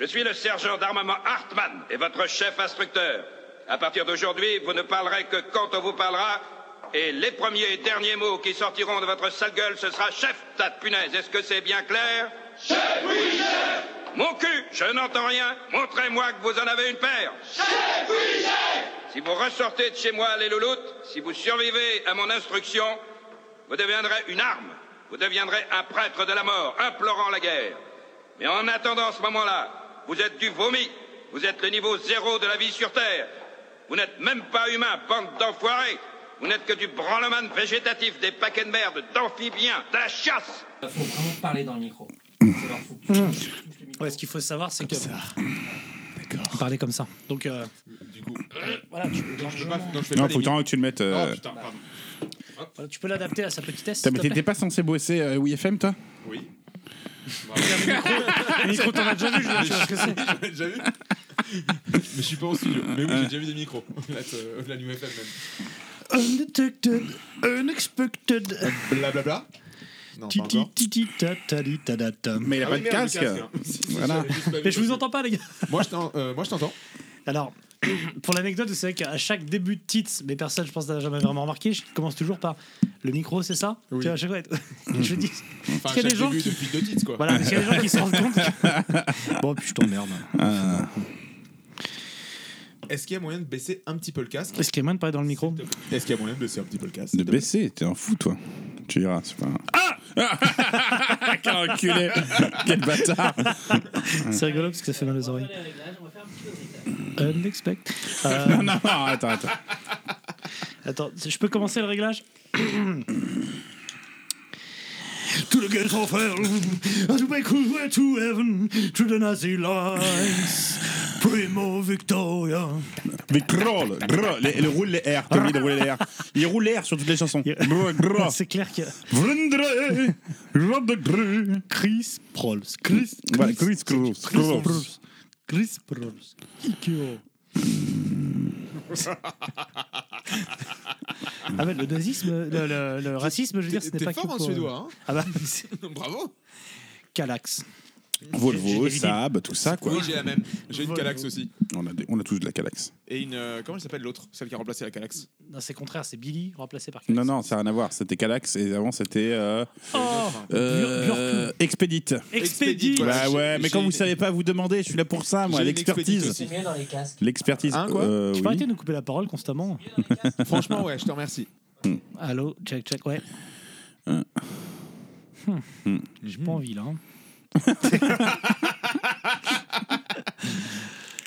Je suis le sergent d'armement Hartmann et votre chef instructeur. À partir d'aujourd'hui, vous ne parlerez que quand on vous parlera, et les premiers et derniers mots qui sortiront de votre sale gueule, ce sera chef, tas de punaise. Est-ce que c'est bien clair Chef, oui, chef Mon cul, je n'entends rien. Montrez-moi que vous en avez une paire. Chef, oui, chef Si vous ressortez de chez moi, les louloutes, si vous survivez à mon instruction, vous deviendrez une arme. Vous deviendrez un prêtre de la mort, implorant la guerre. Mais en attendant ce moment-là, vous êtes du vomi. Vous êtes le niveau zéro de la vie sur Terre. Vous n'êtes même pas humain, bande d'enfoirés. Vous n'êtes que du branleman végétatif, des paquets de merde, d'amphibiens, de la chasse. Il faut vraiment parler dans le micro. Alors, faut que tu touches le micro. Ouais, ce qu'il faut savoir, Ah, c'est que D'accord. parler comme ça. Donc, euh, Du coup, voilà, tu, non, je fais pas, non, je fais Non, pas les faut vraiment que tu le mettes. mille. euh, Oh putain, pardon. voilà, tu peux l'adapter à sa petitesse. Putain, s'il mais te plaît. t'étais pas censé bosser euh, WFM, toi Oui. Le micro, t'en as déjà vu, je veux dire, tu vois ce que c'est. J'ai déjà vu Mais je suis pas au studio. Mais oui, j'ai déjà vu des micros. Là, euh, la New FM même. Undetected, unexpected. Blablabla. Non, pas Titi, encore. titi, ta, ta, li, ta, da, tam. Mais il a Ah pas oui, de merde, le casque. hein. Si, si, Voilà. j'avais juste pas vu Mais je vous passer. entends pas, les gars. Moi, je t'en- euh, moi, je t'entends. Alors, pour l'anecdote, vous savez qu'à chaque début de titre, mais personne, je pense, n'a jamais vraiment remarqué, je commence toujours par le micro, c'est ça Oui. Tu vois, à chaque fois, je dis. Enfin, Parce qu'il y a des chaque gens début qui- depuis deux titres, quoi. Voilà, parce qu'il y a des gens qui se rendent compte. que- Bon, puis je t'emmerde. Est-ce qu'il y a moyen de baisser un petit peu le casque Est-ce qu'il y a moyen de parler dans le micro Est-ce qu'il y a moyen de baisser un petit peu le casque De baisser, t'es un fou, toi. Tu diras, c'est pas. Ah Quel enculé Euh. Quel bâtard C'est rigolo parce que ça fait mal aux On va oreilles. faire les réglages, on va faire un petit peu de réglage. Unexpected. Euh, Non, non, attends, attends. attends, je peux commencer le réglage to the gates of hell as we make our way to heaven through the Nazi lines. Primo Victoria. Mais troll, grrr, les- le roule les R, t'as oublié de rouler les R. Il roule les R sur toutes les chansons. Il- Grrr, grrr. Ah, C'est clair que. Vrindré, Rob de grrr. Chris Prols. Chris, voilà, Chris Cross. Cross. Chris Prols. Ikeo. ah ouais, le nazisme, le, le- le racisme, je veux dire, ce T'es n'est pas t'es que fort en pour- suédois, Ah bah, c'est hein Bravo Calax. Volvo, J'ai- j'ai- Saab, tout ça, quoi. Oui, j'ai la même. J'ai une Volvo. Calax aussi. On a, des- on a tous de la Calax. Et une. euh, comment elle s'appelle l'autre Celle qui a remplacé la Calax Non, c'est contraire, c'est Billy remplacé par Calax. Non, non, ça n'a rien à voir. C'était Calax et avant, c'était. euh, Oh euh, Bjorklund. Expedite. Expédie Expédie, Voilà, Bah j'ai- ouais, mais j'ai quand vous une- savez pas, vous demandez. Je suis là pour ça, moi, J'ai une expédition l'expertise. aussi. C'est mieux dans les casques. L'expertise. Hein, quoi euh, Tu oui. peux arrêter de nous couper la parole constamment Franchement, ouais, je te remercie. Allô, check, check, ouais. Euh. Hmm. J'ai pas envie là. hein.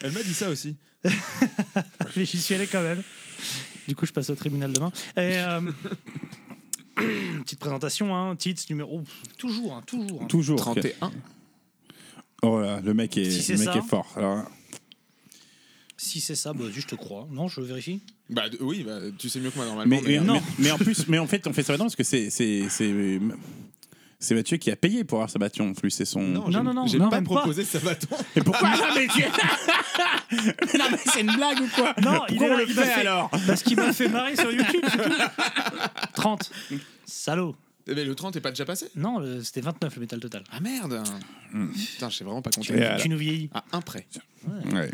Elle m'a dit ça aussi. Mais j'y suis allé quand même. Du coup, je passe au tribunal demain. Et, euh, petite présentation, hein, titre, numéro. Ouf, toujours, hein, toujours. hein. Toujours. 31. Oh là, le mec est, Si c'est le mec ça. est fort. hein. Alors, Si c'est ça, bah, juste je te crois. Non, je vérifie. Bah d- oui, bah, tu sais mieux que moi normalement. mais, mais, euh, mais- mais en plus, mais en fait, on fait ça maintenant parce que c'est c'est c'est c'est Mathieu qui a payé pour avoir sa bâton. En plus, c'est son. Non, Non, j'ai- non, non, J'ai non, pas même pas. proposé ça va ton. Mais pourquoi Non, Ah, mais tu- Mais non, mais c'est une blague ou quoi Non, Pourquoi il est on là, le il m'a fait fait- alors Parce qu'il m'a fait marrer sur YouTube. c'est tout. 30. Salaud. Mais Eh ben, le 30 est pas déjà passé Non, le- c'était 29 le métal total. Ah merde Putain, je sais vraiment pas Et compté. alors Tu nous vieillis. À un prêt. Ouais.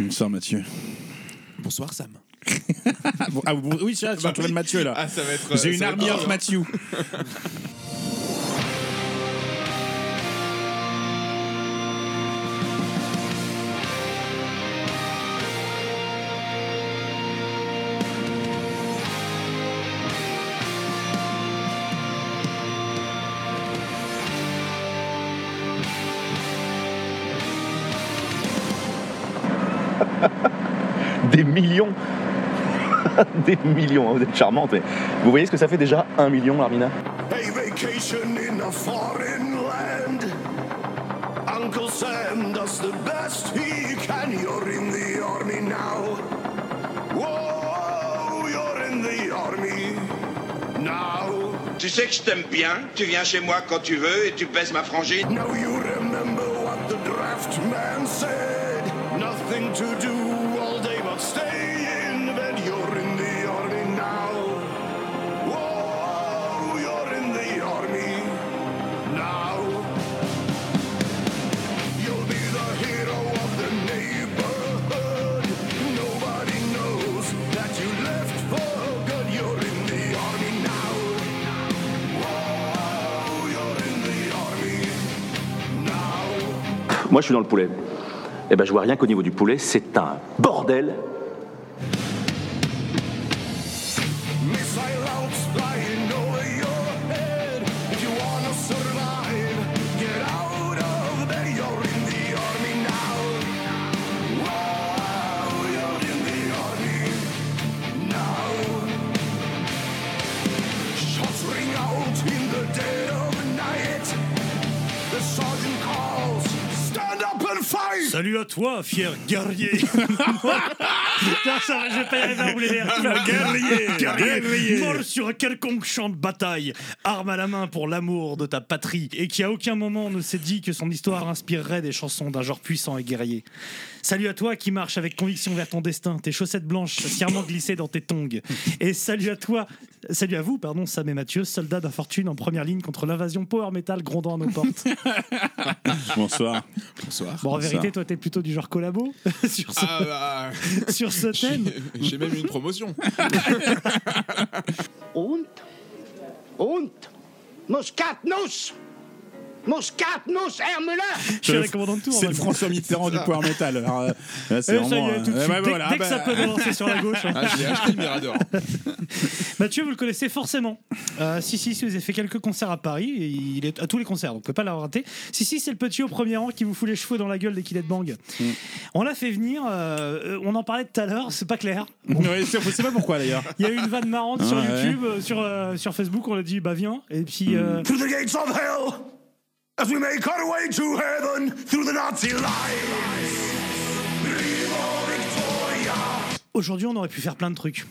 Bonsoir Mathieu. Bonsoir Sam. Ah, bon- ah, bon- oui, je suis là, je suis Bah entouré oui. de Mathieu là. Ah, ça va être. euh, ça J'ai une va être armure horrible. Mathieu. des millions. des millions, hein, vous êtes charmante, mais vous voyez ce que ça fait déjà un million, Larmina A vacation in a foreign land. Uncle Sam does the best he can. You're in the army now. Whoa, you're in the army now. Tu sais que je t'aime bien, tu viens chez moi quand tu veux et tu baises ma frangine. Now you remember what the draft man said. Nothing to do all day but stay in bed. You're in the army now. Whoa, you're in the army now. You'll be Moi, je suis dans le poulet. Et ben, je vois rien qu'au niveau du poulet, c'est un bordel. Missile outs flying over your head. If you wanna survive, get out of bed. You're in the army now. Wow, you're in the army now. Shots ring out in the dead of night. The sergeant calls, stand up and fight. Salut à toi, fier guerrier. Putain, ça va, je vais pas y arriver à rouler les R. Guerrier, guerrier, mort sur quelconque champ de bataille, arme à la main pour l'amour de ta patrie, et qui à aucun moment ne s'est dit que son histoire inspirerait des chansons d'un genre puissant et guerrier. Salut à toi qui marche avec conviction vers ton destin, tes chaussettes blanches fièrement glissées dans tes tongs. Et salut à toi, salut à vous, pardon, Sam et Mathieu, soldats d'infortune en première ligne contre l'invasion power metal grondant à nos portes. Bonsoir. Bonsoir. Bon, en vérité, toi, t'es plutôt du genre collabo sur ce, Ah bah, sur ce thème. j'ai- j'ai même une promotion. Und? Und? Muskatnuss! Muskatnuss, Herr Müller! Je suis recommandant de tout. en C'est le vrai. François Mitterrand du power metal. Alors, euh, là, Eh, c'est ça y vraiment, est, tout de euh, suite. ouais, Dès- voilà, dès que ah ça bah, peut balancer sur la gauche. hein. Ah, j'ai acheté le Mirador. Mathieu, vous le connaissez forcément. Euh, si, si, si, vous avez fait quelques concerts à Paris, et il est à tous les concerts, donc vous pouvez pas l'avoir raté. Si, si, c'est le petit au premier rang qui vous fout les cheveux dans la gueule dès qu'il est de bang. Mm. On l'a fait venir, euh, euh, on en parlait tout à l'heure, c'est pas clair. ouais, c'est- on sait pas pourquoi d'ailleurs. Il y a eu une vanne marrante sur Ah ouais. Mm. YouTube, euh, sur, euh, sur Facebook, on a dit, bah viens, et puis... euh, Through the gates of hell, as we make our way to heaven, through the Nazi lines. Viva Victoria! Aujourd'hui, on aurait pu faire plein de trucs.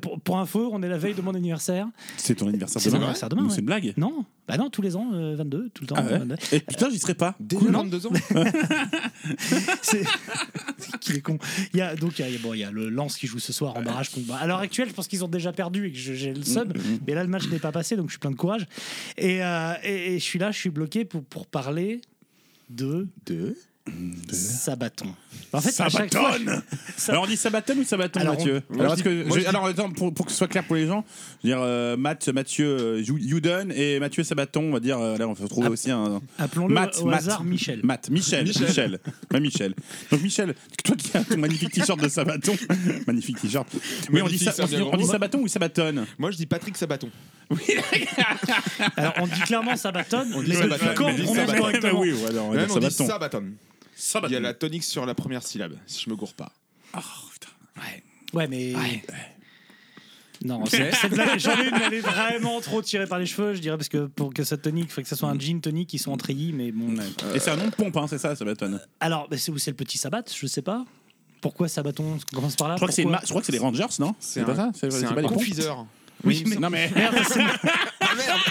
Pour, pour info, on est la veille de mon anniversaire. C'est ton anniversaire C'est demain. mon anniversaire demain, Donc, ouais. C'est une blague. Non, bah non, tous les ans, euh, 22, tout le temps. Ah ouais. 22. Et putain, j'y serais pas. Dès Cool. 22 ans C'est qu'il est con. Il y a donc il y a, bon, il y a le Lens qui joue ce soir en barrage combat. À l'heure actuelle, je pense qu'ils ont déjà perdu et que je- j'ai le sub. Mais là, le match n'est pas passé, donc je suis plein de courage. Et, euh, et- et je suis là, je suis bloqué pour, pour parler de Deux. Sabaton. En fait, à chaque fois, je- Sabaton ça- Alors on dit Sabaton ou Sabaton, Alors, on- Mathieu moi, Alors, je est-ce dis- que- moi, je- je- alors, attends, pour, pour que ce soit clair pour les gens, je veux dire euh, Matt, Mathieu, euh, You- Youdon et Mathieu Sabaton, on va dire. euh, là, on va trouver aussi un. appelons-le au hasard Michel. Matt, Michel, Michel, Michel. Ouais, Michel. Donc Michel, toi qui as ton magnifique t-shirt de Sabaton, magnifique t-shirt. Oui, on dit, Magnifique, ça, c'est on un dit- bien on grand dit mot. Sabaton ou Sabaton Moi, je dis Patrick Sabaton. Alors on dit clairement Sabaton, bah, On dit mais Sabaton, depuis quand mais on dit prononce Sabaton. correctement oui, ouais, alors on va Même dire on dit Sabaton. Sabaton. Il y a la tonique sur la première syllabe, si je me gourre pas. Oh, Ouais, mais. Non, c'est- cette blague, j'en ai une, mais elle est vraiment trop tirée par les cheveux, je dirais, parce que pour que ça tonique, il faut que ça soit un jean tonique, ils sont en treillis, mais bon. Et c'est un nom de pompe, hein, c'est ça, Sabaton. Alors, bah, c'est où c'est le petit Sabat Je sais pas. Pourquoi Sabaton commence par là Je crois que c'est une Pourquoi marque- je crois que c'est les Rangers, non un- pas ça C'est un pas les pompes confiseur. Oui, mais- non mais. Merde, c'est ma-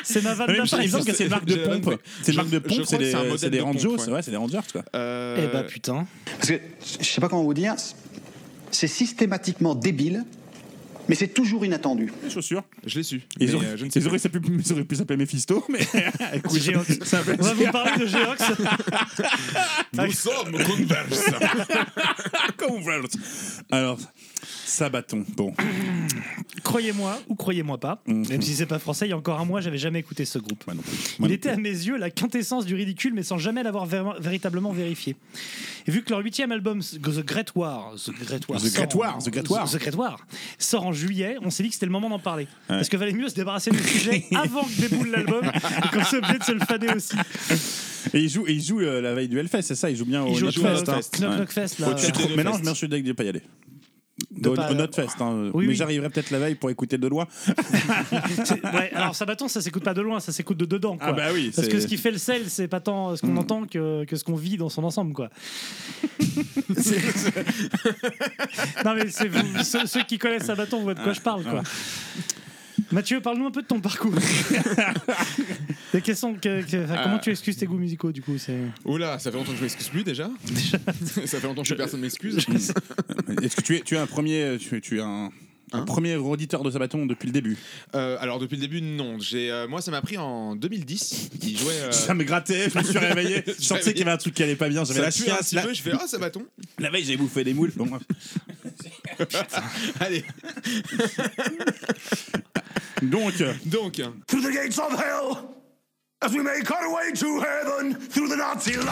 c'est ma vanne Oui, mais il me semble que c'est une marque de J'ai- pompe. C'est une je- marque de je pompe, crois c'est que c'est un des, modèle c'est des de pompe, Rangers, ouais. ouais, c'est des Rangers, quoi. Euh, Eh bah putain. Parce que je sais pas comment vous dire, c'est systématiquement débile, mais c'est toujours inattendu. Les chaussures. je l'ai su. Ils, mais, auraient- euh, je ne sais ils auraient pu- ils auraient pu s'appeler Mephisto, mais écoute, Géox. ça va On va vous parler de Géox. pas. Nous sommes Converse. Converse. Alors, Sabaton. Bon, croyez-moi ou croyez-moi pas, même si c'est pas français, il y a encore un mois, j'avais jamais écouté ce groupe. Mm. moi non plus. Il Moi non était à mes yeux la quintessence du ridicule, mais sans jamais l'avoir ver- véritablement vérifié. Et vu que leur huitième album, The Great War, The Great War, The sort Great en- War, The Great War. The Great War, sort en juillet, on s'est dit que c'était le moment d'en parler. Parce que valait mieux se débarrasser du sujet avant que déboule l'album et qu'on soit obligé de se le faner aussi. plus. Et il joue, et il joue euh, la veille du Hellfest, c'est ça Il joue bien au Ils jouent au Notfest. hein. Knock Knock Fest, là. Ouais. Je suis trop- Maintenant, je me suis dit que je vais pas y aller. Au, pas- au Notfest, hein. Oui, mais oui. j'arriverai peut-être la veille pour écouter de loin. C'est- ouais, alors Sabaton, ça s'écoute pas de loin, ça s'écoute de dedans. Quoi. Ah bah oui, Parce c'est- que ce qui fait le sel, c'est pas tant euh, ce qu'on entend que, que ce qu'on vit dans son ensemble, quoi. C'est- non mais c'est vous- ceux, ceux qui connaissent Sabaton voient de quoi je parle, quoi. Mathieu, parle-nous un peu de ton parcours. Et quels sont- que- que- enfin, comment tu excuses tes goûts musicaux du coup c'est... Oula, ça fait longtemps que je m'excuse plus déjà. ça fait longtemps que personne m'excuse. Est-ce que tu es, tu es un premier, tu, es- tu es un, un Hein premier auditeur de Sabaton depuis le début Euh, alors depuis le début, non. J'ai, euh, moi, ça m'a pris en 2010. Il jouait. euh, Ça me grattait, je me suis réveillé. Je Je sentais qu'il y avait un truc qui allait pas bien. J'avais ça la pue un chiasse. petit La, peu. Je fais ah, ça bâton. la veille, j'ai bouffé des moules. Bon, bref. Allez. Donc, euh, Donc, Through the gates of hell, as we make our way to heaven, through the Nazi lines.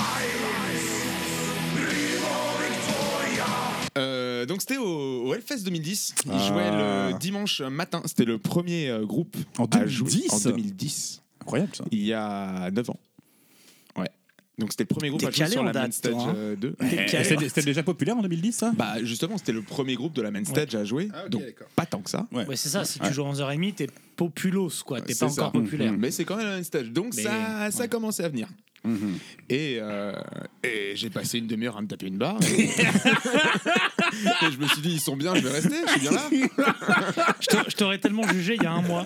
euh, donc c'était au, au Hellfest 2010. Ils Ah. jouaient le dimanche matin. C'était le premier euh, groupe En à jouer 2010? en 2010, Incroyable ça. il y a 9 ans. Ouais. Donc c'était le premier groupe T'es à jouer calé sur en la main date, stage toi, hein. euh, 2. Eh, calé. C'était c'était déjà populaire en 2010 ça Bah justement, c'était le premier groupe de la main stage à jouer. Ah, ok, donc d'accord. pas tant que ça. Ouais. Ouais, c'est ça, si Ouais. tu joues 11h30, t'es populos, quoi. T'es C'est pas ça. encore populaire. Mais c'est quand même la main stage. Donc Mais- ça, ça ouais. commençait à venir. Mhm. Et, euh, et j'ai passé une demi-heure à me taper une barre. Et... et je me suis dit, ils sont bien, je vais rester, je suis bien là. Je t'a- je t'aurais tellement jugé il y a un mois.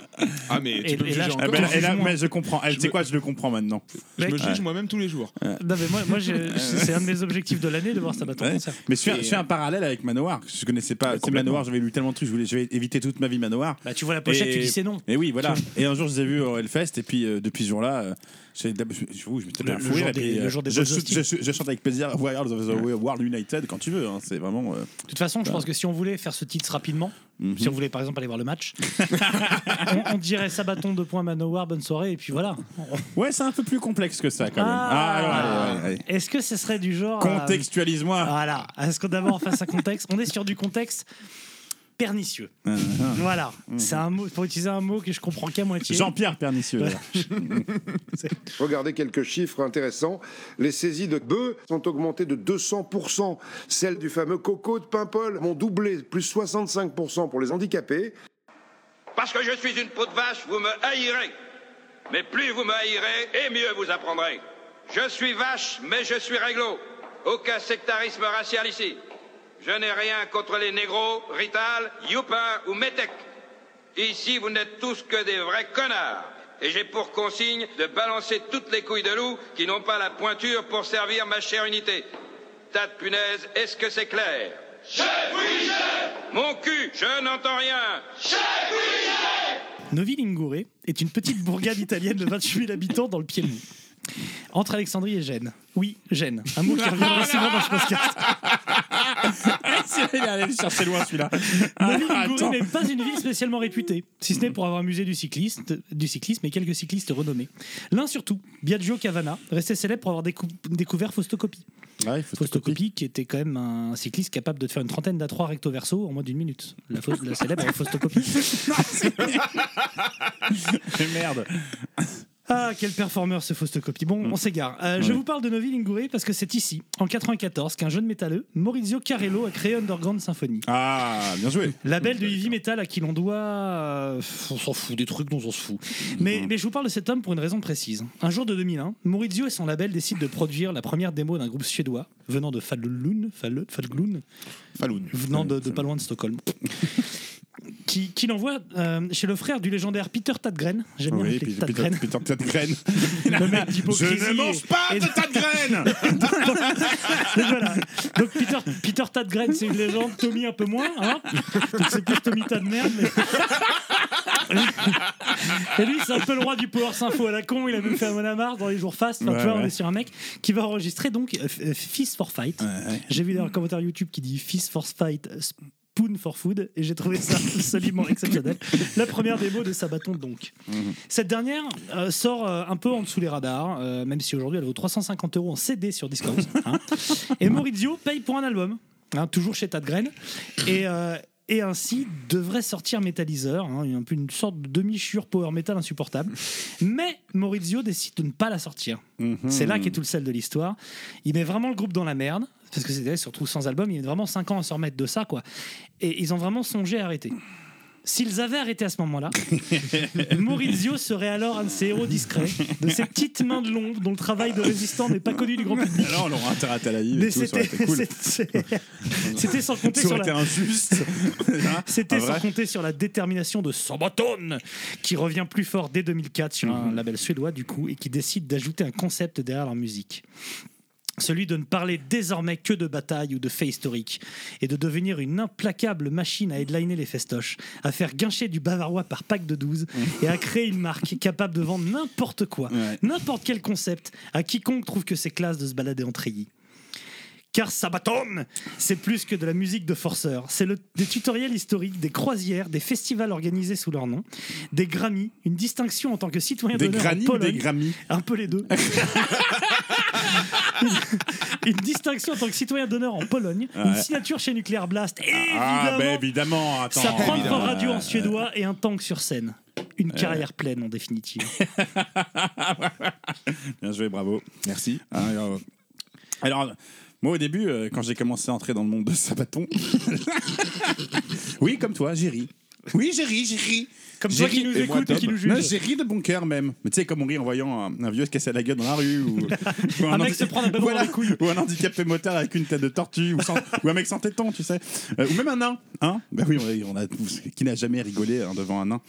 Ah, mais tu Et- peux me et là, juger je- Ah encore. ben là- Comment et là, juge-moi mais je comprends. Eh, Je Tu sais me- quoi, je le comprends maintenant. Je me Mec, juge moi-même tous les jours. Non, mais moi, moi j'ai- c'est un de mes objectifs de l'année de voir ça battre en Ouais. concert. Mais je fais, un- Et, je fais un parallèle avec Manowar. que Je connaissais pas. C'est complètement. Manowar, j'avais lu tellement de trucs, je voulais, je vais éviter toute ma vie Manowar. Bah, tu vois la pochette, Et- tu dis c'est non. Et oui, voilà. Et un jour, je les ai vus au Hellfest, et puis euh, depuis ce jour-là, euh, j'ai- d'ab- je je- je me tapais Le- un le fou rire, jour et puis, des- euh, le jour des je, Boys je- Hostile. je- je chante avec plaisir Warriors of the World United quand tu veux. hein, C'est vraiment. euh, De toute façon, je pense que si on voulait faire ce titre rapidement, mhm. si on voulait par exemple aller voir le match, on, on dirait Sabaton 2 points Manowar, bonne soirée, et puis voilà. Ouais, c'est un peu plus complexe que ça quand même. Ah, ouais, ouais, ouais, ouais. Est-ce que ce serait du genre. euh, Contextualise-moi. Voilà. Est-ce qu'on d'abord face à contexte On est sur du contexte pernicieux. Ah, Voilà. Mhm. C'est un mot. Faut utiliser un mot que je comprends qu'à moitié. Jean-Pierre Pernicieux. Voilà. d'ailleurs. Regardez quelques chiffres intéressants. Les saisies de bœufs sont augmentées de 200%. Celles du fameux coco de Paimpol ont doublé, plus 65% pour les handicapés. Parce que je suis une peau de vache, vous me haïrez. Mais plus vous me haïrez, et mieux vous apprendrez. Je suis vache, mais je suis réglo. Aucun sectarisme racial ici. Je n'ai rien contre les négros, rital, youpin ou métèques. Ici, vous n'êtes tous que des vrais connards. Et j'ai pour consigne de balancer toutes les couilles de loup qui n'ont pas la pointure pour servir ma chère unité. Tas de punaise, est-ce que c'est clair Chef Brisé Mon cul, je n'entends rien. Chef Brisé Novi Ligure est une petite bourgade italienne de 28 000 habitants dans le Piémont. Entre Alexandrie et Gênes. Oui, Gênes. Un mot qui reviendra souvent dans ce podcast. Il est allé le chercher loin celui-là. Novi Ligure attends. n'est pas une ville spécialement réputée, si ce n'est pour avoir un musée du, cycliste, du cyclisme et quelques cyclistes renommés. L'un surtout, Biagio Cavana, resté célèbre pour avoir décou- découvert Faustocopi. Ouais, il faut Faustocopi qui était quand même un cycliste capable de te faire une trentaine d'à3 recto verso en moins d'une minute. La, faus- la célèbre Faustocopi. Merde. Ah, quel performeur ce Faustocopi. Bon, on s'égare. Euh, Je Ouais. vous parle de Novi Ligure parce que c'est ici, en 94, qu'un jeune métalleux, Maurizio Carello, a créé Underground Symphony. Mm. Ah, bien joué. Label de heavy metal à qui l'on doit. euh, Mm. on s'en fout, des trucs dont on se fout. Mais, mais je vous parle de cet homme pour une raison précise. Un jour de 2001, Maurizio et son label décident de produire la première démo d'un groupe suédois venant de Falun, Fal- Falun, Falloun. venant de, de pas loin de Stockholm. Qui, qui l'envoie euh, chez le frère du légendaire Peter Tadgren. J'aime bien Oui, l'appeler puis Tadgren. putain, putain, putain de graines. Le mec d'hypocrisie Je ne et- mange pas et- de tas de graines Donc voilà. Donc Peter, Peter Tadgren, c'est une légende, Tommy un peu moins. Hein Donc c'est plus Tommy Tad merde. mais- Et lui, c'est un peu le roi du Power Sympho à la con. Il a même fait un Monamar dans les jours fast. Enfin, tu Ouais, vois, on ouais. est sur un mec qui va enregistrer donc euh, F- euh, Fist for Fight. J'ai vu d'ailleurs un commentaire YouTube qui dit Fist for Fight. euh, Spoon for Food, et j'ai trouvé ça absolument exceptionnel. La première démo de Sabaton, donc. Mhm. Cette dernière euh, sort euh, un peu en dessous les radars, euh, même si aujourd'hui elle vaut 350 euros en CD sur Discord. hein. Et Maurizio paye pour un album, hein, toujours chez Tadgren. Et. euh, et ainsi devrait sortir Metallizer, hein, un peu une sorte de demi-chure power metal insupportable. Mais Maurizio décide de ne pas la sortir. C'est là qu'est tout le sel de l'histoire. Il met vraiment le groupe dans la merde, parce que c'était surtout sans album, il met vraiment 5 ans à se remettre de ça, quoi. Et ils ont vraiment songé à arrêter. S'ils avaient arrêté à ce moment-là, Maurizio serait alors un de ces héros discrets, de ces petites mains de l'ombre dont le travail de résistant n'est pas connu du grand public. Alors, on l'aura intérêt à la vie. Mais et tout, ça c'était aurait été cool. c'était- c'était sans compter Ça sur aurait la, été injuste. Hein c'était Ah, sans vrai compter sur la détermination de Sabaton, qui revient plus fort dès 2004 sur Mhm. un label suédois du coup et qui décide d'ajouter un concept derrière leur musique. Celui de ne parler désormais que de bataille ou de faits historiques et de devenir une implacable machine à headliner les festoches, à faire guincher du bavarois par pack de 12 et à créer une marque capable de vendre n'importe quoi, Mhm. Ouais. n'importe quel concept à quiconque trouve que c'est classe de se balader en treillis. Car Sabaton, c'est plus que de la musique de forceurs. C'est le- des tutoriels historiques, des croisières, des festivals organisés sous leur nom, des Grammy, une distinction en tant que citoyen Des d'honneur en grannies ou des Pologne. grammies un peu les deux. une, une distinction en tant que citoyen d'honneur en Pologne, Ouais. une signature chez Nuclear Blast, évidemment, Ah, ben évidemment, attends. sa propre évidemment. radio en suédois et un tank sur scène. Une Ouais. carrière pleine en définitive. Bien joué, bravo. Merci. Alors, alors, moi au début, euh, quand j'ai commencé à entrer dans le monde de Sabaton, oui, comme toi, j'ai ri. Oui, j'ai ri, j'ai ri. Comme J'ai toi qui ri- nous et moi, écoutes et qui Tom. nous juge. Non, J'ai ri de bon cœur même. Mais tu sais, comme on rit en voyant un, un vieux se casser la gueule dans la rue. Ou, ou Un mec se prendre un ballon dans Voilà. les couilles. Ou un handicapé motard avec une tête de tortue. Ou, sans- ou un mec sans téton, tu sais. Euh, ou même un nain. Hein ben oui, on a, on a tous- Qui n'a jamais rigolé hein, devant un nain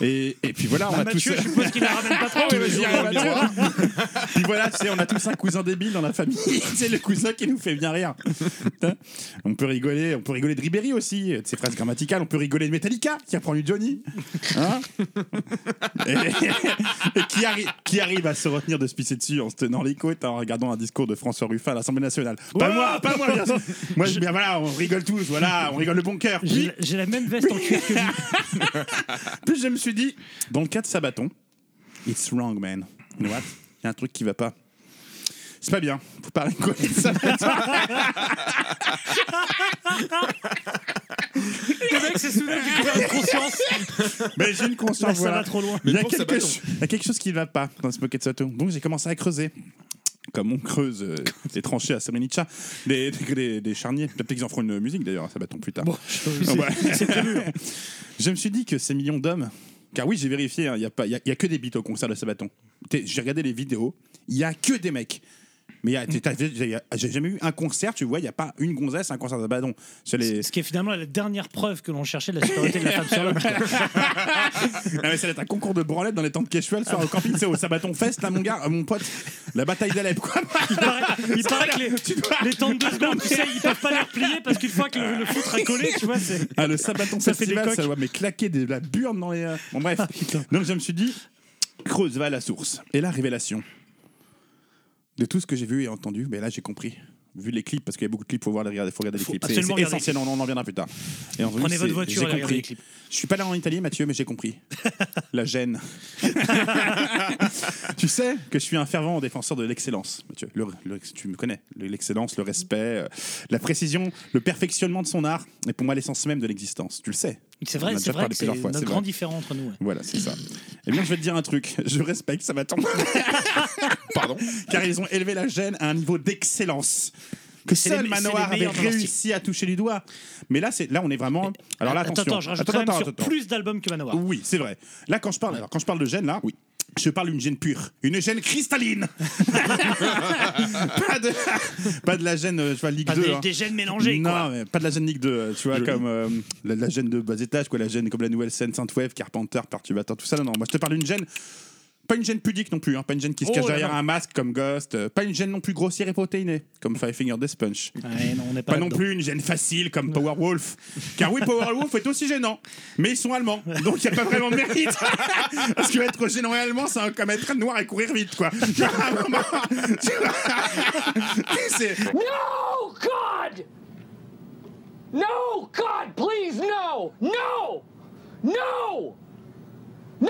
et, et puis voilà, on Bah, a Mathieu, tous. je suppose qu'il la ramène pas trop, Tous mais les jours, je vois Mathieu. Puis voilà, tu sais, on a tous un cousin débile dans la famille. C'est le cousin qui nous fait bien rire. Putain. on peut rigoler, on peut rigoler de Ribéry aussi, de ses phrases grammaticales. On peut rigoler de Metallica qui reprend du Johnny, Hein et, et qui, arri- qui arrive à se retenir de se pisser dessus en se tenant les côtes en regardant un discours de François Ruffin à l'Assemblée nationale. Pas Ouais. moi, pas moi. Bien sûr. Moi, je- bien voilà, on rigole tous. Voilà, on rigole le bon cœur. J'ai la- j'ai la même veste en cuir que lui. Puis je me suis dit, dans le cas de Sabaton, it's wrong, man. You know what Il y a un truc qui va pas. C'est pas bien. Faut pas rigoler de Sabaton. Le mec s'est soudain découvert une conscience. Mais j'ai une conscience. Là, ça voilà. va trop loin. Il y, a Mais pour quelque Sabaton. cho- il y a quelque chose qui va pas dans ce Pocket Sato. Donc j'ai commencé à creuser. Comme on creuse euh, les tranchées à Srebrenica, des, des, des- des charniers. Peut-être qu'ils en feront une musique d'ailleurs à Sabaton plus tard. Ah bah. Je me suis dit que ces millions d'hommes, car oui, j'ai vérifié, hein, il n'y a, pas- y a- y a que des bites au concert de Sabaton. T'es- J'ai regardé les vidéos, il n'y a que des mecs. Mais y a- t'es- t'as- j'ai j'ai jamais eu un concert, tu vois, il n'y a pas une gonzesse, un concert de Sabaton. C'est les- Ce qui est finalement la dernière preuve que l'on cherchait de la supériorité de la femme sur l'homme. Ah ouais, ça va être un concours de branlette dans les temps de Quechua, soit au camping, c'est au Sabaton Fest, là, mon gars, euh, mon pote, la bataille d'Alep, quoi. Il paraît, il paraît que les, Tu dois- les temps de deux secondes, tu sais, ils peuvent pas les replier parce qu'une fois que le, le foutre a collé, tu vois, c'est. Ah, le Sabaton Ça fait des Festival, coques. ça doit mais claquer de la burne dans les. euh, Bon, bref. Donc, je me suis dit, creuse, va à la source. Et la révélation de tout ce que j'ai vu et entendu, mais là, j'ai compris. Vu les clips, parce qu'il y a beaucoup de clips, faut voir les regarder, faut regarder les clips. C'est absolument c'est regarder. essentiel, on on en reviendra plus tard. Et en vrai, Prenez c'est- votre voiture j'ai et regardez compris. les clips. Je suis pas là en Italie, Mathieu, mais j'ai compris. la gêne. tu sais que je suis un fervent défenseur de l'excellence, Mathieu. Le- le- tu me connais. Le- L'excellence, le respect, euh, la précision, le perfectionnement de son art est pour moi l'essence même de l'existence. Tu le sais. C'est On en vrai, a c'est déjà vrai parlé que c'est plusieurs fois, notre c'est grand vrai. différent entre nous. ouais. Voilà, c'est ça. Eh bien, je vais te dire un truc. Je respecte, ça va tomber. Pardon Car ils ont élevé la gêne à un niveau d'excellence. Que C'est les- seul c'est les Manoir avait meilleurs dans leur réussi à toucher du doigt. Mais là, c'est là, on est vraiment. Alors là, euh, Attends, attention. Attends, je rajoute Attends, quand même attends, sur attends. plus d'albums que Manowar. Oui, c'est vrai. Là, quand je parle, alors, quand je parle de gêne, là, oui. Je parle d'une gêne pure, une gêne cristalline. pas, de, pas de la gêne, euh, tu vois, Ligue Pas 2. des, hein. des gènes mélangés, non, quoi. mais pas de la gêne Ligue 2, euh, tu vois, comme euh, la, la gêne de bas étage, quoi, la gêne comme la nouvelle scène Sainte-Wave, Carpenter, Perturbateur, tout ça. Non, non, moi je te parle d'une gêne. Pas une gêne pudique non plus, hein, pas une gêne qui se Oh cache là derrière là. un masque comme Ghost, euh, pas une gêne non plus grossière et protéinée comme Five Finger Death Punch. Ouais, non, on n'est pas, Pas non là-dedans. plus une gêne facile comme Powerwolf. Car oui, Powerwolf est aussi gênant. Mais ils sont allemands. Donc il n'y a pas vraiment de mérite. Parce que être gênant et allemand, c'est comme être noir et courir vite, quoi. Tu vois, à un moment, tu vois, c'est- No, God! No, God, please, no! No! No! No!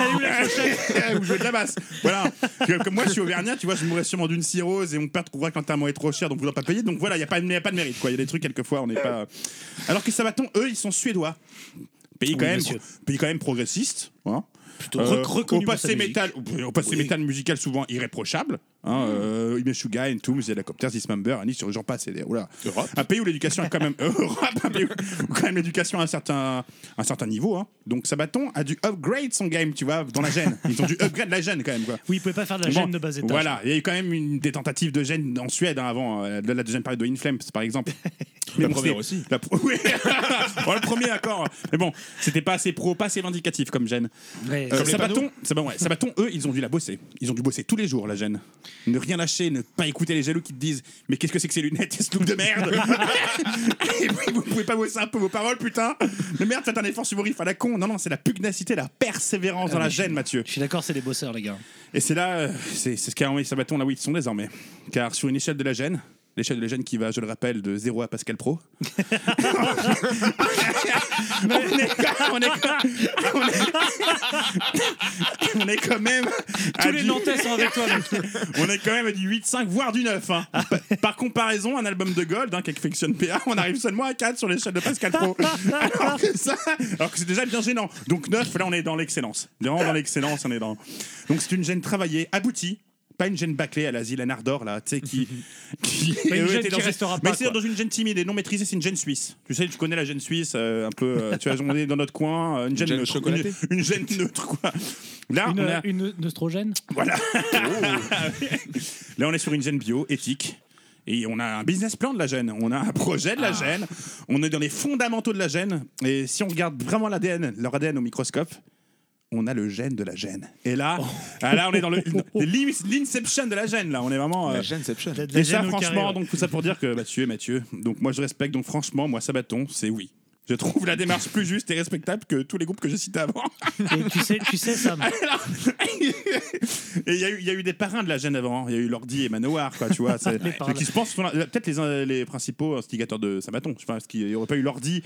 ou jouer de la basse. Voilà. Que- Comme moi, je suis auvergnat, tu vois, je mourrais sûrement d'une cirrhose et mon père trouvera quand un mot est trop cher, donc vous n'aurez pas payé. Donc voilà, il n'y a, pas- y a pas de mérite, quoi. Il y a des trucs, quelquefois, on n'est pas. Alors que Sabaton, eux, ils sont suédois. Pays quand, Oui, même, monsieur. pays quand même progressiste. Hein. Plutôt rec- reconnu au pour passé sa musique. métal, au passé métal musical souvent irréprochable. Hein, Mm. euh, Imeshuga, Entombs, Helicopters, Dismember, Annie, sur j'en passe. et des- Voilà. Europe. Un pays où l'éducation est quand même Europe, un pays où quand même l'éducation a un certain, un certain niveau. Hein. Donc Sabaton a dû upgrade son game, tu vois, dans la gêne. Ils ont dû upgrade la gêne quand même. Quoi. Oui, il pouvait pas faire de la Bon, gêne de bas étage. Voilà, il y a eu quand même une, des tentatives de gêne en Suède hein, avant euh, de la deuxième période de Inflames, par exemple. Mais La bon, première c'était- aussi. la pro- oui. Bon, le premier accord. Mais bon, c'était pas assez pro, pas assez vindicatif comme gêne. Ouais, Euh, c'est- Sabaton, Sabaton, ouais, Sabaton, eux, ils ont dû la bosser. Ils ont dû bosser tous les jours, la gêne. Ne rien lâcher, ne pas écouter les jaloux qui te disent Mais qu'est-ce que c'est que ces lunettes et ce look de merde Et puis, vous pouvez pas bosser un peu vos paroles, putain Mais merde, faites un effort suborif à la con. Non, non, c'est la pugnacité, la persévérance dans Ah la gêne, Mathieu. Je suis d'accord, c'est des bosseurs, les gars. Et c'est là, euh, c'est c'est ce qu'a envoyé Sabaton là où ils sont désormais. Car sur une échelle de la gêne, L'échelle de gêne qui va, je le rappelle, de 0 à Pascal Pro. on, est, quand- on est quand- on est- on est quand même. à Tous les Nantais sont avec toi, mec. on est quand même à du 8-5, voire du 9. hein. Pa- Par comparaison, un album de Gold, hein, qu'affectionne PA, on arrive seulement à 4 sur l'échelle de Pascal Pro. alors que ça, alors que c'est déjà bien gênant. Donc 9, là, on est dans l'excellence. Vraiment dans l'excellence, on est dans. Donc c'est une gêne travaillée, aboutie. Pas une gêne bâclée à l'asile à Nardor, là, tu sais, qui. qui Pas une eux, gêne étaient qui dans restera Mais pas, c'est quoi. dans une gêne timide et non maîtrisée, c'est une gêne suisse. Tu sais, tu connais la gêne suisse, euh, un peu. euh, tu vois, on est dans notre coin, euh, une gêne gêne neutre. chocolatée. Une, une gêne neutre, quoi. Là, Une, Ah, euh, on a... une neustrogène Voilà. Là, on est sur une gêne bio, éthique. Et on a un business plan de la gêne, on a un projet de la gêne, on est dans les fondamentaux de la gêne. Et si on regarde vraiment l'ADN, leur ADN au microscope, on a le gène de la gêne. Et là, ah, là on est dans le- l'in- l'inception de la gêne. Là, on est vraiment. euh, Gêneception. La- la et gêne ça, au franchement, carré, ouais. donc tout ça pour dire que Mathieu est Mathieu. Donc moi, je respecte. Donc franchement, moi, Sabaton, c'est oui. Je trouve la démarche plus juste et respectable que tous les groupes que j'ai cités avant. Et tu sais, tu sais Sam, Et il y, a eu- il y a eu des parrains de la gêne avant. hein. Il y a eu Lordi et Manowar, quoi, tu vois. c'est- parrains. qui se pensent sont là- peut-être les, euh, les principaux instigateurs de Sabaton. Je pense qu'il n'y aurait pas eu Lordi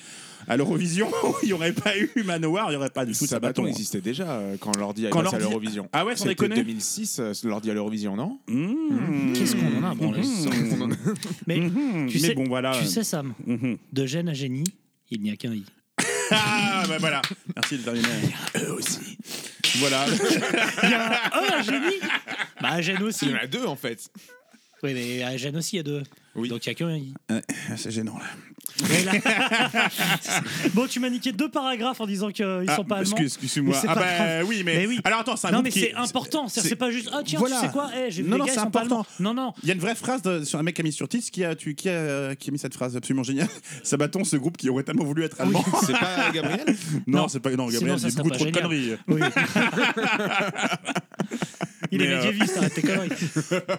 à l'Eurovision, il n'y aurait pas eu Manowar, il n'y aurait pas du tout Sabaton Sabaton. existait déjà euh, quand l'ordi a Quand passé à l'ordi- l'Eurovision. Ah ouais, sans C'était déconner. 2006, euh, l'ordi à l'Eurovision, non Mm. Mmh. Qu'est-ce qu'on en a Mmh. Mmh. mais tu sais, bon, voilà. tu sais Sam, Mhm. de gêne à génie, il n'y a qu'un i. Ah, bah voilà. Merci de terminer. Eux aussi. Voilà. Il y a un E à génie. Bah à gêne Il aussi. y en a deux en fait. Oui, mais à gêne aussi il y a deux. Oui. Donc il n'y a qu'un i. C'est gênant, là. Mais là- bon, tu m'as niqué deux paragraphes en disant qu'ils ne Ah, sont pas allemands. excuse- Excuse-moi. Mais c'est Ah pas bah grave. oui, mais... Mais oui. Alors attends, c'est un non, groupe mais qui- c'est important. C'est, c'est pas juste ah tiens, Voilà. tu sais quoi Eh, j'ai vu Non, les non, gars, c'est ils sont pas important. allemands. Non, non. Il y a une vraie phrase de- sur un mec qui a mis sur titre qui a, tu, qui, a, qui a mis cette phrase absolument géniale. Sabaton, ce groupe qui aurait tellement voulu être allemand. C'est pas Gabriel Non, Ah Non. c'est pas. Non, Sinon, Gabriel, ça c'est serait pas beaucoup trop de génial. conneries. Oui. Il Mais, est euh, médiéviste, arrête tes conneries.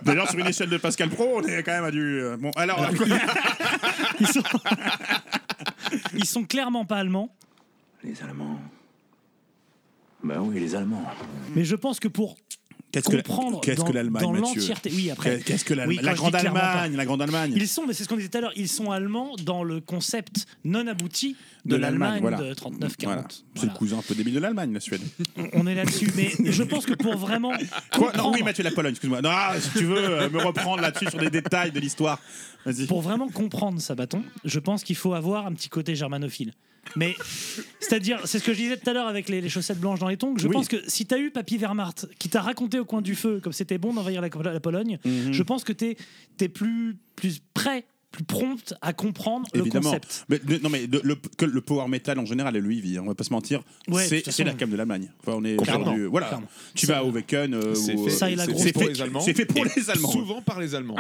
D'ailleurs, sur une échelle de Pascal Pro, on est quand même à du. euh, Bon, alors. Ils sont... ils sont clairement pas allemands. Les Allemands. Bah oui, les Allemands. Mais je pense que pour Qu'est-ce que la- comprendre qu'est-ce dans, que l'Allemagne, dans Mathieu l'entièreté. Oui, après. Qu'est-ce que la, Oui, quand la je Grande dis clairement pas. Allemagne, la Grande Allemagne. Ils sont, mais c'est ce qu'on disait tout à l'heure, ils sont allemands dans le concept non abouti de, l'Allemagne, de 39-40. Voilà. C'est Voilà. le cousin un peu débile de l'Allemagne, la Suède. On est là-dessus, mais je pense que pour vraiment. Quoi comprendre- non, oui, Mathieu, la Pologne, excuse-moi. Non, ah, si tu veux euh, me reprendre là-dessus sur des détails de l'histoire. Vas-y. pour vraiment comprendre Sabaton, je pense qu'il faut avoir un petit côté germanophile. Mais c'est-à-dire, c'est ce que je disais tout à l'heure avec les, les chaussettes blanches dans les tongs. Je Oui. pense que si t'as eu Papy Wehrmacht qui t'a raconté au coin du feu comme c'était bon d'envahir la, la Pologne, Mhm. je pense que t'es es plus plus prêt, plus prompt à comprendre Évidemment. le concept. Mais, de- non, mais de- le, que le power metal en général, lui, il vit. hein, on va pas se mentir. Ouais, de toute c'est façon. c'est la cam de l'Allemagne. Enfin, on est Clairement. sur du- voilà. Clairement. Tu vas au Wacken. euh, C'est ou, fait, euh, Ça et la c'est grosse- fait pour c'est- les Allemands. c'est fait pour Et les Allemands. Souvent par les Allemands.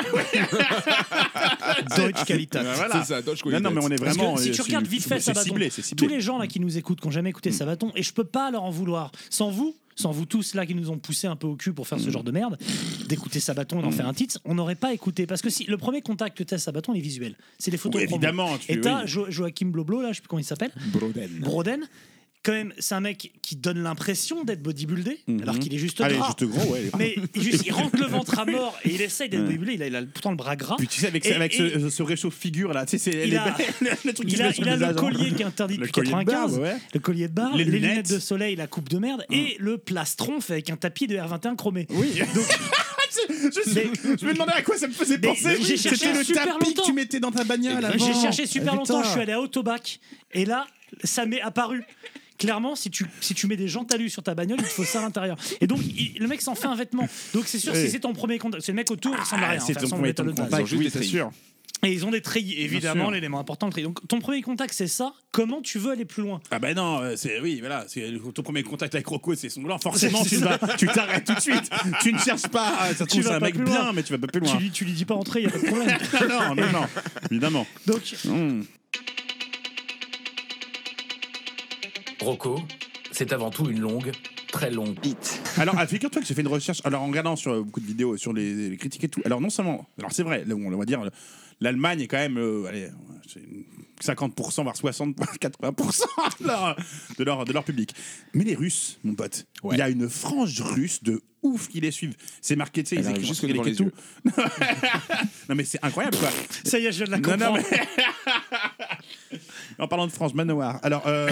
Deutsche Qualität. Ah, voilà. C'est ça, Deutsche Non, non, mais on est Parce vraiment. que si tu euh, regardes vite fait c'est Sabaton, ciblé, c'est ciblé. Mm. tous les gens là qui nous écoutent, qui n'ont jamais écouté Sabaton, et je peux pas leur en vouloir. Sans vous, sans vous tous là qui nous ont poussé un peu au cul pour Mm. faire ce genre de merde, d'écouter Sabaton et d'en faire un titre, on n'aurait pas écouté. Parce que si le premier contact que t'as Sabaton, il est visuel. C'est les photos. Oui, promo. évidemment, tu- Et t'as oui. Jo- Joachim Bloblo là, je sais plus comment il s'appelle. Broden. Broden. Quand même, c'est un mec qui donne l'impression d'être bodybuildé, Mhm. alors qu'il est juste Allez, gras. juste gros, ouais. Mais il, juste- il rentre le ventre à mort et il essaye d'être bodybuildé. Il a, il a pourtant le bras gras. Puis tu sais, avec, Et- avec et- ce, ce réchauffe-figure là, tu sais, c'est Il les a- belles- le truc qui Il se a, met sur il a le visage, hein. collier qui est interdit Le depuis collier de barbe, 95, ouais. le collier de barre, Les les, lunettes. lunettes Hum. de soleil, la coupe de merde et le plastron fait avec un tapis de R21 chromé. Oui. je, Mais- je me demandais à quoi ça me faisait Mais penser. j'ai cherché C'était le super tapis que longtemps. tu mettais dans ta bagnole avant. J'ai cherché super Ah, longtemps, putain. je suis allé à Autobac et là ça m'est apparu. Clairement, si tu, si tu mets des gentalus sur ta bagnole, il te faut ça à l'intérieur. Et donc, il- le mec s'en fait un vêtement. Donc, c'est sûr, Oui. si c'est ton premier contact, c'est le mec autour, il ressemble à Ah, rien. c'est hein. Enfin, ton sans premier mettre le ton tas. contact, Ils ont oui, juste c'est des sûr. Et ils ont des treillis, évidemment, sûr. l'élément important, le treillis. Donc, ton premier contact, c'est ça. Comment tu veux aller plus loin Ah ben non, euh, c'est oui, voilà, c'est ton premier contact avec Rocco, c'est son gland. Forcément, tu vas- tu t'arrêtes tout de suite. Tu ne cherches pas. ah, Ça se Tu trouve, c'est vas un pas mec plus loin. bien, mais tu vas pas plus tu loin. lui, tu lui dis pas entrer, il n'y a pas de problème. Non, non, non, évidemment. Hmm. Donc, Rocco, c'est avant tout une longue, très longue bite. Alors, ah, figure-toi que j'ai fait une recherche. Alors, en regardant sur euh, beaucoup de vidéos, sur les, les critiques et tout. Alors, non seulement. Alors, c'est vrai, là, on va dire, l'Allemagne est quand même. euh, allez, c'est une 50%, voire 60, 80% de leur, de, leur, de leur public. Mais les Russes, mon pote, il y a une frange russe de ouf qui les suivent. C'est marqué, tu sais, Elle ils arrive écrivent jusque sur les devant trucs et les tout. non, mais c'est incroyable, quoi. Ça y est, je viens de la Non, non, comprendre. En parlant de France, Manoir. Alors, euh,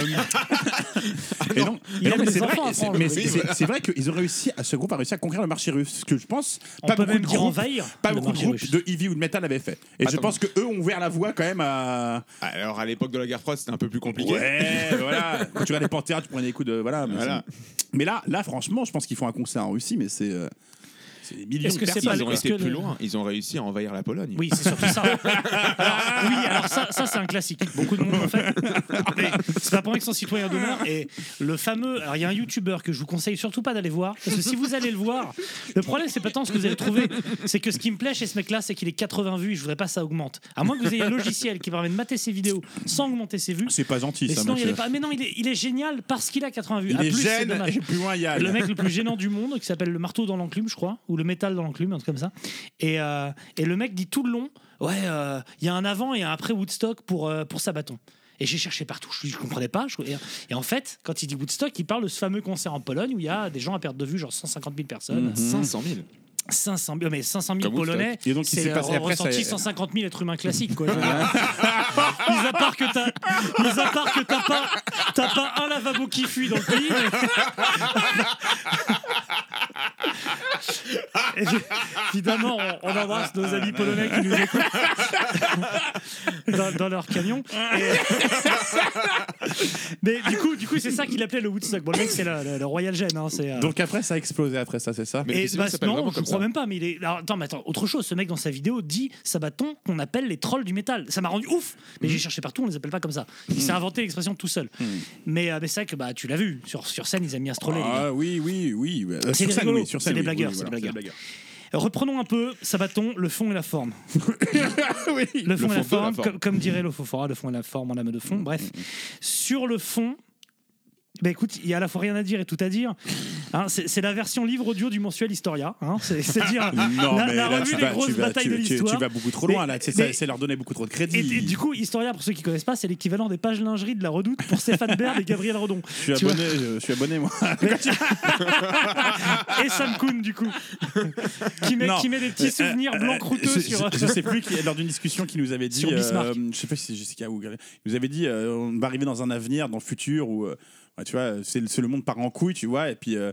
et non, Il et non, aime mais les c'est vrai, enfants, c'est- Franck. mais c'est- Oui, c'est- voilà. c'est vrai qu'ils ont réussi, à- ce groupe a réussi à conquérir le marché russe, ce que je pense. On pas peut beaucoup même de dire groupes- envahir Pas le beaucoup de marché groupes russe. de heavy ou de metal l'avaient fait. Et je Attends. pense que eux ont ouvert la voie quand même à. Alors, à l'époque de la guerre froide, c'était un peu plus compliqué. Ouais, voilà. Quand tu vas les Panthéas, tu prends des coups de. Voilà. Mais, Voilà. c'est- mais là, là, franchement, je pense qu'ils font un concert en Russie, mais c'est. euh, c'est des millions Est-ce de que c'est personnes. pas- Ils ont est-ce été que plus le- loin, ils ont réussi à envahir la Pologne. Oui, c'est surtout ça. Alors, oui, alors ça, ça c'est un classique. Beaucoup de monde en fait. Mais c'est pas pour rien qu'ils sont citoyens d'honneur. Et le fameux. Alors, il y a un youtubeur que je vous conseille surtout pas d'aller voir. Parce que si vous allez le voir, le problème, c'est pas tant ce que vous allez trouver. C'est que ce qui me plaît chez ce mec-là, c'est qu'il est 80 vues et je voudrais pas que ça augmente. À moins que vous ayez un logiciel qui permet de mater ses vidéos sans augmenter ses vues. Ah, C'est pas gentil, Mais ça, sinon, il y monsieur. allait pas. Ah, Mais non, il est, il est génial parce qu'il a 80 vues. Il À est plus, c'est gêne, dommage. et plus loin, il y a. Le mec le plus gênant du monde, qui s'appelle le marteau dans l'enclume, je crois, ou le métal dans l'enclume, un truc comme ça. Et, euh, et le mec dit tout le long Ouais, euh, il y a un avant et un après Woodstock pour, euh, pour Sabaton. Et j'ai cherché partout, je, je comprenais pas. je- et, et en fait, quand il dit Woodstock, il parle de ce fameux concert en Pologne où il y a des gens à perte de vue, genre 150 000 personnes. Mhm. 500 000. 500 000, mais 500 000 Comme Woodstock. Polonais, Et donc, il c'est s'est euh, passé après, ça- ressenti 150 000 êtres humains classiques. Quoi. Je veux dire, mis à part que t'as, mis à part que t'as pas, t'as pas un lavabo qui fuit dans le pays. mais- Et je- évidemment, on, on embrasse nos amis polonais qui nous écoutent dans, dans leur camion. Et- Mais du coup, du coup, c'est ça qu'il appelait le Woodstock. Bon, le mec, c'est le, le- le Royal Gen. hein, c'est, euh, Donc après, ça a explosé, après ça, c'est ça Mais et le festival bah, s'appelle non, vraiment je comme crois ça. même pas. Mais il est... Alors, attends, mais attends, autre chose. Ce mec dans sa vidéo dit Sabaton qu'on appelle les trolls du métal. Ça m'a rendu ouf. Mais j'ai cherché partout, on les appelle pas comme ça. Il s'est inventé l'expression tout seul. Mais, euh, mais c'est vrai que bah tu l'as vu sur, sur scène, ils aiment bien se troller. les gars. Ah oui, oui, oui. euh, C'est sur des scène, rigolos, oui, sur c'est scène, des oui, blagueurs, oui, c'est des voilà, blagueurs. Reprenons un peu Sabaton, le fond et la forme. le fond et fond la de la forme, forme. Comme, comme dirait Lofofora, le fond et la forme en lame de fond. Bref, sur le fond, bah écoute, il y a à la fois rien à dire et tout à dire. Hein, c'est c'est la version livre audio du mensuel Historia. hein, c'est- C'est dire Non, la, Ah, mais la là, revue tu des vas, grosses tu, vas, batailles tu, de tu- l'histoire. tu vas beaucoup trop loin, Mais- là. C'est ça, mais- c'est leur donner beaucoup trop de Et, crédit. et du coup, Historia, pour ceux qui connaissent pas, c'est l'équivalent des pages lingerie de la Redoute pour Stéphane Bern et Gabriel Rodon. je, suis Tu vois abonné, je suis abonné, moi. et Sam Kuhn, du coup, qui met, Non. Euh, qui met des petits souvenirs blancs croûteux je, sur. je- je sais plus, qui, lors d'une discussion, qui nous avait dit. euh, Sur Bismarck. je sais pas si c'est Jessica ou. Il nous avait dit euh, on va arriver dans un avenir, dans le futur, où. euh, ouais, tu vois, c'est le- c'est le monde part en couille, tu vois, et puis euh,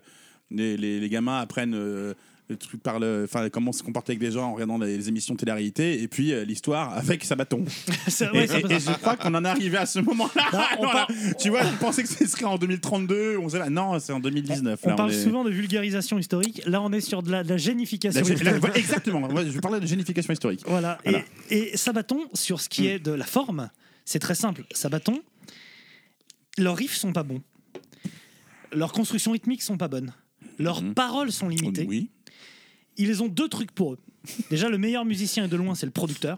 les, les- les gamins apprennent. euh, le truc par le- enfin, comment se comporter avec les gens en regardant les, les émissions de télé-réalité et puis euh, l'histoire avec Sabaton. C'est- Et, Ah ouais, c'est- et- et je crois qu'on en est arrivé à ce moment-là. Non, on Dans la- part- Tu vois, je pensais que ce serait en 2032. On sait pas. Non, c'est en 2019. On là, parle est- souvent de vulgarisation historique. Là, on est sur de la, de la génification La gé- la- historique. voilà, exactement. Moi, Je parlais de génification historique. Voilà. Voilà. Mm. Et, et Sabaton, sur ce qui est de la forme, c'est très simple. Sabaton, leurs riffs sont pas bons. Leurs constructions rythmiques sont pas bonnes. Leurs paroles sont limitées. Mm. Oui. Ils ont deux trucs pour eux. Déjà, le meilleur musicien et de loin, c'est le producteur.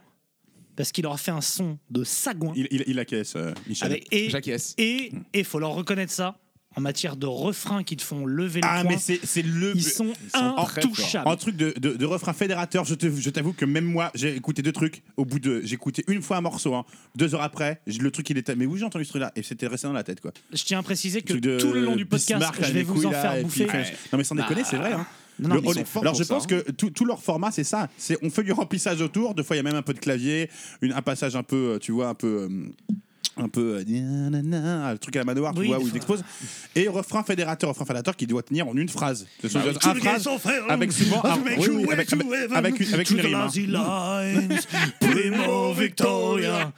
Parce qu'il leur a fait un son de sagouin. Il, il, il acquiesce, euh, Michel. Hein? Avec- et J'acquiesce. Et il faut leur reconnaître ça en matière de refrains qui te font lever le Ah, poing. mais c'est c'est le. Ils sont en- intouchables. En truc de, de, de refrain fédérateur, je te- je t'avoue que même moi, j'ai écouté deux trucs. Au bout de. J'ai écouté une fois un morceau, hein. deux heures après, j'ai- le truc il était. Mais où j'ai entendu ce truc-là Et c'était resté dans la tête, quoi. Je tiens à préciser que truc de tout le long du podcast, Bismarck, là, je vais les vous couilles, en là, et faire puis bouffer. Ah, Bah, il fait- Non mais sans déconner, c'est vrai. Hein. Non, non, Le mais ils Holy- sont forts Alors pour je ça, pense hein. que tout, tout leur format c'est ça. C'est on fait du remplissage autour. Des fois il y a même un peu de clavier, une, un passage un peu, euh, tu vois, un peu. euh, un peu euh, nanana, le truc à la manoir Oui, tu vois des où ils fois. exposent et refrain fédérateur refrain fédérateur qui doit tenir en une phrase Ce sont juste Bah Tous un les phrase gars sont frères. avec souvent Ah, un- oui, oui, oui, oui, avec avec- avec une- avec To une the rime, hein. lazy lines, Primo Victoria.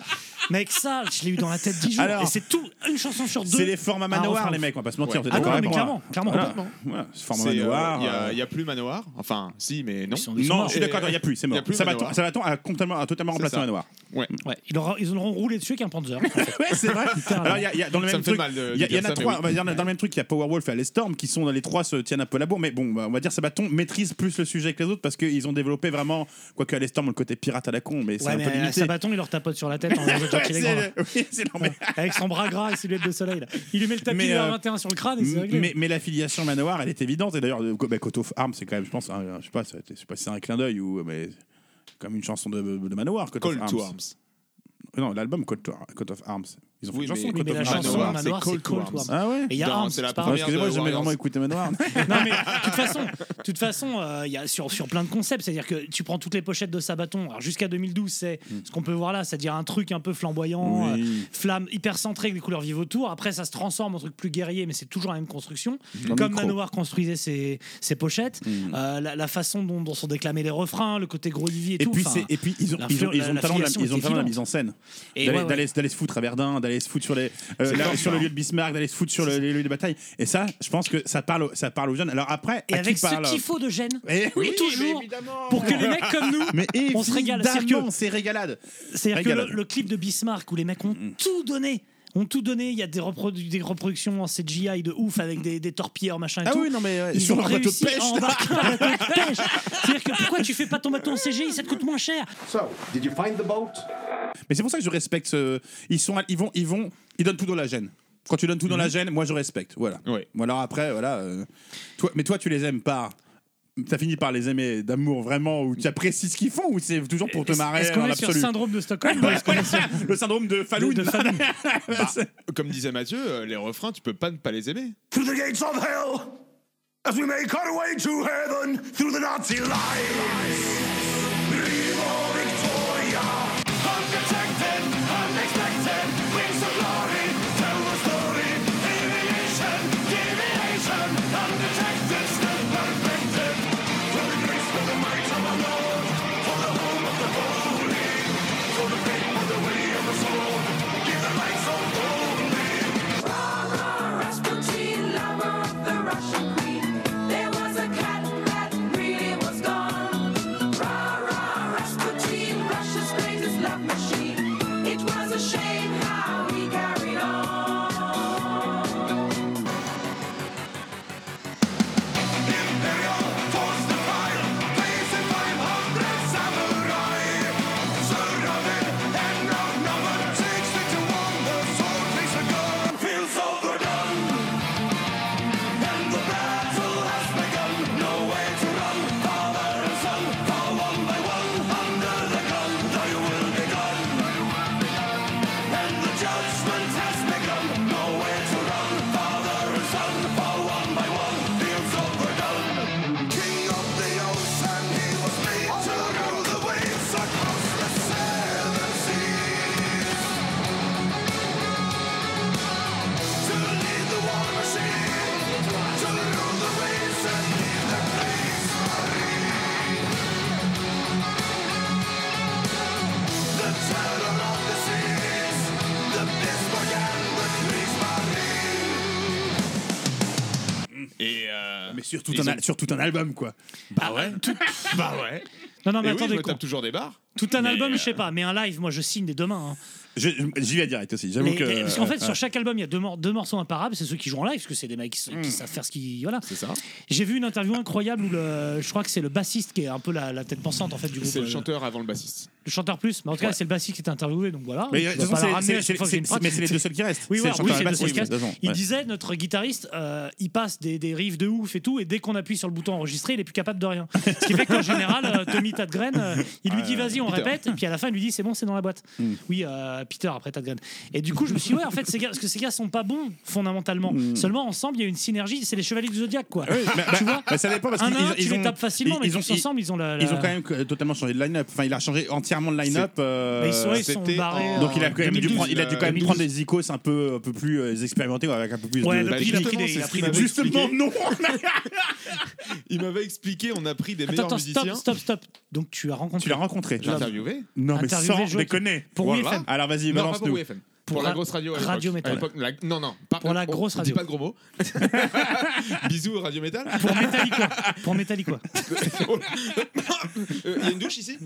Mec, ça, je l'ai eu dans la tête dix jours. Alors, et c'est tout, une chanson sur deux. c'est les formats Un manoir refrain. les mecs on va pas se mentir Ouais. t'es Ah d'accord non, avec mais moi clairement, clairment, Voilà. complètement. Voilà, ce format C'est, euh, Il manoir n'y a, euh, il y a plus Manoir. Enfin, si, mais non. Ils sont hein. des- non mort. je suis d'accord il n'y a plus c'est Il y mort a plus Sabaton Manoir. Sabaton a complètement a totalement remplacé ça. manoir Ouais. Ouais, ils, auront- ils auront roulé dessus qu'un Panzer. Ouais, c'est vrai. Littéralement. Alors, il y a- il y a dans le Ça même me fait truc. mal de- Il y, a- de il y dire en a ça, mais trois. oui. on va dire, dans le même truc, il y a Powerwolf et Alestorm qui sont les trois se tiennent un peu la bourre. Mais bon, bah, on va dire Sabaton maîtrise plus le sujet que les autres parce qu'ils ont développé vraiment, quoique Alestorm, le côté pirate à la con, mais c'est Ouais, un peu mais euh, à limité. Sabaton, il leur tapote sur la tête en faisant Ouais, George c'est- Telegram. oui, c'est normal. Avec son bras gras et silhouette de soleil. Là. Il lui met le tapis Mais, de euh, 21 sur le crâne et c'est réglé. mais, mais l'affiliation Manoir, elle est évidente. Et d'ailleurs, le- bah, Call of Arms, c'est quand même, je pense, un- je sais pas, ça a euh, été- je sais pas si c'est un clin d'œil ou mais c'est comme une chanson de, de Manoir. Call of Call to Arms. Arms. Non, l'album Coat of Arms. Ils ont fait Oui, une chanson mais- Coat mais of la Arms. chanson Manoir, Manoir, c'est Call to Arms. Ah ouais Et il y a Arms, c'est pas grave. Excusez-moi, j'aimais Warriors. vraiment écouter Manoir. non mais de toute façon, de toute façon, euh, il y a sur, sur plein de concepts, c'est-à-dire que tu prends toutes les pochettes de Sabaton. Alors jusqu'à 2012, c'est ce qu'on peut voir là, c'est-à-dire un truc un peu flamboyant, Hmm. Oui. euh, flamme hyper centrée avec des couleurs vives autour. Après, ça se transforme en truc plus guerrier, mais c'est toujours la même construction. Dans le Comme micro. Hmm. Manoir construisait ses, ses pochettes, euh, la, la façon dont, dont sont déclamés les refrains, le côté grovivier et, Et tout. puis, enfin, c'est- et puis ils ont, ils ont, l'influ- ils ont le talent de la, filiation ils ont le était talent de évidente. la mise en scène. Et D'aller ouais, ouais. d'aller- d'aller se foutre à Verdun, d'aller se foutre sur, les, euh, C'est la- clair. sur le lieu de Bismarck, d'aller se foutre sur le, les lieux de bataille. Et ça, je pense que ça parle, au- ça parle aux jeunes. Alors après, Et à avec qui ce parle qu'il faut de gêne. Eh oui, Et toujours. Pour que les mecs comme nous, Mais on se régale. évidemment, c'est régalade. C'est-à-dire que Régalade. Mm. le, le clip de Bismarck où les mecs ont tout donné. Ont tout donné, il y a des, reprodu- des reproductions en CGI de ouf avec des, des torpilleurs, machin et Ah tout. oui, non, mais, ouais, Ils sur ont leur bateau de réussi à pêche, là. embarquer un bateau de pêche. C'est-à-dire que pourquoi tu fais pas ton bateau en CGI Ça te coûte moins cher. So, did you find the boat? Mais c'est pour ça que je respecte ce. Ils sont, ils vont, ils vont, ils donnent tout dans la gêne. Quand tu donnes tout dans Mhm. la gêne, moi je respecte. Voilà. Ou alors après, voilà. euh, toi, mais toi, tu les aimes par. T'as fini par les aimer d'amour vraiment, ou tu apprécies ce qu'ils font, ou c'est toujours pour te Est-ce- marrer est-ce qu'on en est sur absolu syndrome de Stockholm Ouais, ou est-ce qu'on est sur- Le syndrome de Falloon. De- de Falloon. Bah, comme disait Mathieu, euh, les refrains, tu peux pas ne pas les aimer. Through the gates of hell, as we make our way to heaven, through the Nazi lines. Viva Victoria! Unprotected, unexpected, wings of glory, tell the story. Deviation, deviation, undetected, still perfected. For the grace, for the might of our Lord, for the home of the holy, for the faith, for the way of the soul, give the light so boldly. Rasputin, lover of the Russian queen. There was a cat that really was gone. Rah, rah, Rasputin, Russia's greatest love machine. It was a shame how he carried on. Judgment has begun, nowhere to run, father and son, for one by one, feels overdone. King of the ocean, he was made to rule the waves across the seven seas. To lead the war machine, to rule the waves and lead the place free. The terror of the seas, the Bismarck and the Kriegsmarine. Et Mais ah sur tout, ils un, ont- al- sur tout un album, quoi. Bah ouais. bah ouais. Non, non, mais Eh Et oui, attendez, je me quoi. tape toujours des barres. Tout un Mais, album, euh, je sais pas, mais un live, moi je signe des deux mains. hein. Je- J'y vais direct aussi. J'avoue Les- que. les- parce qu'en fait, euh, sur chaque album, il y a deux, mor- deux morceaux imparables. C'est ceux qui jouent en live, parce que c'est des mecs qui, s- Mm. qui savent faire ce qu'ils. Voilà. C'est ça. J'ai vu une interview incroyable où le, je crois que c'est le bassiste qui est un peu la, la tête pensante en fait du groupe. C'est le euh, chanteur avant le bassiste. le chanteur plus, mais en tout cas, Ouais. c'est le bassiste qui était interviewé, donc voilà. Mais euh, Tu de vas toute façon, pas la c'est- ramener à c'est- chaque fois que j'ai une c'est- prate. mais c'est les deux seuls qui restent. Oui, C'est voilà, le oui, chanteur c'est et le les deux seuls qui restent. bassiste, de toute façon, Il ouais. disait, notre guitariste, euh, il passe des, des riffs de ouf et tout, et dès qu'on appuie sur le bouton enregistrer, il est plus capable de rien. Ce qui fait qu'en général, euh, Tommy Tadgren, euh, il lui Ah, dit, euh, vas-y, on Peter. répète, et puis à la fin, il lui dit, c'est bon, c'est dans la boîte. Hmm. Oui, euh, Peter, après Tadgren. Et du coup, je me suis dit, ouais, en fait, ces gars, parce que ces gars sont pas bons, fondamentalement. Hmm. Seulement, ensemble, il y a une synergie, c'est les chevaliers du zodiaque, quoi. Oui, mais- ah, tu bah- vois bah, ça dépend parce Un qu'ils à un, ils tu les ont- tapes facilement, mais ont- tous ensemble, ils ont la. Ils la- ont quand même que- totalement changé de line-up. Enfin, il a changé entièrement le line-up. euh, Mais ils sont- ils sont c'était barrés en- Donc en il a quand même dû 2012, prendre, il a dû quand même euh, prendre des icônes un peu, un peu plus euh, expérimentés avec un peu plus Ouais, de. depuis, il a pris des- il a pris des- Justement, non. Il m'avait expliqué, on a pris des Attends, meilleurs attends, musiciens. stop, stop, stop. Donc tu l'as rencontré. Tu l'as rencontré. J'ai interviewé. Non, mais Interviewé sans Joachim. déconner. Pour Voilà. WFM. Alors vas-y, Non, pas balance pour nous. WFM. Pour, Pour la ra- grosse radio à l'époque. Radio Métal. À l'époque, la- Non, non. Par Pour la on- grosse on radio. Dis pas de gros mots. Bisous, Radio Métal. Pour Metallica. Pour Metallica. Euh, Il y a une douche ici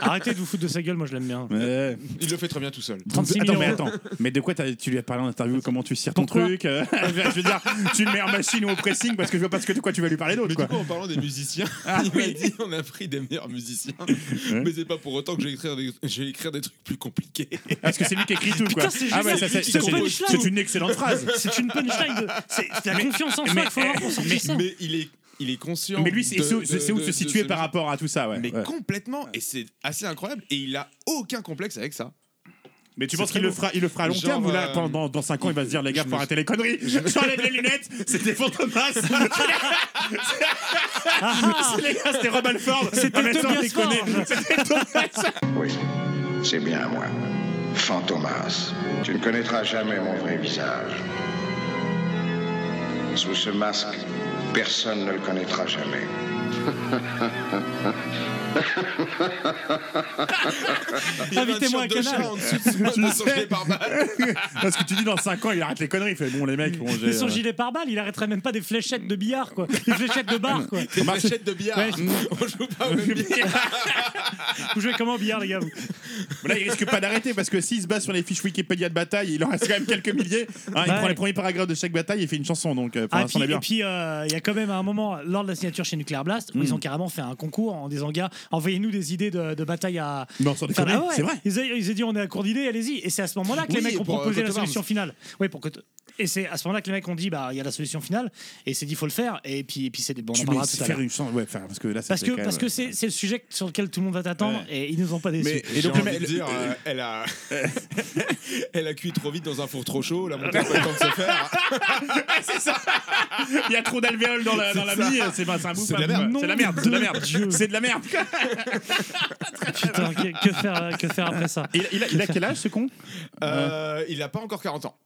Arrêtez de vous foutre de sa gueule, moi je l'aime bien. Ouais. Il le fait très bien tout seul. 36 000 Attends, mais euros. attends. Mais de quoi t'as- tu lui as parlé en interview Comment tu cires ton truc euh, Je veux dire, tu le mets en machine ou au pressing parce que je vois pas ce que de quoi tu vas lui parler d'autre. Mais quoi. Ah, du coup, en parlant des musiciens, il m'a dit on a pris des meilleurs musiciens, mais c'est pas pour autant que je vais écrire des, je vais écrire des trucs plus compliqués. Parce que c'est lui qui écrit tout, Putain, quoi. c'est Ah génial, ouais, ça, c'est- c'est- c'est- c'est une excellente phrase. C'est une punchline de- c'est- c'est la confiance en soi qu'il faut avoir pour sortir mais- ça. mais il est, il est conscient. Mais lui, c'est de- c'est où, de- c'est- c'est où de- se de situer ce- par rapport à tout ça, ouais. Mais Ouais. complètement, et c'est assez incroyable, et il a aucun complexe avec ça. Mais tu C'est penses très qu'il le lourd. fera, il le fera à long Genre, terme ou là euh, pendant dans 5 ans il va se dire les gars je faut me- arrêter les conneries. je me- J'enlève les lunettes, c'était Fantomas. C'est- les gars, c'était Rob Alford. C'était Ah, mais sans Tobias déconner, Forge. C'était Thomas. Oui, c'est bien moi. Fantomas, tu ne connaîtras jamais mon vrai visage. Sous ce masque, personne ne le connaîtra jamais. Invitez-moi à Canal. canard. en dessous de son- de son gilet pare-balles. Parce que tu dis dans 5 ans il arrête les conneries. Il fait bon les mecs. Bon, j'ai, Mais son euh, gilet pare-balles, il arrêterait même pas des fléchettes de billard, quoi. Des fléchettes de bar, quoi. Des fléchettes de billard. Ouais. On joue pas au même billard. Vous jouez comment au billard, les gars vous Mais Là, il risque pas d'arrêter parce que s'il se base sur les fiches Wikipédia de bataille, il en reste quand même quelques milliers. Hein, il Ouais. prend les premiers paragraphes de chaque bataille et fait une chanson. Donc, euh, pour Ah, l'instant, on puis- est bien. et puis, euh, il y a quand même un moment, lors de la signature chez Nuclear Blast, où Mm. ils ont carrément fait un concours en disant gars, envoyez-nous des idées de, de bataille à. Non, sans déconner, ah ouais, c'est vrai. Ils, a- ils ont dit on est à court d'idées, allez-y. Et c'est à ce moment-là que les Oui, mecs ont pour, euh, proposé la Cotton solution Arms. finale. Oui, pour que. t- Et c'est à ce moment-là que les mecs ont dit bah il y a la solution finale et c'est dit faut le faire et puis et puis c'est des bon, on en Tu parlera mets- tout à faire l'heure. une chanson. Ouais, enfin, parce que là, ça Parce fait que quand même- euh, parce que c'est c'est le sujet sur lequel tout le monde va t'attendre et ils nous ont pas déçus. Mais et donc, le dire, euh, elle a, elle a cuit trop vite dans un four trop chaud. La montagne a pas le temps de se faire. c'est ça. Il y a trop d'alvéoles dans la, dans la C'est ça. vie. C'est pas c'est un bout, C'est de pas la merde. bout. C'est de la merde. C'est de la merde. C'est de la merde. Putain, que, que faire que faire après ça Il, il a, il a quel âge ce con Euh, Il a pas encore 40 ans.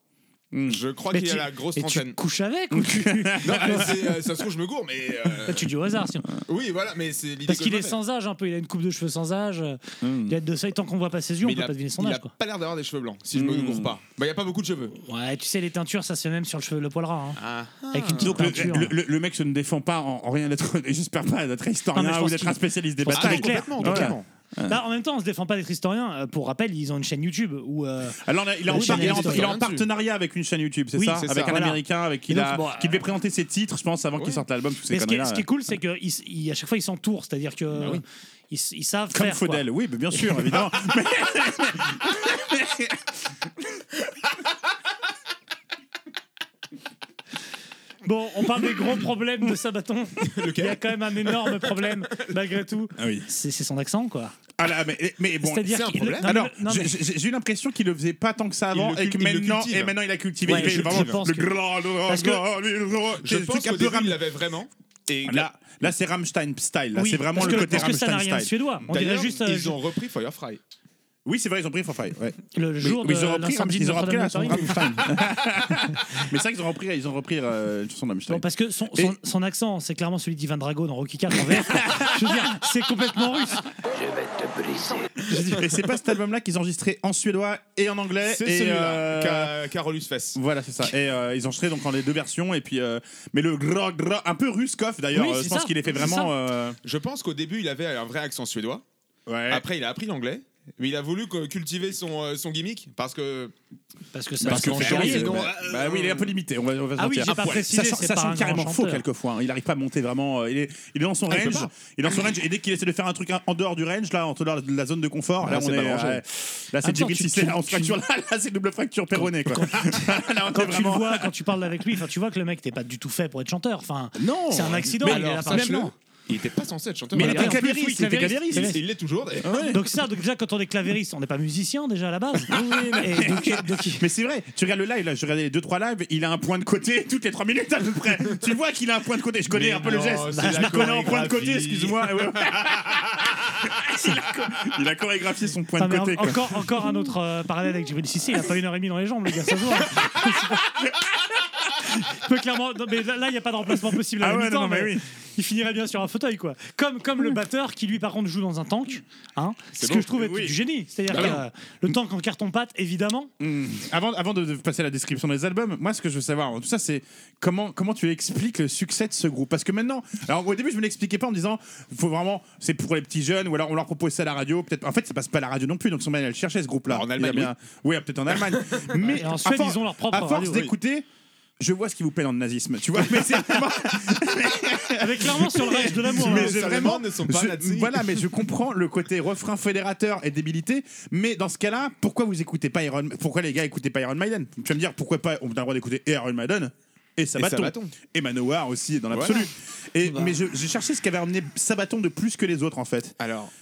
Je crois Hmm. Mais qu'il a tu- la grosse et tu trentaine. couches avec ou tu- Non, euh, c'est, euh, ça se trouve, je me gourre, mais. euh, Là, tu dis au hasard sinon. Oui, voilà, mais c'est l'idée. Parce que qu'il je est me fais. sans âge un peu, il a une coupe de cheveux sans âge, euh, Mmh. il a de ça, et tant qu'on voit pas ses yeux, Mais on peut a- pas deviner son il âge. a Quoi. Hmm. pas l'air d'avoir des cheveux blancs, si je me gourre pas. Bah, il y a pas beaucoup de cheveux. Ouais, tu sais, les teintures, ça se fait même sur le cheveu, le poil ras. hein. Avec une petite Donc le, teinture. le- le- le mec se ne défend pas en, en rien d'être. J'espère pas d'être historien Non, mais je ou pense d'être qu'il- un spécialiste je des pense qu'il batailles. est clair. Voilà. Complètement. Là, Bah, en même temps, on se défend pas d'être historien. Euh, Pour rappel, ils ont une chaîne YouTube où. euh, Alors là, il est en, la chaîne par- il est en- historienne. il est en partenariat avec une chaîne YouTube, c'est Oui, ça c'est Avec ça. un Voilà. américain avec qui Et il, donc, a- bon, qui devait présenter ses titres, je pense, avant qu'il sorte l'album. toutes ces Mais ce qui, est- conneries-là. Bah ce qui est cool, c'est qu'à chaque fois, ils s'entourent, c'est-à-dire que ils, s- ils savent Comme faire. quoi. Faudel, oui, mais bien sûr, évidemment. Mais- Bon, on parle des gros problèmes de Sabaton. Il y a quand même un énorme problème, malgré tout. C'est c'est son accent, quoi. Ah là, mais, mais bon, C'est-à-dire un qu'il- problème. non, mais Alors, le- non, mais- j'ai- j'ai j'ai eu l'impression qu'il le faisait pas tant que ça avant Il le et que cul- il le maintenant, cultive. et maintenant il a cultivé. Ouais, il fait je- vraiment je pense le que- grand, le grand, Parce que- grand, le grand, Je le pense truc qu'au un peu début, ram- il l'avait vraiment. Et Là, là c'est Rammstein style. Là, Oui, c'est vraiment parce le que- côté parce que ça n'a Rammstein rien de style. suédois. On dirait D'ailleurs, juste, euh, ils je- ont repris Firefly. Oui, c'est vrai, ils ont pris Firefly. Ouais. Le jour mais, mais de ils ont repris l'incendie de ils ont repris la chanson Notre-Dame de de Rammstein. mais c'est vrai qu'ils ont repris, ils ont repris euh, une chanson de Rammstein. Bon, parce que son, son, son accent, c'est clairement celui d'Ivan Drago dans Rocky 4 en VF. Je veux dire, c'est complètement russe. Je vais te briser. Et c'est pas cet album-là qu'ils ont enregistré en suédois et en Eh, anglais. C'est et, celui-là, euh, qu'a- qu'a Rolus Fess. Voilà, c'est ça. Et euh, ils ont enregistré donc en les deux versions. Et puis, euh, mais le gras gras, un peu Ruskov d'ailleurs. Oui, euh, c'est je pense ça. qu'il est fait C'est vraiment. ça. euh, Je pense qu'au début, il avait un vrai accent suédois. Après, il a appris l'anglais. Mais il a voulu co- cultiver son, euh, son gimmick parce que. Parce que parce que Ferry, euh, bah, bah oui, il est un peu limité. On va, on va se Ah oui, mentir. j'ai pas Un poil. précisé, Sachant- c'est sachant pas un carrément grand faux chanteur. quelquefois. hein. Il arrive pas à monter vraiment. euh, Il est, il est dans son Ah, il peut range. pas. Il est dans son range. Et dès qu'il essaie de faire un truc en dehors du range, là, en dehors de la zone de confort, Bah, là, là, on c'est est. pas rangé. ouais. Là, c'est Attends, Jiggy tu- Sissé tu- en tu- fracture. Là, là, c'est double fracture perronnée. quoi. Là, on est Quand tu le vraiment- vois, quand tu parles avec lui, enfin, tu vois que le mec t'es pas du tout fait pour être chanteur. Enfin, non, c'est un accident. Mais il est là alors, par sache-le, accident. il était pas censé être chanteur. Mais il était cavériste, il était Il cavériste. il l'est toujours. d'ailleurs. Donc ça, donc déjà quand on est clavériste, on n'est pas musicien déjà à la base. Et Euh, donc- donc, Mais c'est vrai, tu regardes le live, là, je regardais les 2-3 lives, il a un point de côté toutes les 3 minutes à peu près. tu vois qu'il a un point de côté, je connais Mais un peu le non, geste. Ah, c'est je la me connais en point de côté, chorégraphie. excuse-moi. Ouais, ouais. il, a, cho- il a chorégraphié son point Ah, de mais côté. en- quoi. encore, encore un autre euh, parallèle avec Djibril Sissi, il a pas une heure et demie dans les jambes, le gars, ça se voit. Il peut clairement, non, mais là, là, il n'y a pas de remplacement possible. À Ah la ouais, mi-temps, non, non, mais oui. Il finirait bien sur un fauteuil, quoi. Comme, comme le batteur qui, lui, par contre, joue dans un tank. Hein, C'est ce beau. que je trouve être Oui. du génie. C'est-à-dire Bah que non. euh, le tank en carton-pâte, évidemment. Hmm. Avant, avant de, de passer à la description des albums, moi ce que je veux savoir, en tout ça, c'est comment, comment tu expliques le succès de ce groupe Parce que maintenant, alors au début je me l'expliquais pas en me disant, faut vraiment, c'est pour les petits jeunes, ou alors on leur propose ça à la radio, peut-être. En fait, ça passe pas à la radio non plus, donc ils sont bien allés le chercher ce groupe-là. En Allemagne, oui, peut-être en Allemagne. Mais Et en Suède, à for- ils ont leur propre À force radio, oui. d'écouter. Je vois ce qui vous plaît dans le nazisme, tu vois. Mais c'est vraiment. Avec clairement sur le rage de l'amour, Mais hein. je- Les vraiment. Allemands ne sont pas je- nazis. Voilà, mais je comprends le côté refrain fédérateur et débilité. Mais dans ce cas-là, pourquoi vous écoutez pas Iron Pourquoi les gars écoutez pas Iron Maiden Tu vas me dire pourquoi pas On a le droit d'écouter et Iron Maiden et Sabaton. Sabaton. Bah. Et Manowar aussi dans l'absolu. Et mais je- j'ai cherché ce qui avait amené Sabaton de plus que les autres en fait. Alors.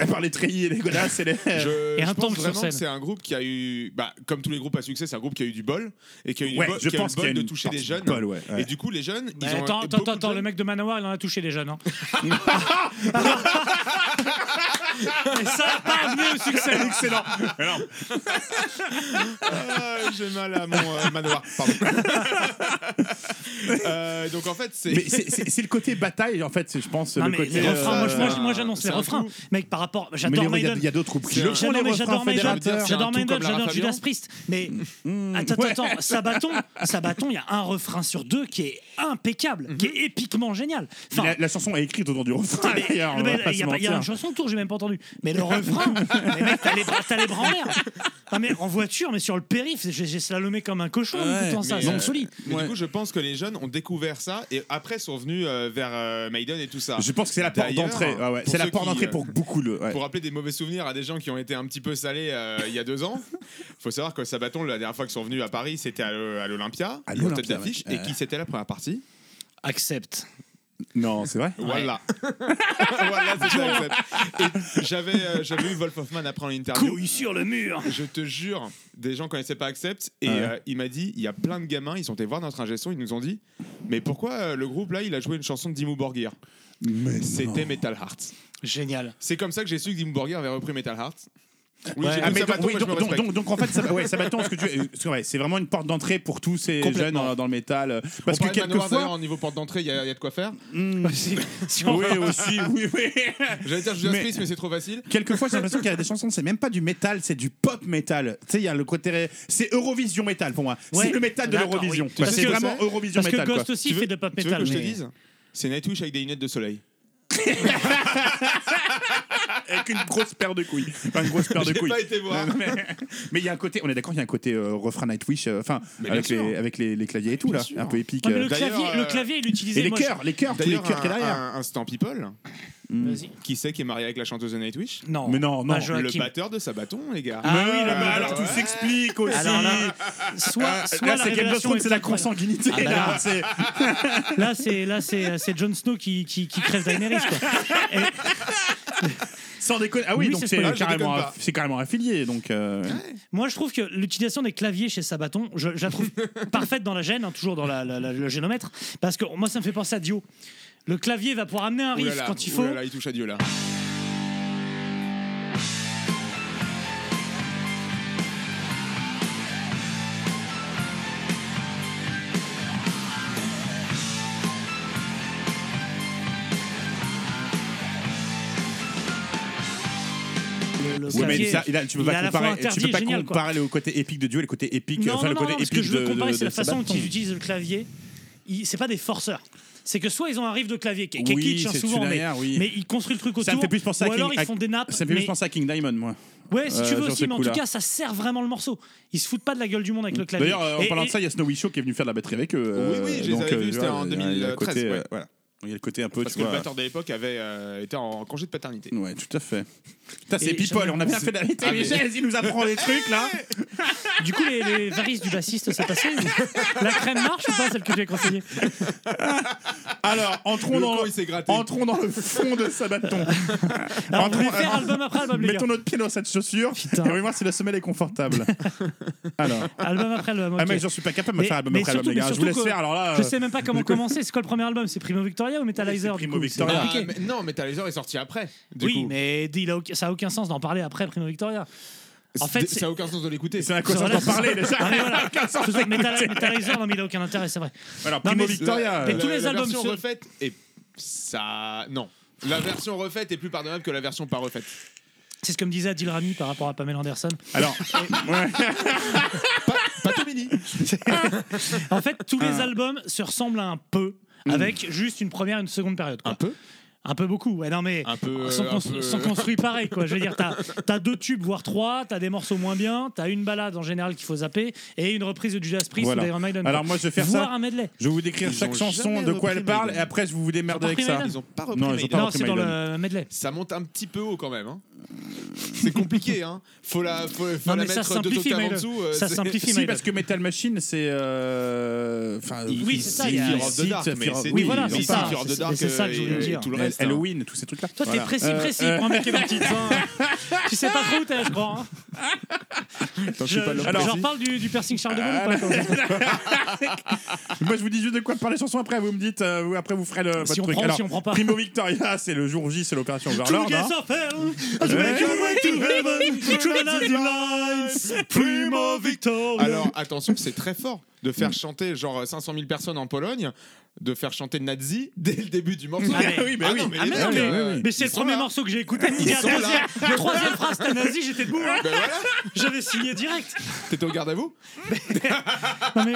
À part les treillis et les godasses Euh, et les. Je, je pense vraiment que c'est un groupe qui a eu, bah, comme tous les groupes à succès, c'est un groupe qui a eu du bol et qui a eu Ouais, du bol, je qui a eu pense le bol qu'il y a de une toucher des partie jeunes. de bol, ouais, ouais. Et du coup, les jeunes, ils Mais ont attends, et attends, beaucoup de attends, jeunes- le mec de Manowar, il en a touché déjà, hein. non Et ça a pas amené au succès, excellent. Ah, J'ai mal à mon euh, manoir. Pardon. Euh, donc en fait, c'est. Mais c'est- c'est c'est le côté bataille, en fait, c'est- je pense. Non, le mais côté, les euh, refrains, moi, je- moi, je- moi, j'annonce c'est les un refrains. tout. Mec, par rapport, Mais j'adore les- il y a- Maiden. il y a d'autres groupes qui C'est le un- font, non, les mais refrains J'adore Maiden, fédérateurs. C'est un j'adore tout Maiden, comme Lara j'adore Fabian. Judas Priest. Mais attends, ouais. attends, Sabaton, Sabaton, il y a un refrain sur deux qui est impeccable, qui est épiquement génial. Enfin, la, la chanson Mhm. est écrite autour du refrain, mais- d'ailleurs. on mais va pas Il y, se a pas- il y a mentir. une chanson autour, j'ai même pas entendu. Mais le refrain, mais mec, t'as les, bras- t'as les bras en l'air. Ah, mais en voiture, mais sur le périph', j'ai j'ai slalomé comme un cochon en écoutant ça. mais, C'est euh, folie. mais du coup, je pense que les jeunes ont découvert ça et après sont venus euh, vers euh, Maiden et tout ça. Je pense que c'est la porte D'ailleurs, d'entrée. Ah ouais, pour C'est la ceux porte qui, d'entrée euh, pour beaucoup le. ouais. Pour rappeler des mauvais souvenirs à des gens qui ont été un petit peu salés euh, il y a deux ans, faut savoir que Sabaton, la dernière fois qu'ils sont venus à Paris, c'était à l'O- à l'Olympia, À ils ont l'Olympia, tête d'affiche, ouais. et qui c'était la première partie Accepte. Non, c'est vrai. Voilà. voilà, c'est ça, Accept. Et J'avais euh, j'avais eu Wolf Hoffman après en interview. Couille sur le mur Je te jure, des gens connaissaient pas Accept, et Ouais. euh, il m'a dit il y a plein de gamins, ils sont allés voir notre ingé son, ils nous ont dit mais pourquoi euh, le groupe là, il a joué une chanson de Dimmu Borgir C'était Metal Heart. Génial. C'est comme ça que j'ai su que Dimmu Borgir avait repris Metal Heart. Oui, Ouais. j'ai Ah, tout mais donc, Sabaton, oui, moi, je donc- me donc- respecte. donc- donc, en fait, ça, ouais, Sabaton, ce que tu- euh, ce que- ouais, c'est vraiment une porte d'entrée pour tous ces jeunes dans, dans le métal. euh, Parce On que parlait de Manowar, d'ailleurs, quelquefois. en niveau porte d'entrée, il y, a il y a de quoi faire. oui, aussi, oui, oui. J'allais dire Judas Mais- Priest, mais c'est trop facile. Quelquefois, j'ai l'impression qu'il y a des chansons, c'est même pas du métal, c'est du pop métal. Tu sais, il y a le côté. C'est Eurovision métal pour moi. Ouais. C'est le métal de D'accord, l'Eurovision. oui. Bah, Parce C'est que- vraiment Eurovision parce que métal. Ah, Ghost quoi. aussi Tu fait veux- de pop Tu veux metal, que je te mais- dise C'est Nightwish avec des lunettes de soleil. avec une grosse paire de couilles. Enfin, une grosse paire de J'ai couilles. pas été voir. Non, mais- Mais il y a un côté, on est d'accord, il y a un côté euh, refrain Nightwish, euh, enfin, Mais bien avec, les, sûr. avec les, les claviers et tout, là, un peu épique. Ouais, mais euh. le, D'ailleurs, clavier, euh, le clavier, il utilisait. Et les moi, je- cœurs, les cœurs, tous les D'ailleurs, cœurs qu'il y a un- derrière. Un, un Stan People Vas-y. qui sait qui est marié avec la chanteuse de Nightwish Non. Mais non, non. Pas Joachim. Le batteur de Sabaton, les gars. Ah oui, le Ah, batteur. alors tout Ouais. s'explique aussi. Alors là, Ah, soit, soit là, la c'est Game of révélation Thrones, est c'est la incroyable. consanguinité. Ah, bah là, là. c'est- Là, c'est là, c'est euh, c'est Jon Snow qui qui, qui crève Daenerys. Quoi. Sans déconner. Ah oui, Oui, donc c'est c'est spoiler, je carrément, déconne pas. c'est carrément affilié. Donc, euh, Moi, je trouve que l'utilisation des claviers chez Sabaton, je, je la trouve parfaite dans la gêne, hein, toujours dans la, la- la- le génomètre, parce que moi, ça me fait penser à Dio. Le clavier va pouvoir amener un riff Oulala, quand il faut. oulala, il touche à Dieu là. Le, le ouais, mais clavier, ça, il a- tu peux il est pas à la fois comparer, interdit tu peux et pas génial, quoi. comparer le côté épique de Dieu et le côté épique, Non, enfin non, le non, côté non, ce épique que je veux de- comparer, de- c'est la de façon dont Sabaton. ils utilisent le clavier. Ils- C'est pas des forceurs. C'est que soit ils ont un riff de clavier qui, qui est Oui, kitsch hein, c'est souvent, celui mais, derrière, oui. mais ils construisent le truc autour. Ça me fait plus penser à ou alors King- ils font des nappes. Ça me fait mais- plus penser à King Diamond, moi. Ouais, si tu Euh, veux sur ces aussi, mais en tout coups-là. cas, ça sert vraiment le morceau. Ils se foutent pas de la gueule du monde avec le clavier. D'ailleurs, euh, en Et- parlant de et- ça, il y a Snowy Show qui est venu faire de la batterie avec eux. euh, Oui, oui, je les donc, avais euh, vus, tu c'était vois, en il y a- il y a le 2013, côté, euh, ouais. voilà. Il y a le côté un peu. Parce tu que le vois, batteur de l'époque avait euh, été en congé de paternité. Ouais, tout à fait. Putain, Et c'est People, j'aime- on a bien fait d'arrêter Ah, les mais- chaises, il nous apprend des trucs là. Du coup, les, les varices du bassiste, c'est passé ou- La crème marche ou pas, celle que j'ai conseillée Alors, entrons Le dans, con, il s'est gratté. entrons dans le fond de Sabaton. Alors, on Entrons- voulait faire album après album, les gars. Mettons notre pied dans cette chaussure Putain. et on va voir si la semelle est confortable. Alors. Album après album. Ah, mais ok. j'en suis pas capable de me Mais- faire album mais après surtout- album, mais les gars. Je vous surtout laisse que faire. Alors là. Je euh, sais même pas comment commencer. C'est quoi le premier album C'est Primo Victoria ou Metalizer C'est du Primo coup C'est Victoria. Ah, compliqué. Ah, mais- non, Metal Laser est sorti après. Du Oui, coup. mais il a aucun- ça a aucun sens d'en parler après Primo Victoria. En fait, c'est- ça a aucun sens de l'écouter. C'est à quoi ça Voilà, d'en c'est ça. parler déjà Non, mais voilà. Aucun sens Je sais que d'écouter. Metal- Metalizer, non, mais il a aucun intérêt, c'est vrai. Alors, Non, Primo mais- Victoria. mais euh, tous les la albums version se- refaite et ça non. La version refaite est plus pardonnable que la version pas refaite. C'est ce que me disait Adil Rami par rapport à Pamela Anderson. euh, Alors. ouais. Pas tout mini. En fait, tous Ah. les albums se ressemblent un peu, Mm. avec juste une première et une seconde période. quoi. Un peu. Un peu beaucoup, ouais, non mais. Un euh, peu, sont, un constru- peu. sont construits pareil, quoi. Je veux dire, t'as as deux tubes, voire trois, t'as des morceaux moins bien, t'as une balade en général qu'il faut zapper, et une reprise de Judas Priest Voilà. ou d'Iron Maiden. Alors quoi. moi, je vais faire voire ça. un medley. Je vais vous décrire Ils chaque ont chanson, jamais de quoi elle repris parle, Maiden. et après je vous vous démerdez Ils ont avec pas ça. repris Ils ont pas repris Non, ils ont Maiden. pas non, repris c'est dans Maiden. le medley. Ça monte un petit peu haut quand même. hein. C'est compliqué, hein. Faut la, faut, faut Non, la mais ça mettre deux simplifie, octaves en Maël. dessous. euh, Ça c'est- simplifie, Si, Maël. parce que Metal Machine, c'est. euh, Enfin, Oui, il- c'est ça, il- il y a Fear Fear of of the the Dark, Dark, mais Fear- c'est- oui, il voilà, en c'est parle. ça. Fear of the Dark, C'est ça que je voulais euh, dire. et tout le reste, hein. Halloween, tous ces trucs-là. Toi, t'es Voilà. précis, Euh, précis euh, pour un mec énergique. hein. tu sais pas trop où t'es, je crois. hein. Attends, je suis Je- pas l'homme J'en précis. reparle du, du piercing Charles de Gaulle ou pas quand même Moi, je vous dis juste de quoi parler chanson après. Vous me dites, euh, vous- après, vous ferez le, votre on truc. prend ou Alors, si on prend pas. Primo Victoria, c'est le jour J, c'est l'opération Overlord. hein. Oh, Ah, Alors attention, c'est très fort de faire chanter genre euh, 500 000 personnes en Pologne, de faire chanter Nazi dès le début du morceau. Ah, mais- mais ah non, mais- les ah, mais- mecs, euh, mais c'est ils le sont premier là. morceau que j'ai écouté. Il y a Ils sont la deuxième, là. la troisième phrase, t'as nazi, j'étais debout. hein. Ben voilà. J'avais signé direct. T'étais au garde à vous Non mais.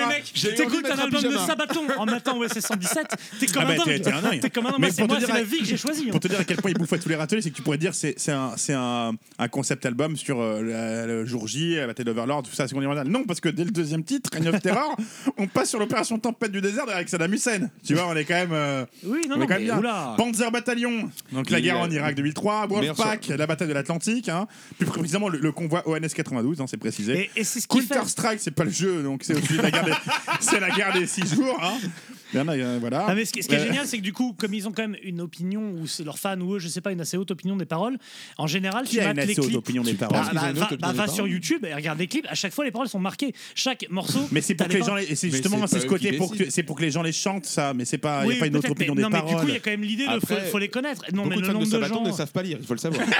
non mais mec, j'ai eu envie t'écoutes de mettre un un album de pyjama. Sabaton en matin au SS117, t'es comme Ah un bah, t'es- t'es un dingue. dingue. T'es comme un dingue. Mais Moi, c'est pour te moi, dire c'est à- la vie que j'ai choisie. hein. Pour te dire à quel point il bouffait tous les râteliers, c'est que tu pourrais dire c'est c'est un, c'est un, un concept album sur euh, la- le jour J, la bataille d'Overlord, tout ça, la Seconde Guerre mondiale. Non, parce que dès le deuxième titre, Reign of Terror, on passe sur l'opération Tempête du désert avec Saddam Hussein. Tu vois, on est quand même. euh, Oui, non, on est non, quand même mais bien. oula. Panzer Battalion, donc la Il, guerre euh, en Irak 2003, Wolfpack, la bataille de l'Atlantique, hein. plus précisément le, le convoi ONS 92, hein, c'est précisé. Et, c'est ce Counter Strike, c'est pas le jeu, donc c'est aussi la guerre des, c'est la guerre des six jours. Hein. Il y en a, euh, voilà. Ah, mais ce qui, ce qui est Euh, génial, c'est que du coup, comme ils ont quand même une opinion, ou c'est leurs fans, ou eux, je sais pas, une assez haute opinion des paroles, en général, Qui tu a mates une les assez haute clips. opinion des Tu paroles penses Ah, qu'ils bah, ont une va- haute va- opinion va des sur paroles YouTube et regarde les clips, à chaque fois, les paroles sont marquées. Chaque morceau. Mais c'est t'as pour que les des gens, paroles. les- et c'est justement c'est ce côté pour que c'est pour que les gens les chantent ça, mais c'est pas il y Oui, a pas une autre peut-être, opinion mais- des non, mais paroles. du coup, il y a quand même l'idée de faut, Après, faut les connaître. Non, mais Beaucoup de le fans de nombre de, Sabaton gens. euh, ne savent pas lire, il faut le savoir.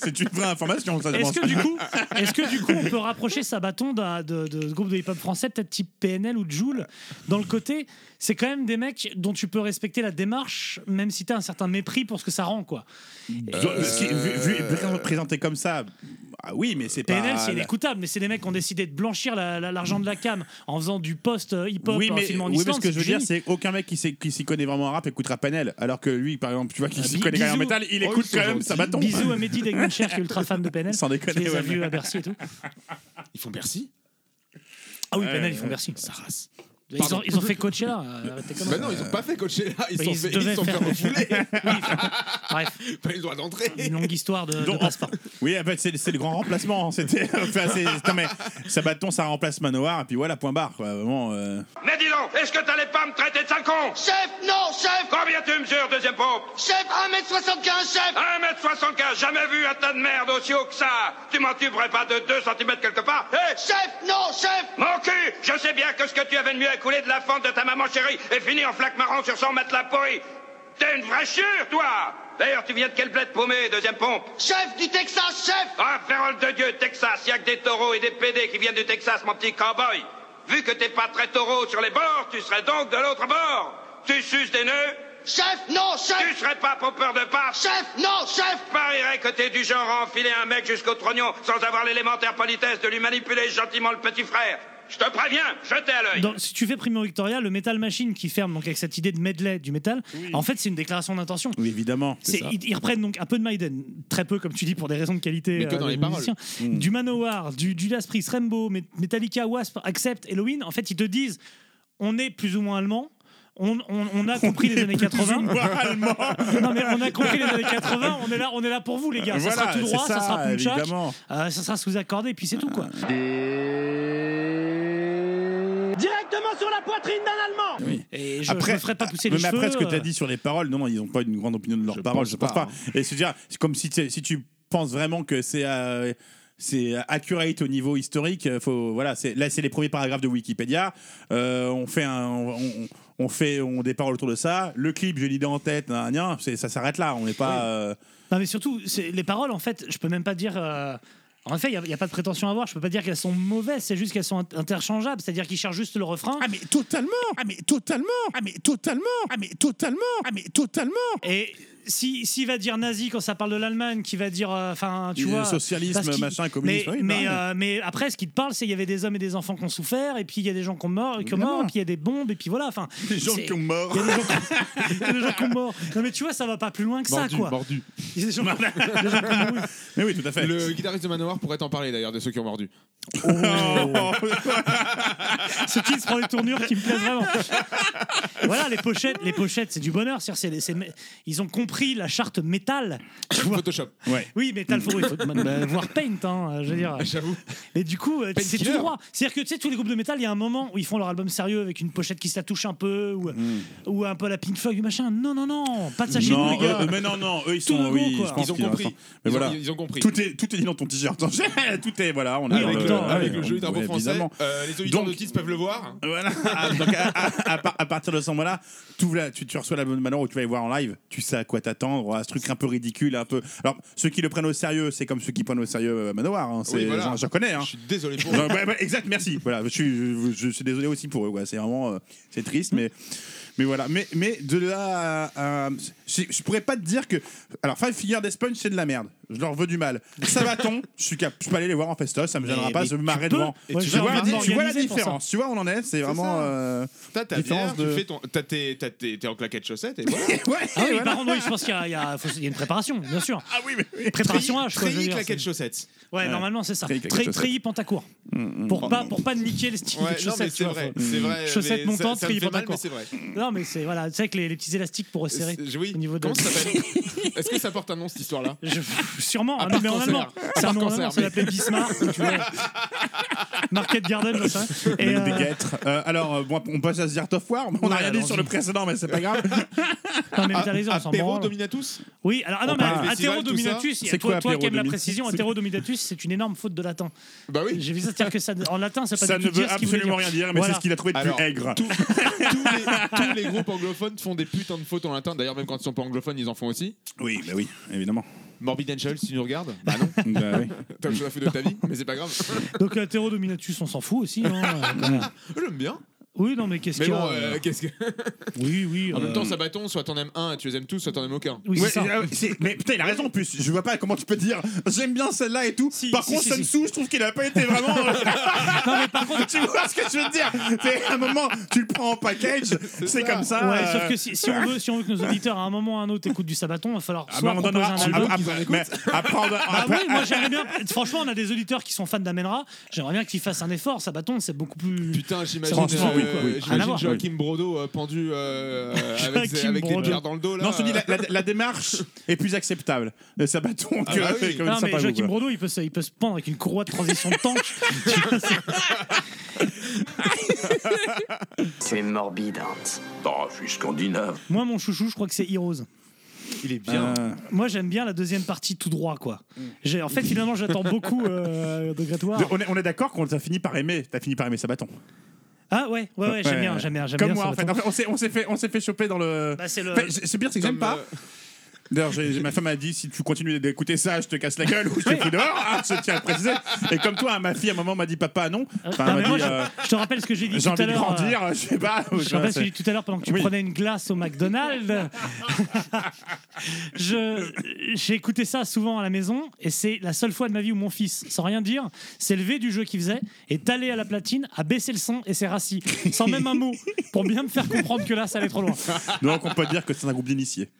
c'est une vraie information. ça, je euh, Est-ce pense. que du coup, est-ce que du coup, on peut rapprocher Sabaton d'un- de, de, de groupe de hip-hop français, peut-être type PNL ou Joule, dans le côté, c'est quand même des mecs dont tu peux respecter la démarche, même si t'as un certain mépris pour ce que ça rend, quoi. Euh, ce qui- vu- vu- vu- présenté comme ça, ah oui, mais c'est pas. PNL, c'est inécoutable, mais c'est des mecs qui ont décidé de blanchir la- la- l'argent de la cam en faisant du post euh, hip-hop Oui, en mais, filmant en oui, mais Islande, ce que je veux du dire, génie. c'est aucun mec qui s'y qui s'y connaît vraiment en rap écoutera Panel. Alors que lui, par exemple, tu vois, qui Ah, s'y bi- connaît rien en bisous. métal, il Oh, écoute ils sont quand même gentils. ça bâton. Bisous à Mehdi Degmuncher qui est ultra fan de PNL. Sans déconner, Je les ai ouais, vus mais- à Bercy et tout. Ils font Bercy Ah oui, Ouais, PNL, ouais, ils font ouais. Bercy. Ça race. Ils Pardon. ont, ils ont fait Coachella. euh, arrêtez quand Bah même. non, ils ont pas fait coacher là, ils Mais sont Bah, ils fait devaient ils sont fait faire. refouler. Bref, Pas eu le droit d'entrer. une longue histoire de, de Donc, passe-pas. Oui, en fait, c'est c'est le grand remplacement. hein. C'était. enfin, c'est- non, mais Sabaton, ça remplace Manoir, et puis voilà, point barre. quoi. Vraiment. euh. Mais dis donc, est-ce que t'allais pas me traiter de sale con Chef, non, chef Combien tu mesures, deuxième pompe Chef, 1m75, chef 1m75, jamais vu un tas de merde aussi haut que ça Tu m'entuberais pas de 2 cm quelque part Chef, non, chef Mon cul Je sais bien que ce que tu avais de mieux à couler de la fente de ta maman chérie et fini en flaque marron sur son matelas pourri T'es une vraie chure, toi D'ailleurs, tu viens de quelle bled paumée, deuxième pompe Chef du Texas, chef Ah, ferrole de Dieu, Texas, y'a que des taureaux et des PD qui viennent du Texas, mon petit cowboy Vu que t'es pas très taureau sur les bords, tu serais donc de l'autre bord. Tu suces des nœuds Chef, non, chef Tu serais pas pompeur de part Chef, non, chef Je parierais que t'es du genre à enfiler un mec jusqu'au trognon sans avoir l'élémentaire politesse de lui manipuler gentiment le petit frère. Je te préviens, je t'ai à l'œil. Dans- si tu fais Primo Victoria, le Metal Machine qui ferme donc avec cette idée de medley du métal, en fait c'est une déclaration d'intention. Oui, évidemment. C'est- ça. ils, ils reprennent donc un peu de Maiden, très peu comme tu dis pour des raisons de qualité. Mais que dans de les paroles. musiciens. Mm. Du Manowar, du Judas Priest, Rainbow, Met- Metallica, Wasp, Accept, Halloween. En fait, ils te disent on est plus ou moins allemand. On, on- on a compris les années 80. non mais on a compris les années 80. On est là, on est là pour vous les gars. ça Voilà, sera tout c'est droit, ça, ça, sera punchak, évidemment. Ah. euh, ça sera sous accordé, puis c'est tout quoi. Directement sur la poitrine d'un Allemand Et je, je me ferai pas pousser mais les cheveux. après, ce que tu as euh, dit sur les paroles, non, non, ils n'ont pas une grande opinion de leurs paroles, je pense pas. hein. Et se dire, c'est comme si, tu- si tu penses vraiment que c'est. euh, c'est accurate au niveau historique. euh, Faut, voilà, c'est- là, c'est les premiers paragraphes de Wikipédia. Euh, on fait un, on, on- on fait, on des paroles autour de ça. Le clip, j'ai l'idée en tête. nan, nan, nan, c'est- ça s'arrête là. On n'est pas. euh, Non, mais surtout, c'est- les paroles, en fait, je peux même pas dire. euh, En fait, il n'y a, pas de prétention à avoir. Je peux pas dire qu'elles sont mauvaises. C'est juste qu'elles sont int- interchangeables. C'est-à-dire qu'ils cherchent juste le refrain. Ah mais totalement. Ah mais totalement. Ah mais totalement. Ah mais totalement. Ah mais totalement. Et si s'il va dire nazi quand ça parle de l'Allemagne, qui va dire euh, enfin tu Il est vois socialisme, parce qu'il- machin, communisme, Mais oui, mais, pareil. euh, mais après ce qu'il te parle c'est qu'il y avait des hommes et des enfants qui ont souffert et puis il y a des gens qui ont mort, qui ont Évidemment. mort, et puis il y a des bombes et puis voilà enfin Des gens c'est- qui ont mort. Il y a des gens qui- il y a des gens qui ont mort. Non mais tu vois ça va pas plus loin que ça quoi. Bah, Mordu. Il y a des gens- des gens qui ont mouru. Mais oui, tout à fait. Le guitariste de Manowar pourrait t'en parler d'ailleurs de ceux qui ont mordu. Ce titre prend des tournures qui me plaisent vraiment. voilà, les pochettes, les pochettes, c'est du bonheur. c'est-à-dire, c'est- c'est- mais ils ont compris la charte métal. Photoshop. Ouais. Oui, métal, faut, oui, faut- bah, voire paint, hein, je veux dire. J'avoue. Mais du coup, euh, c'est tout Painkiller. droit. C'est-à-dire que tu sais, tous les groupes de métal, il y a un moment où ils font leur album sérieux avec une pochette qui se la touche un peu ou, ou un peu la Pink Floyd, machin. Non, non, non, pas de sachet Hmm. non, euh, de eux- mais non, non, eux ils Tout sont, le oui, monde, quoi. je pense Ils ont qu'ils compris. restent- Mais Ils ont- voilà, ils ont compris. Tout est, tout est dit dans ton t-shirt. hein. tout est voilà, on est Oui, dans avec, Euh, le- le, ah oui, avec le jeu oui, drapeau français, évidemment. euh, les auditeurs Donc- de Tits peuvent le voir. Voilà. Ah, Donc à, à- à par- à partir de ce moment-là, tu ouvres la- tu, tu reçois la bonne malheur où tu vas les voir en live. Tu sais à quoi t'attendre, à ce truc un peu ridicule, un peu. Alors ceux qui le prennent au sérieux, c'est comme ceux qui prennent au sérieux euh, Manowar. hein, c'est- Oui, voilà. j'en- J'en connais. hein. Je suis désolé pour Non, ouais, ouais, exact, merci. Voilà, je suis, je, je suis désolé aussi pour eux. quoi. C'est vraiment, euh, c'est triste, mais, mais voilà. Mais, mais de là, à, à- je, je pourrais pas te dire que. Alors, Five Finger Death Punch, c'est de la merde. Je leur veux du mal. Sabaton, je suis cap, je peux aller les voir en festo, ça me gênera Mais- pas. mais Je me tu marrer peux. devant. Et tu tu, vas vois, en la- tu vois la organiser pour ça. différence. Tu vois où on en est. C'est vraiment. ça. euh, T'as ta bière, différence tu de- fais ton, t'as tes, t'as tes- t'es en claquette chaussette et voilà. Ah oui, par contre, oui, je pense qu'il y, a- il y a- faut- il y a une préparation, bien sûr. Ah oui, mais. Préparation H, quoi, je veux Treillis, dire, claquette c'est- chaussette. Ouais, normalement, c'est ça. Treillis, claquette Tre- chaussette. Treillis, pantacourt. Mm, Pour pas, pour pas niquer le style Oh, Ouais, de non, mais chaussettes, tu c'est vois, vrai, faut- c'est vrai. Chaussettes mais ça- montantes, ça me treillis fait mal, mais pantacourt. c'est vrai. Non, mais c'est voilà, tu sais que les, les petits élastiques pour resserrer C'est- Oui. au niveau de. Comment ça s'appelle Est-ce que ça porte un nom cette histoire-là Je- sûrement, À un part mais en cancer. allemand. À C'est un part nom en cancer, allemand, ça mais- l'appelait Bismarck, tu vois. Market Garden, je sais. Et Et, euh, des guêtres. Euh, alors, euh, bon, on passe à se dire Tough War. On n'a Ouais, rien dit alors, sur le je- précédent, mais c'est pas grave. non, mais t'as raison, Ah, on s'en Ah, Apéro branle. Dominatus Oui, alors, ah non, On mais parle des festivals, Athéro tout ça. Dominatus, C'est toi, quoi, toi qui aimes la Apéro précision, Dominatus Athéro Dominatus, c'est une énorme faute de latin. Bah oui. J'ai vu ça, c'est-à-dire que ça, en latin, ça, veut pas Ça du ne tout dire veut ce qu'il voulait absolument rien dire, mais Voilà. c'est ce qu'il a trouvé de Alors, plus aigre. tout- tous, les, tous les groupes anglophones font des putains de fautes en latin. D'ailleurs, même quand ils sont pas anglophones, ils en font aussi. Oui, bah oui, évidemment. Morbid Angel, si tu nous regardes, Ah. bah non, Bah oui. t'as autre chose à foutre de ta vie, mais c'est pas grave. Donc Athéro Dominatus, on s'en fout aussi. hein, euh, quand même. J'aime bien. oui, non, mais qu'est-ce Mais qu'il y a bon, euh, euh, qu'est-ce que. Oui, oui. En même euh, temps, Sabaton, soit t'en aimes un, tu les aimes tous, soit t'en aimes aucun. oui, c'est Ouais, ça. euh, c'est- mais putain, il a raison en plus. Je vois pas comment tu peux dire j'aime bien celle-là et tout. Si, Par si, contre, si, Sun si. Tzu, je trouve qu'il a pas été vraiment. euh, Non, mais par contre, tu vois ce que je veux te dire C'est à un moment, tu le prends en package, c'est comme ça. Ouais, euh, sauf que si, si on veut, si on veut que nos auditeurs à un moment ou à un autre écoutent du Sabaton, il va falloir ah, soit bah, on proposer donnera. un on- album. ah, bah, mais après, on va- Ah après- oui, moi j'aimerais bien. Franchement, on a des auditeurs qui sont fans d'Amenra. J'aimerais bien qu'ils fassent un effort. Sabaton, c'est beaucoup plus. Ah, Putain, j'imagine Franchement, euh, oui, oui, oui. Rien à j'imagine voir. Joachim Brodo euh, pendu euh, avec, ses- Joachim avec les Brodo. pierres dans le dos là. non, je te dis, euh, la, la- la démarche euh, est plus acceptable de Sabaton Ah que, bah oui. que Non, de mais Sabaton, Joachim quoi. Brodo, il peut, se, il peut se pendre avec une courroie de transition de tank. C'est morbide, Hans. Bah, Oh, je suis scandinave. Moi, mon chouchou, je crois que c'est Heroes. Il est bien. Euh, Moi, j'aime bien la deuxième partie tout droit, quoi. Mm. J'ai- En fait, finalement, j'attends beaucoup euh, de Grétoire. on est, on est d'accord qu'on t'a fini par aimer. T'as fini par aimer Sabaton. Ah ouais, ouais, ouais, j'aime bien, j'aime bien, j'aime Comme bien. moi, en fait. Sabaton. En fait, on s'est- on s'est fait, on s'est fait choper dans le. Bah, c'est le- euh, Enfin, c'est c'est pire, c'est que j'aime pas. D'ailleurs, j'ai- j'ai- ma femme a dit si tu continues d'écouter ça, je te casse la gueule ou je te fous dehors. Ah, je tiens à le préciser. Et comme toi, hein, ma fille à un moment m'a dit papa non. Enfin, Ah, elle mais m'a moi, dit, je- euh, je, te rappelle ce que j'ai dit j'ai tout envie à de l'heure. euh, grandir, je sais pas. Je te rappelle ce que j'ai dit tout à l'heure pendant que tu Oui. prenais une glace au McDonald's. Je- J'ai écouté ça souvent à la maison et c'est la seule fois de ma vie où mon fils, sans rien dire, s'est levé du jeu qu'il faisait, est allé à la platine, a baissé le son et s'est rassis, sans même un mot, pour bien me faire comprendre que là, ça allait trop loin. Donc on peut dire que c'est un groupe d'initiés.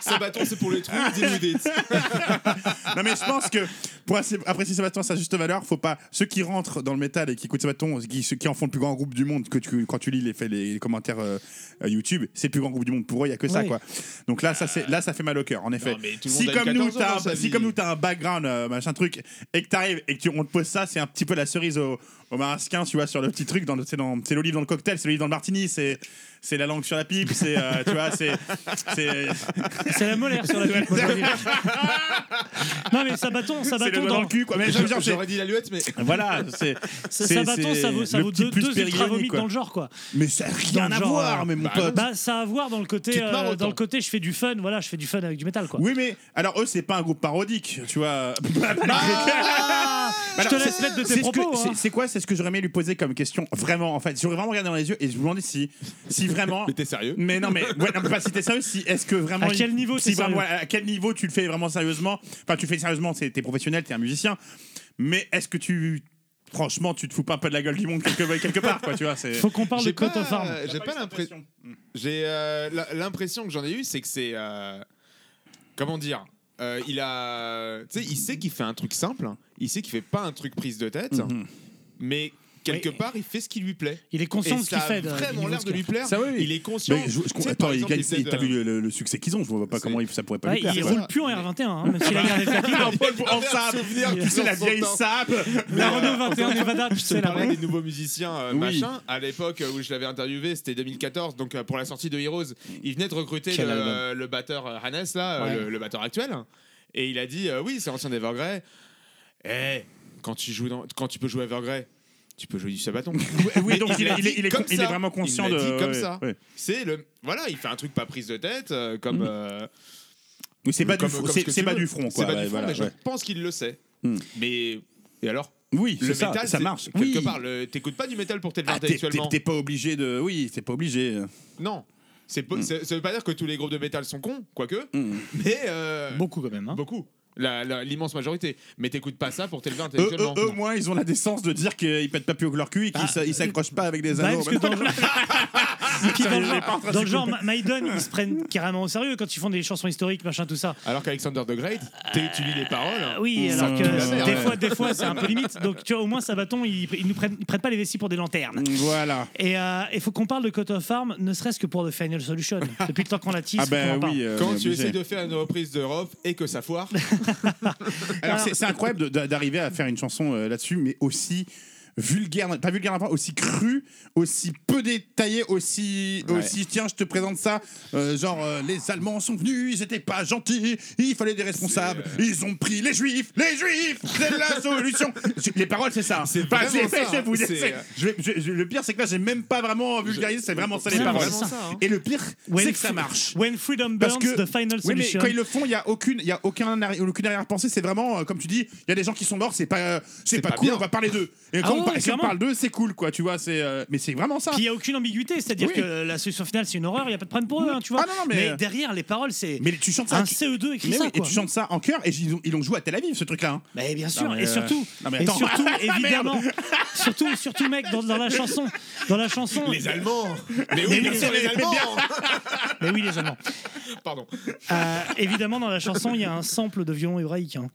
Sabaton, c'est pour les trous, deal with it. Non mais je pense que pour assez- apprécier Sabaton à sa juste valeur, faut pas ceux qui rentrent dans le métal et qui écoutent Sabaton, qui, ceux qui en font le plus grand groupe du monde. Que tu, quand tu lis les, faits- les commentaires euh, euh, YouTube, c'est le plus grand groupe du monde. Pour eux, il y a que ça Oui. quoi. Donc là, ça c'est là ça fait mal au cœur, en effet. mais tout le si monde a eu comme 14 nous, ans t'as dans sa un- si vie. comme nous t'as un background euh, machin truc et que t'arrives et que tu, on te pose ça, c'est un petit peu la cerise au, au marasquin, tu vois, sur le petit truc. Dans le- c'est dans- c'est l'olive dans le cocktail, c'est l'olive dans le martini, c'est c'est la langue sur la pipe, c'est euh, tu vois, c'est c'est C'est la molaire sur la pipe, moi, je veux dire. Non, mais Sabaton, c'est le Sabaton doigt dans. dans le cul quoi. Mais j'aime bien, c'est- J'aurais dit la luette, mais. voilà, c'est. Ça, c'est- Sabaton, c'est ça vaut, ça le vaut petit deux, plus deux ultra périonique, vomites quoi. dans le genre, quoi. Mais ça n'a rien Dans à le genre, voir, euh, mais mon bah pote. Bah, ça a à voir dans le Tu côté, te marres euh, autant. dans le côté, je fais du fun, voilà, je fais du fun avec du métal, quoi. Oui, mais alors eux, c'est pas un groupe parodique, tu vois. Bah, Ah, je te laisse mettre de tes C'est ce que- propos. hein. c'est- C'est quoi C'est c'est ce que j'aurais aimé lui poser comme question. Vraiment, en fait, j'aurais vraiment regardé dans les yeux et je me demandais si, si vraiment. Mais t'es sérieux Mais non, mais ouais, non, mais pas si t'es sérieux. Si est-ce que vraiment À quel niveau si t'es vraiment- sérieux À quel niveau tu le fais vraiment sérieusement Enfin, tu le fais sérieusement. c'est- T'es professionnel, t'es un musicien. Mais est-ce que tu Franchement, tu te fous pas un peu de la gueule du monde quelque, quelque part, quoi, tu vois. c'est- Faut qu'on parle de J'ai Cult pas- euh, of Arm. J'ai pas l'impression. Hmm. J'ai euh, la- l'impression que j'en ai eu, c'est que c'est euh, comment dire. euh, il a, tu sais, il sait qu'il fait un truc simple. hein. Il sait qu'il fait pas un truc prise de tête, Hmm. mais quelque part, il fait ce qui lui plaît. Il est conscient Et de ce ça qu'il a fait, de- du Vraiment niveau l'air de de ce lui qu'il plaire. fait. euh, Ça, oui, oui. Il est conscient. Mais je- je- Tu sais, attends, par il exemple, gagne- faisait t'as de- vu le, le- le succès qu'ils ont, je vois pas comment il- ça pourrait pas Ouais, lui plaire. il quoi. roule plus en R21, hein, même s'il a gardé le tapis. Ah, Paul, en sable, tu sais, la vieille sable. La Renault 21 Nevada, tu Je te sais, la parlais vraie. des nouveaux musiciens, euh, Oui. machin. À l'époque euh, où je l'avais interviewé, c'était 2014, donc euh, pour la sortie de Heroes, il venait de recruter Quel le, album. euh, le batteur euh, Hannes, là, euh, Ouais. le, le batteur actuel. Et il a dit euh, Oui, c'est l'ancien d'Evergrey. Eh, quand tu, joues dans- quand tu peux jouer à Evergrey, tu peux jouer du sabaton. oui, donc il est- l'a il est- dit il est comme con- il ça. est vraiment conscient il l'a de- dit comme ouais, ça. ouais. C'est le. Voilà, il fait un truc pas prise de tête, euh, comme. Mhm. euh, Oui, c'est pas du comme- front, comme c'est- ce que c'est tu pas veux. du front, C'est quoi, pas ouais, du front, voilà, mais je ouais. pense qu'il le sait. Hmm. Mais. Et alors Oui, le c'est ça, métal, ça c'est- marche. Quelque Oui. part, le- t'écoutes pas du métal pour t'élever Ah, t'es- t'es intellectuellement. t'es pas obligé de. Oui, t'es pas obligé. euh. Non. C'est po- Mm. c'est- Ça veut pas dire que tous les groupes de métal sont cons, quoique, Hmm. mais. euh, Beaucoup quand même. hein. Beaucoup. La- la- L'immense majorité. Mais t'écoutes pas ça pour t'élever Eux, eux, intellectuellement. eux, au moins, ils ont la décence de dire qu'ils pètent pas plus haut que leur cul et qu'ils Ah. s'a- ils s'accrochent pas avec des Bah, anneaux. parce que dans le- Et puis dans le Sérieux, j'ai pas genre, en train de dans le genre, s'écouter. Ma- Maiden, ils se prennent carrément au sérieux quand ils font des chansons historiques, machin, tout ça. Alors qu'Alexander the Great, Euh, t'es- tu lis les paroles. Ah Oui, ça alors pue la que merde. des fois, des fois, c'est un peu limite. Donc, tu vois, au moins, Sabaton, ils, ils nous prennent, ils prennent pas les vessies pour des Mm. lanternes. Voilà. Et euh, il faut qu'on parle de Cut of Arm, ne serait-ce que pour The Final Solution. Depuis le temps qu'on l'attise, Ah ben qu'on en oui. euh, Quand mais tu obligé. essaies de faire une reprise d'Europe et que ça foire, Alors, c'est c'est incroyable de- de- d'arriver à faire une chanson euh, là-dessus, mais aussi vulgaire, pas vulgaire, enfin, aussi cru, aussi peu détaillé, aussi, Ouais. aussi tiens, je te présente ça, euh, genre euh, les Allemands sont venus, ils étaient pas gentils, il fallait des responsables, ils ont pris les Juifs, les Juifs, c'est la solution. Je- les paroles, c'est ça. C'est vraiment ça, Je vais vous hein. laisser. C'est- Je vais- je- je- le pire, c'est que là, j'ai même pas vraiment vulgarisé, c'est vraiment ça les C'est paroles. vraiment ça, hein. Et le pire, When c'est que ça fr- marche. When Freedom Burns, Parce que- The Final Oui, mais Solution. quand ils le font, il n'y a aucune, il y a aucun, arri- aucune arrière-pensée. C'est vraiment, euh, comme tu dis, il y a des gens qui sont morts. C'est pas, euh, c'est pas, pas cool. bien. On va parler d'eux. Et Ah quand on, ouais, par- si on clairement. parle d'eux, c'est cool, quoi. Tu vois, c'est, euh, mais c'est vraiment ça. Puis il n'y a aucune ambiguïté, c'est-à-dire Oui. que la solution finale c'est une horreur, il n'y a pas de problème pour eux, hein, tu vois. Ah non, non, mais- derrière les paroles c'est Mais tu chantes ça. un E tu- CE2 écrit mais ça. oui, et quoi. tu chantes ça en chœur. Et ils ont- ils l'ont joué à Tel Aviv, ce truc-là. hein. Mais bien sûr, Non, mais, et euh, surtout, non, mais et attends. Ah, surtout, Merde. évidemment, surtout, surtout, mec, dans, dans la chanson, dans la chanson. les Allemands. Mais Mais oui, oui, mais sont mais les Allemands. Mais oui, les Allemands. Pardon. Euh, évidemment, dans la chanson, il y a un sample de violon hébraïque. hein.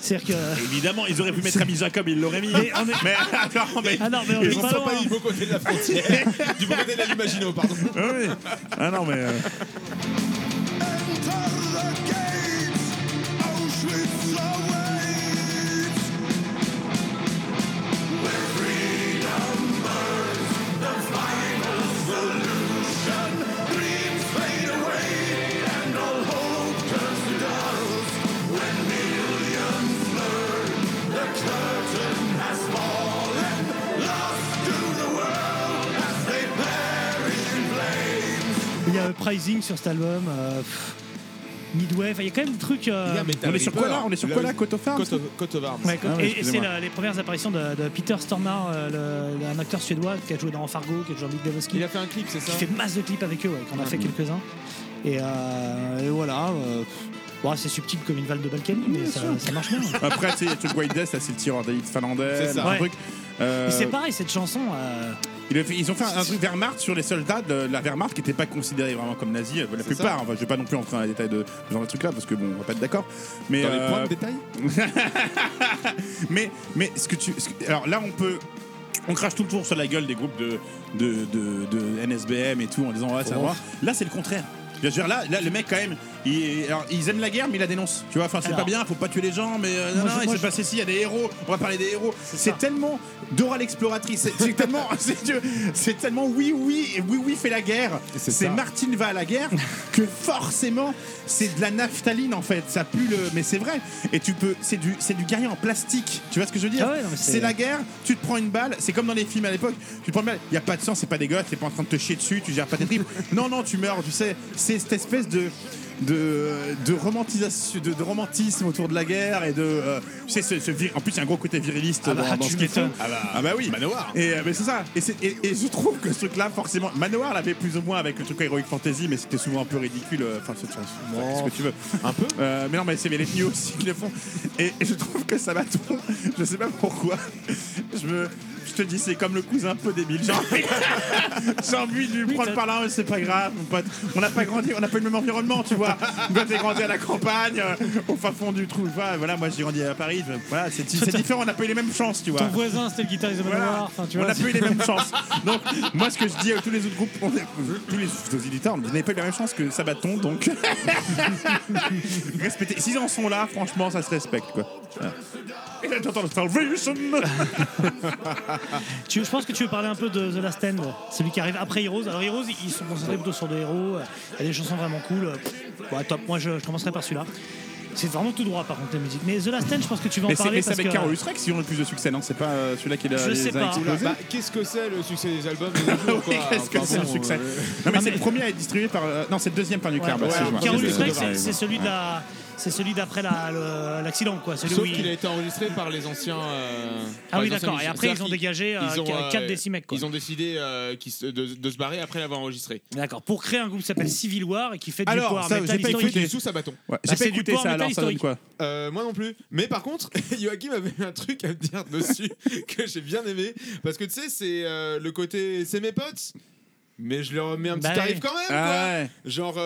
C'est-à-dire que. euh, Évidemment, ils auraient pu mettre Ami Jacob, ils l'auraient mis. Mais on est- Mais attends, mais- Ah non, mais on ils est ont pas ça loin. pas Du beau côté de la frontière. du beau côté de la Lumagino, pardon. Ah oui. Ah non, mais. euh, Il y a Uprising sur cet album. euh, pff, Midway, enfin, il y a quand même des trucs. euh, Il y a Metal on est sur quoi Reaper. là On est sur Le- quoi là Cote aux Femmes Cote of- Cote of Arms. ouais, Ah ouais, et- et c'est excusez-moi. la- les premières apparitions de, de Peter Stormare, euh, le- un acteur suédois qui a joué dans Fargo, qui a joué dans Big Lebowski. Il a fait un clip, c'est ça qui fait masse de clips avec eux, ouais, Ah qu'on a fait quelques-uns. Et, euh, et voilà. euh, bon, c'est subtil comme une valve de Balkany, mais ça, ça marche bien. Après, tu sais, il y a le truc White Death, là, c'est le tireur d'élite finlandais. C'est ça. machin Ouais. truc. Euh, Et c'est pareil, cette chanson. euh, Ils, le fait- ils ont fait un, un truc Wehrmacht sur les soldats de la Wehrmacht qui n'étaient pas considérés vraiment comme nazis, euh, la C'est plupart. ça. Enfin, je vais pas non plus entrer dans les détails de ce genre de trucs là parce que bon, on va pas être d'accord. Mais Dans les euh, points de détail mais mais ce que tu, ce que- alors là on peut. On crache tout le tour sur la gueule des groupes de, de, de, de NSBM et tout en disant ouais ça va. Là c'est le contraire. Je veux dire, là, là, le mec, quand même, il, alors, ils aiment la guerre, mais il la dénonce. Tu vois, enfin, Ah. c'est Alors. pas bien, faut pas tuer les gens, mais euh, non, Moi, non, je- il moi, s'est je- passé si, il y a des héros, on va parler des héros. ça. C'est tellement Dora l'exploratrice, c'est- c'est tellement, c'est Dieu, c'est tellement oui, oui, et oui, oui, fait la guerre. C'est Martine va à la guerre que forcément, c'est de la naphtaline en fait. Ça pue le, mais c'est vrai. Et tu peux, c'est du, c'est du guerrier en plastique. Tu vois ce que je veux dire Ah ouais, non, mais c'est- C'est la guerre. Tu te prends une balle. C'est comme dans les films à l'époque. Tu te prends une balle. Il y a pas de sang, c'est pas des gosses. T'es pas en train de te chier dessus. Tu gères pas tes tripes. non, non, tu meurs. Tu sais, c'est cette espèce de de, de romantisation de, de romantisme autour de la guerre et de euh, tu sais ce, ce vir- en plus il y a un gros côté viriliste Ah bah, dans, dans tu ce qu'ils m'étonnes. font Ah bah, oui Manowar. et euh, mais c'est ça et, c'est- et- et je trouve que ce truc là forcément Manowar l'avait plus ou moins avec le truc Heroic Fantasy mais c'était souvent un peu ridicule euh, enfin c'est- enfin, c'est- Non. qu'est-ce que tu veux un peu mais non mais c'est les New aussi qui le font et, et je trouve que ça m'attend je sais pas pourquoi je me je te dis c'est comme le cousin un peu débile genre j'ai envie de lui prendre par là, c'est pas grave, mon pote. On n'a pas grandi, on n'a pas eu le même environnement, tu vois. Toi, t'es grandi à la campagne, euh, au fin fond du trou. Voilà, voilà, moi, j'ai grandi à Paris. je- Voilà, c'est c'est différent, on n'a pas eu les mêmes chances, tu vois. Ton voisin, c'était le guitariste de Voilà. Manowar. Enfin, tu on vois, n'a c'est- pas eu les mêmes chances. Donc, moi, ce que je dis à tous les autres groupes, on est- tous les autres éditeurs, vous n'avez pas eu la même chance que Sabaton, donc. Respectez. S'ils en sont là, franchement, ça se respecte, quoi. Voilà. Et là, t'entends le Salvation Tu- je pense que tu veux parler un peu de The Last Stand, celui qui arrive après Heroes. Alors Heroes, ils sont concentrés plutôt sur des héros, euh, il y a des chansons vraiment cool. euh, Ouais, top, moi je, je commencerai par celui-là. C'est vraiment tout droit par contre la musique. Mais The Last Stand, je pense que tu vas en Mais c'est parler. mais c'est parce que- avec Carol Husrec si on a le plus de succès, non C'est pas euh, celui-là qui est Je sais pas. explosé Bah, Qu'est-ce que c'est le succès des albums de nos jours, quoi Oui, Est-ce que Enfin, c'est un bon, succès euh, Non, mais c'est le premier à être distribué par. euh, Non, c'est le deuxième par Nuclear. Ouais, Blast, alors, excuse-moi. Carol Deuxième, Hussein, deuxième. c'est c'est celui de la- c'est celui d'après la- le- l'accident, quoi. Celui où Sauf il- qu'il a été enregistré par les anciens. euh, Ah par oui, les anciens d'accord. Et musiciens. après, ils ont C'est-à-dire qu'ils- dégagé, euh, ils ont, qu- quatre décimecs, quoi. Ils ont décidé euh, qu'ils se- de, de se barrer après l'avoir enregistré. D'accord. Pour créer un groupe qui s'appelle Civil War et qui fait du Alors, power metal ça, j'ai pas historique. écouté. Du sous Sabaton. Ouais, Bah, J'ai c'est pas du écouté power ça, metal alors ça donne historique. quoi Euh, moi non plus. Mais par contre, Joachim avait un truc à me dire dessus que j'ai bien aimé. Parce que tu sais, c'est euh, le côté c'est mes potes, mais je leur mets un petit Bah tarif ouais. quand même. Ah quoi. ouais. Genre,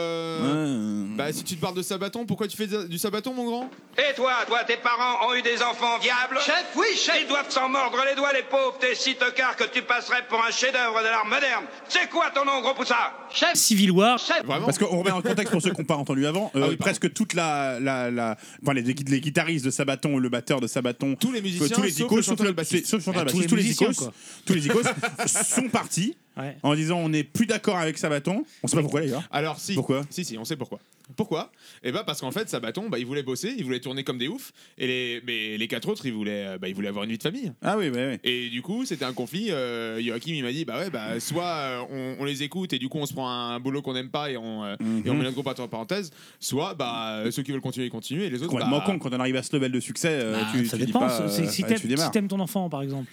euh, bah si tu te parles de Sabaton, pourquoi tu fais de- du Sabaton, mon grand Et toi, toi, tes parents ont eu des enfants viables Chef, oui, chef Ils doivent s'en mordre les doigts, les pauvres, t'es si tocard que tu passerais pour un chef-d'œuvre de l'art moderne. C'est quoi ton nom, gros poussard Chef Civil War. Vraiment Parce qu'on remet en contexte pour ceux qui n'ont pas entendu avant, Ah euh, oui, pardon. presque toute la. la, la- enfin, les, les guitaristes de Sabaton, le batteur de Sabaton, euh, Tous les musiciens, tous les sauf icônes, le chanteur et le c'est- bassiste. sauf le chanteur et Ah, le tous bassiste, les tous les musiciens, icônes, quoi. tous les icônes sont partis Ouais. en disant on n'est plus d'accord avec Sabaton. On sait pas pourquoi d'ailleurs. Eh, Alors si. Pourquoi Si si, on sait pourquoi. Pourquoi Eh ben parce qu'en fait, Sabaton, bah il voulait bosser, il voulait tourner comme des oufs, et les mais les quatre autres, ils voulaient, euh, bah, ils voulaient avoir une vie de famille. Ah oui, ouais, ouais. Et du coup, c'était un conflit. euh, Joachim, il m'a dit, bah ouais, bah soit euh, on, on les écoute et du coup on se prend un boulot qu'on n'aime pas et on, euh, et on met notre groupe entre parenthèses, soit bah euh, ceux qui veulent continuer, continuent, et les autres, Complètement bah, con quand on arrive à ce level de succès. euh, Bah, tu, ça tu dis dépend. pas, euh, c'est- si ouais, t'aimes tu démarres. si t'aimes ton enfant, par exemple.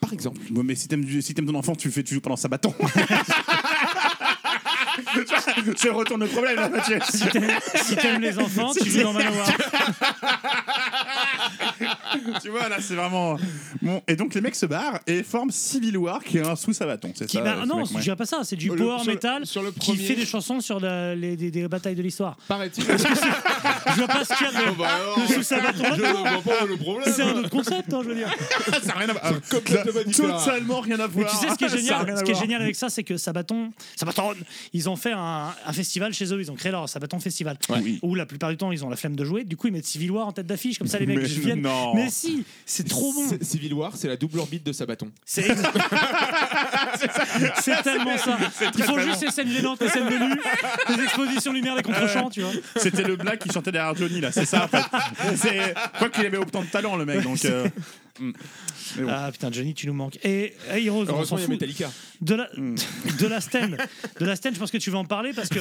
par exemple. Ouais, mais si t'aimes du- si t'aimes ton enfant, tu le fais toujours pendant Sabaton. Je retourne le problème là, Mathieu. Si t'aimes si t'aimes les enfants, tu joues dans Manowar. tu vois, là, c'est vraiment. Bon, et donc les mecs se barrent et forment Civil War qui est un sous-sabaton, c'est Qui- ça bah, euh, ce non, mec, je ouais. dirais pas ça. C'est du Le- power sur le- metal sur le qui premier- fait des chansons sur la- les, des- des batailles de l'histoire. Paraît-il. Je vois pas ce qu'il y a de. Oh, bah, alors, le sous-sabaton, je vois pas où est le problème. C'est un autre concept, hein, je veux dire. ça a rien à voir. complètement Ça a différent. Totalement rien à Mais voir. tu sais ce qui est Ça a rien génial, à ce qui est voir. génial avec ça, c'est que Sabaton, Sabaton, ils ont fait un, un festival chez eux, ils ont créé leur Sabaton Festival, Oui. où la plupart du temps ils ont la flemme de jouer, du coup ils mettent Civil War en tête d'affiche, comme ça les mecs Mais viennent. non. Mais si, c'est trop bon. C'est- Civil War, c'est la double orbite de Sabaton. C'est ex- C'est tellement ça. Ils font juste les scènes gênantes, les scènes de nu, les expositions lumière, les contre-champs, tu vois. C'était le black qui chantait derrière Johnny, là, c'est ça en fait. C'est- Quoi qu'il avait autant de talent, le mec, donc. euh, Ah putain, Johnny, tu nous manques. Et et Heroes, on s'en Heureusement, il y a fout. Metallica. De la, Hmm. de la Sten. De la Sten, je pense que tu vas en parler parce que.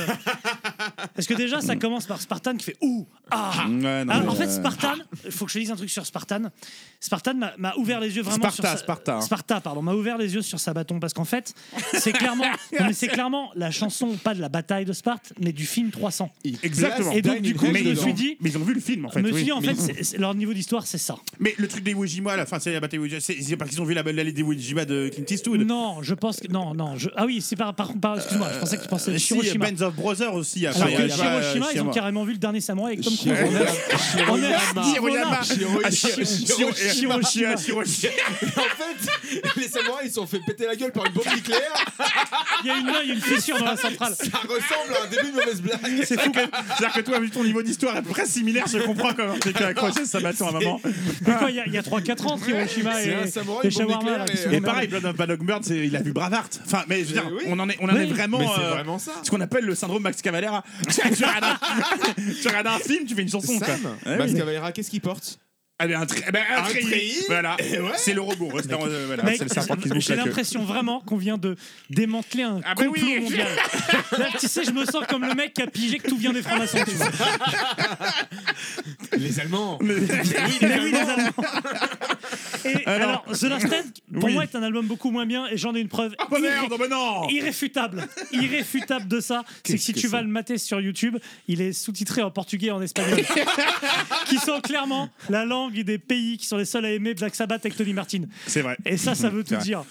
Parce que déjà, ça commence par Spartan qui fait Ouh Ah Hmm. ouais, non, Ah, mais, en fait, euh, Spartan, il faut que je te dise un truc sur Spartan. Spartan m'a- m'a ouvert les yeux vraiment sur Sparta, sa- Sparta, hein. Sparta, pardon, m'a ouvert les yeux sur Sabaton parce qu'en fait, c'est clairement, non, mais c'est clairement la chanson pas de la bataille de Sparte, mais du film 300. Exactement. Et donc, du coup, Mais je me ils ont- suis dit- Mais ils ont vu le film en fait. Je me suis oui. dit, en fait, c'est- c'est- leur niveau d'histoire, c'est ça. Mais le truc des Wojima, la fin, c'est la bataille Ouija. C'est c'est parce qu'ils ont vu la belle allée des Ouijima de Clint Eastwood. Non, je pense que. Non, non. je- Ah oui, c'est par. par, par- Excuse-moi, je pensais que tu pensais Euh, à si, Hiroshima. Bands of Brothers aussi a Alors fait, que euh, Hiroshima, ils ont Hiroshima. carrément vu le dernier samouraï avec Tom Cruise. Hiroyama. On Ah, est à ce niveau-là. Hiroyama. Hiroyama. Hiroyama. Hiroyama. Hiroyama. En fait, les samouraïs ils se sont fait péter la gueule par une bombe nucléaire. Il y a une, il y a une fissure dans la centrale. Ça ressemble à un début de mauvaise blague. C'est fou quand même. C'est-à-dire que toi, vu ton niveau d'histoire est presque similaire, je comprends comment t'étais accroché à ce bâton à un moment. Mais quoi, il y a, il y a 3-4 ans entre Hiroshima C'est et, un samouraï, et bombe Shawarma. là, nucléaire qui se et- font Et Ah, merder. pareil, Blood of Balog Burn, c'est- il a vu Bravart. Enfin, mais je veux dire, Mais oui. on en est, on en est Oui. vraiment. Mais c'est euh, vraiment ça. Ce qu'on appelle le syndrome Max Cavalera. tu, regardes un, tu regardes un film, tu fais une chanson. quoi. Sam, Ouais, Max oui. Cavalera, qu'est-ce qu'il porte Ah, mais un, tri- eh ben, un Un treillis. treillis. Voilà. Eh ouais. C'est le robot. C'est euh, voilà, Mec, c'est le serpent qui se bouche J'ai la queue. l'impression vraiment qu'on vient de démanteler un Ah bah complot oui. mondial. Là, tu sais, je me sens comme le mec qui a pigé que tout vient des francs-maçons. tu vois. Les Allemands. Mm. Mais oui, les Allemands. Et alors, Alors. The Last Stand, pour Oui. moi, est un album beaucoup moins bien et j'en ai une preuve Oh merde, irré- oh, bah non irréfutable. Irréfutable de ça, c'est que si tu vas le mater sur YouTube, il est sous-titré en portugais et en espagnol. qui sont clairement la langue des pays qui sont les seuls à aimer Black Sabbath avec Tony Martin. C'est vrai. Et ça, ça veut tout vrai. dire.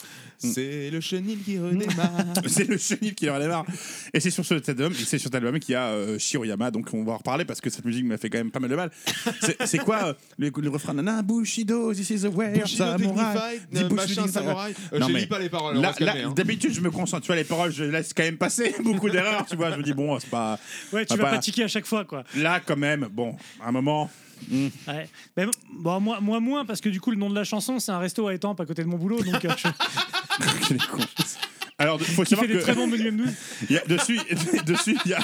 C'est le chenil qui redémarre. C'est le chenil qui leur démarre. Et c'est sur cet album, c'est sur cet album qu'il y a euh, Shiroyama, donc on va en reparler parce que cette musique m'a fait quand même pas mal de mal. C'est- C'est quoi euh, le, le refrain Nana Bushido, this is the way of Bushido samurai. dignified, Dis euh, machin dignified. samouraï. Euh, Non, je mais lis pas les paroles, on là- va se calmer, là, hein. D'habitude, je me concentre. Tu vois, les paroles, je laisse quand même passer beaucoup d'erreurs. Tu vois, je me dis, bon, c'est pas. Ouais, tu on vas va pas- pratiquer à chaque fois, quoi. Là, quand même, bon, à un moment. hmm. Ouais. Mais bon, bon, moi, moi moins, parce que du coup, le nom de la chanson, c'est un resto à étampes à côté de mon boulot, donc euh, je- Quel est con. Alors, faut qui savoir fait des que. très bons menus M12. Il y a- dessus, dessus, il y a,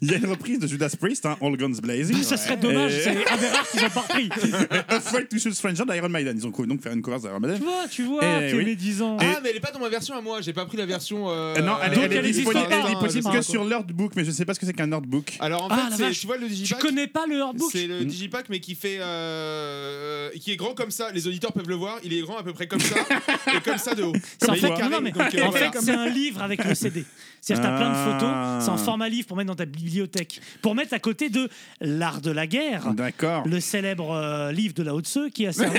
il y a une reprise de Judas Priest, hein, All Guns Blazing. Ah, Ça serait dommage, Et- c'est un des rares qu'ils ont pas repris. Afraid to Shoot Stranger d'Iron Maiden. Ils ont cou- donc faire une cover d'Iron Maiden. Tu vois, tu vois, Eh t'es oui. médisant. Ah, mais elle est pas dans ma version à moi, j'ai pas pris la version. euh, Euh, non, elle, Donc elle est, elle existe disponible, pas, elle est hein, disponible je sais que pas. sur l'Earthbook, mais je sais pas ce que c'est qu'un Earthbook. Alors en Ah, fait, la Ah, c'est- vache. tu vois le tu digipack connais pas le hardbook C'est le digipack, mais qui fait, euh, qui est grand comme ça. Les auditeurs peuvent le voir. Il est grand à peu près comme ça et comme ça de haut. C'est en Mais il fait, est carré, non, mais donc, euh, en voilà. fait, c'est un livre avec le CD. C'est-à-dire que t'as plein de Ah. photos, c'est en format livre pour mettre dans ta bibliothèque, pour mettre à côté de l'art de la Ah. guerre. D'accord. Le célèbre euh, livre de Lao Tse qui a servi.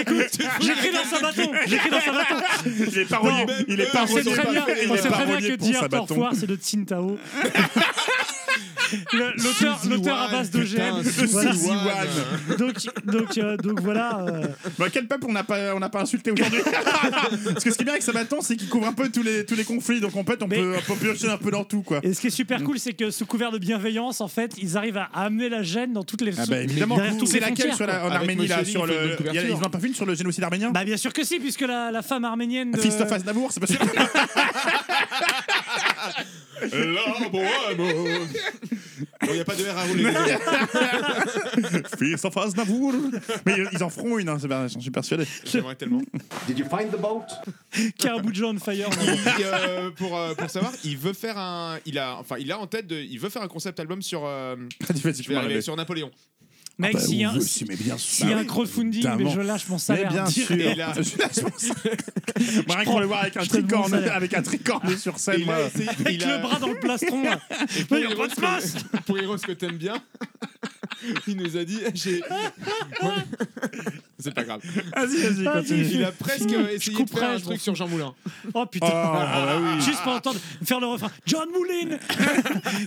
Écoute, j'écris dans sa bâton, j'écris dans sa bâton. Il est parolier. Non, Il est On parolier. sait très bien, il est on sait très bien parolier que pour dire sa au bâton. revoir, c'est de Tsintao. Le- L'auteur Suzy l'auteur à Wan, base de putain, GM. Suzy Voilà. Suzy Wan. Donc, donc, euh, donc voilà. euh, Bah, quel peuple on n'a pas, on n'a pas insulté aujourd'hui Parce que ce qui est bien avec Sabaton, c'est qu'il couvre un peu tous les, tous les conflits, donc en fait, on Mais- peut, on peut piocher un peu dans tout, quoi. Et ce qui est Mm. super cool, c'est que sous couvert de bienveillance, en fait, ils arrivent à amener la gêne dans toutes les. Ah bah évidemment, derrière toutes c'est les laquelle frontières, sur la, en quoi. Avec Arménie là Mussolini, sur ils font une le, il y a- ils couverture. n'ont pas fait une sur le génocide arménien Bah euh, bien sûr que si, puisque la, la femme arménienne. de- Fist of Aznavour, c'est pas sûr. La bohème. Bon, y a pas de R à rouler. désolé. Fist of Aznavour. Mais ils- ils en feront une, hein, c'est pas- j'en suis persuadé. J'aimerais tellement. Did you find the boat? Carabouja on fire. Ah bah, Il, euh, pour, euh, pour savoir, il veut faire un, il a, enfin, il a en tête de, il veut faire un concept album sur, euh, Très difficile je vais y arriver, sur Napoléon. Mec, s'il y a un, Bah, mais bien sûr. s'il y a hein, un crowdfunding, mais Bah Évidemment. je lâche mon Mais salaire. bien sûr. Et là- Je lâche mon salaire. Moi, rien prends- qu'on le voir avec un je te Ah. demande tricorne, mon salaire. avec un tricorne sur scène. Il moi. a essayé- Avec il le a- bras dans le plastron. là. Et pour Mais y a pas Heroes de que- place. pour Heroes que t'aimes bien, il nous a dit j'ai- C'est pas grave. Vas-y, vas-y, Vas-y. continue. Il a presque Je essayé de faire couperai, un je truc m'en sur Jean Moulin. Oh putain. Oh, bah oui. Juste pour entendre faire le refrain. John Moulin.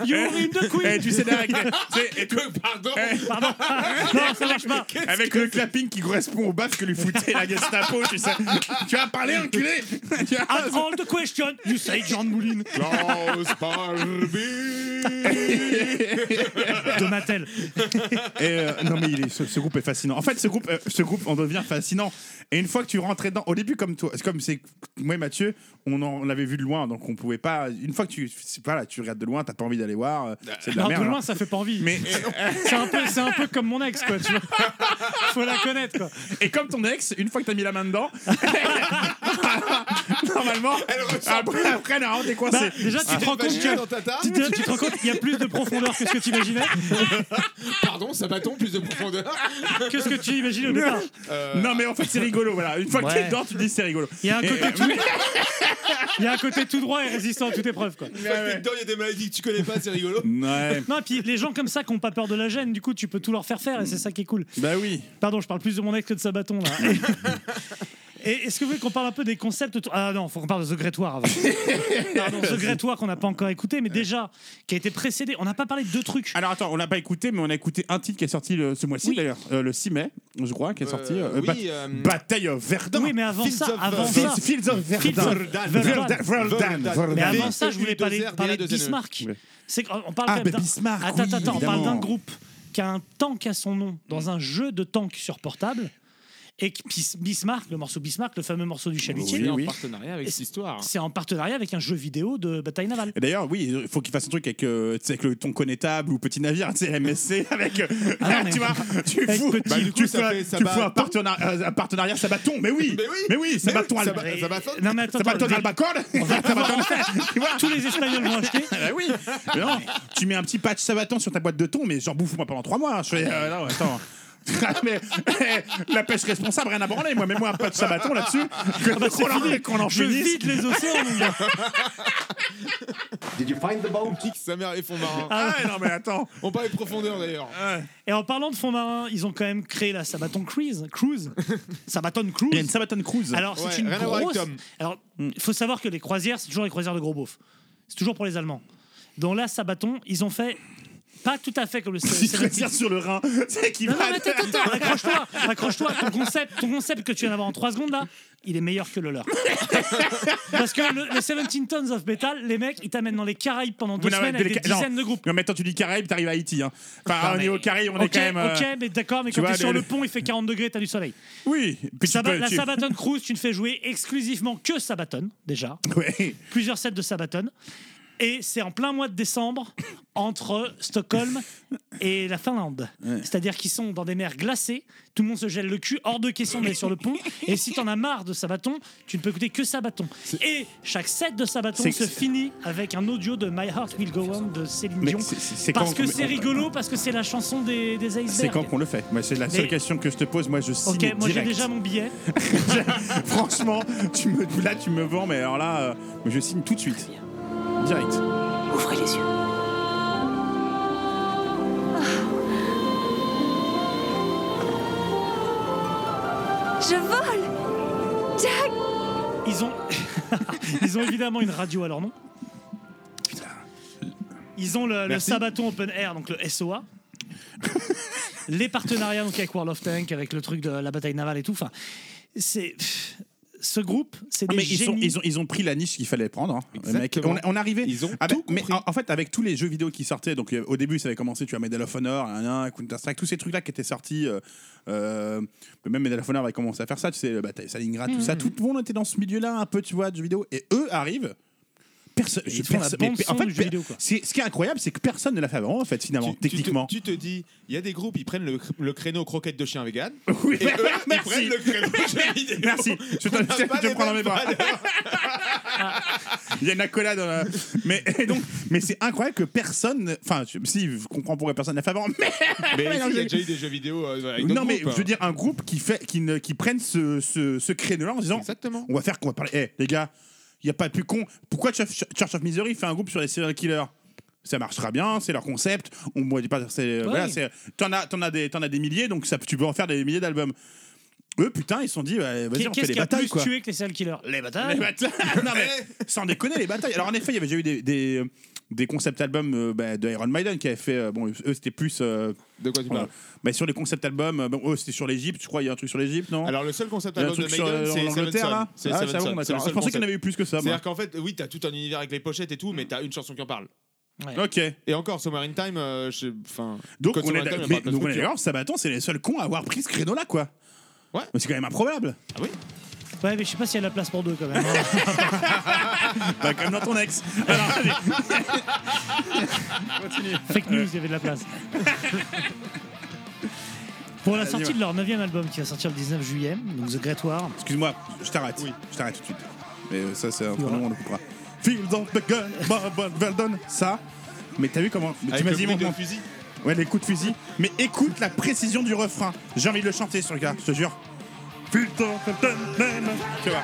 You're in the Eh, queen. tu sais, là, avec, tu sais, et tout- Pardon. Pardon. non, ça marche pas. avec le clapping qui correspond au baf que lui foutait la Gestapo, tu sais. Tu vas parler, enculé Tu vas- At all the question, you say John Moulin. Klaus Barbie. De Mattel. Et euh, non mais il est- ce, ce groupe est fascinant. En fait, ce groupe, euh, ce groupe, on devient fascinant. Et une fois que tu rentrais dedans, au début comme toi, c'est comme c'est moi et Mathieu, on en on l'avait vu de loin, donc on pouvait pas. Une fois que tu, c'est pas là, tu regardes de loin, t'as pas envie d'aller voir. euh, C'est de Bah, la Non, de merde. loin, alors. ça fait pas envie. Mais C'est un, peu- c'est un peu comme mon ex, quoi, tu vois. Faut la connaître, quoi. et comme ton ex, une fois que t'as mis la main dedans, Normalement, après, après, normalement, t'es coincé. Bah, déjà, tu te rends compte vachement que- dans ta tarte. tu te- tu te rends compte qu'il y a plus de profondeur que ce que tu imaginais Pardon, Sabaton, plus de profondeur. que ce que tu imaginais au départ. Euh, Non, mais en fait, c'est rigolo. Voilà, une fois que Ouais. t'es dedans, tu te dis c'est rigolo. Il y a un Et- côté tout. Il y a un côté tout droit et résistant à toute épreuve, quoi. une fois que t'es dedans, il y a des maladies que tu connais pas, c'est rigolo. euh, Ouais. Non, et puis les gens comme ça qui n'ont pas peur de la gêne, du coup, tu peux tout leur faire faire et c'est ça qui est cool. Bah oui. Pardon, je parle plus de mon ex que de sa bâton, là. Et, et est-ce que vous voulez qu'on parle un peu des concepts autour- Ah non, faut qu'on parle de The Great War avant. Pardon, The Great War qu'on n'a pas encore écouté, mais déjà, qui a été précédé. On n'a pas parlé de deux trucs. Alors attends, on l'a pas écouté, mais on a écouté un titre qui est sorti le- ce mois-ci d'ailleurs, euh, le 6 mai, je crois, qui est Euh, sorti. euh, oui, Bat- euh, Bataille of Verdun. Oui, mais avant Fields ça, of- avant Fields, ça. Fields of Fields Verdun. of Verdun. Verdun. Verdun. Verdun. Mais avant ça, je voulais Verdun. parler, Verdun. parler de Verdun. Bismarck. Oui. C'est qu'on parle Ah, quand même mais d'un- Bismarck, Attends, oui, attends, attends, on parle évidemment. Mm. d'un groupe qui a un tank à son nom dans un jeu de tank sur portable. Et que Bis- Bismarck, le morceau Bismarck, le fameux morceau du chalutier, Il est oui. en partenariat avec Et cette histoire. c'est en partenariat avec un jeu vidéo de bataille navale. Et D'ailleurs, oui, il faut qu'il fasse un truc avec, euh, tu sais, avec le ton connétable ou petit navire, tu sais, MSC, avec. euh, Ah non, mais- tu vois, tu Avec fous, petit- euh, bah, du coup, tu ça fait fais, tu Sabaton. fais un, partenariat, euh, un partenariat Sabaton, mais oui, Mais oui. mais oui, Sabaton oui, al- Sabaton. Ça va, ça Non, mais attends, Sabaton attends, Albacore Sabaton- tu vois tous les Espagnols l'ont acheté. Ah bah oui Mais non, tu mets un petit patch Sabaton sur ta boîte de thon, mais j'en bouffe moi pendant trois mois. Je fais, euh, non, attends. mais, mais la pêche responsable, rien à branler. Moi, mets-moi un patch Sabaton là-dessus. Que- qu'on en- qu'on en Je finisse. vide les océans, mon gars. Did you find the boat? Kick sa mère et fond marin. Ah ouais, non, mais attends. On parlait de profondeur d'ailleurs. Et en parlant de fond marin, ils ont quand même créé la Sabaton Cruise. Cruise. Sabaton Cruise. Il y a une Sabaton Cruise. Alors, Ouais, c'est une rien à voir avec grosse. Tom. Alors, il faut savoir que les croisières, c'est toujours les croisières de gros beaufs. C'est toujours pour les Allemands. Dans la Sabaton, ils ont fait pas tout à fait comme le il se Seven retire sur le Rhin. C'est qui Non, non, va. mais attends, attends, attends, accroche-toi, accroche-toi. Ton concept, ton concept que tu viens d'avoir en 3 secondes là, il est meilleur que le leur. Parce que le, le 17 Tons of Metal, les mecs, ils t'amènent dans les Caraïbes pendant deux Non, mais semaines avec des des- non. dizaines de groupes. Non, mais attends, tu dis Caraïbes, t'arrives à Haïti. Hein. Enfin, Non, on mais- est au Caraïbes, on est Ok, quand même. euh, Ok, mais d'accord, mais tu quand vois, t'es sur les- le pont, il fait 40 degrés, t'as du soleil. Oui. Puis tu Saba- peux- la tu- Sabaton Cruise, tu ne fais jouer exclusivement que Sabaton, déjà. Ouais. Plusieurs sets de Sabaton. Et c'est en plein mois de décembre, entre Stockholm et la Finlande. C'est-à-dire qu'ils sont dans des mers glacées, tout le monde se gèle le cul, hors de question d'aller sur le pont. Et si t'en as marre de Sabaton, tu ne peux écouter que Sabaton. Et chaque set de Sabaton C'est- se finit avec un audio de My Heart Will Go On de Céline Mais Dion. c'est- c'est- c'est Parce quand- que c'est on- rigolo, parce que c'est la chanson des, des icebergs. C'est quand qu'on le fait Moi, C'est la seule Mais- question que je te pose. Moi, je signe Ok, moi j'ai direct. déjà mon billet. Franchement, tu me, là, tu me vends, mais alors là, euh, je signe tout de suite. Direct. Ouvrez les yeux. Je vole Jack Ils ont, ils ont évidemment une radio à leur nom. Ils ont le, le Merci. Sabaton Open Air, donc le SOA. Les partenariats donc avec World of Tank, avec le truc de la bataille navale et tout. Enfin, c'est pff, ce groupe, c'est des Ah, mais ils, sont- génies. ils ont, ils ont pris la niche qu'il fallait prendre. hein, Exactement. mec. On, on arrivait. Ils ont avec- tout mais compris. en, en fait, avec tous les jeux vidéo qui sortaient, donc euh, au début, ça avait commencé, tu as Medal of Honor, nan, nan, Counter-Strike, tous ces trucs-là qui étaient sortis. euh, euh, même Medal of Honor avait commencé à faire ça, tu sais, bataille Stalingrad, Mmh, tout ça. Tout le monde était dans ce milieu-là, un peu, tu vois, de jeux vidéo. Et eux arrivent. Personne. ils font la bande son du jeu vidéo, quoi. c'est- ce qui est incroyable, c'est que personne ne l'a fait avant, en fait, finalement, Tu- tu te- techniquement. Tu te, dis, il y a des groupes, ils prennent le, cr- le créneau croquette de chien vegan. Oui, Et eux, ils prennent merci. le créneau jeux vidéo. Merci. Je On te- n'a je te- pas je te les prends dans mes bras. valeurs. Il y a une accolade. dans la- Mais et donc, mais c'est incroyable que personne. Enfin, je- si je comprends pourquoi personne n'a fait avant. Ah, Mais, Mais mais non, il y a je- déjà eu des jeux vidéo euh, avec non, d'autres mais groupes, je veux hein. dire un groupe qui fait, qui ne, qui prenne ce, ce, ce créneau-là en disant, Exactement. on va faire qu'on va parler. Eh les gars, il y a pas plus con. Pourquoi Church Church of Misery fait un groupe sur les serial killers? Ça marchera bien, c'est leur concept. On moi, je dis pas, c'est euh, voilà, c'est- t'en as, t'en as des, t'en as des milliers, donc ça, tu peux en faire des milliers d'albums. Eux, putain, ils se sont dit, ouais, vas-y, Qu'est- on fait Qu'est-ce des qui a batailles plus quoi. tué que les serial killers Les batailles. Les batailles. non mais sans déconner les batailles. Alors en effet, il y avait déjà eu des, des, euh, des concept albums euh, bah, de Iron Maiden qui avaient fait euh, bon eux c'était plus euh, De quoi tu voilà. parles Bah, sur les concept albums euh, bon eux c'était sur l'Égypte, je crois il y a un truc sur l'Égypte, non Alors, le seul concept Il y a un album de truc sur Maiden, euh, c'est en Angleterre Seven là Son. C'est Ah, Seven ça, bon, Son, d'accord. c'est le Je seul pensais qu'il y en concept. avait eu plus que ça. moi. C'est-à-dire qu'en fait, oui, t'as tout un univers avec les pochettes et tout, mais t'as une chanson qui en parle. Ok. Et encore, Summer in Time, euh, je sais- enfin. Donc Code on Summer est in Time, il d'accord- y a mais- pas de donc, on est culture. d'accord, Sabaton c'est les seuls cons à avoir pris ce créneau là quoi. Ouais. Mais c'est quand même improbable. Ah oui Ouais, mais je sais pas s'il y a de la place pour deux quand même. hein. Bah, comme dans ton ex. Alors, allez. Fake news, il y avait de la place. Pour la sortie de leur 9 album qui va sortir le 19 juillet, donc The Great War. Excuse-moi, je t'arrête. Oui. Je t'arrête tout de suite. Mais euh, ça, c'est un prénom, on le coupera. Field of the gun, Bob Veldon, ça. Mais t'as vu comment. mais Avec le t'imagines bruit de mon- fusil. Ouais, les coups de fusil. Mais écoute la précision du refrain. J'ai envie de le chanter, ce gars, je te jure. Field of the gun, man. Tu vois.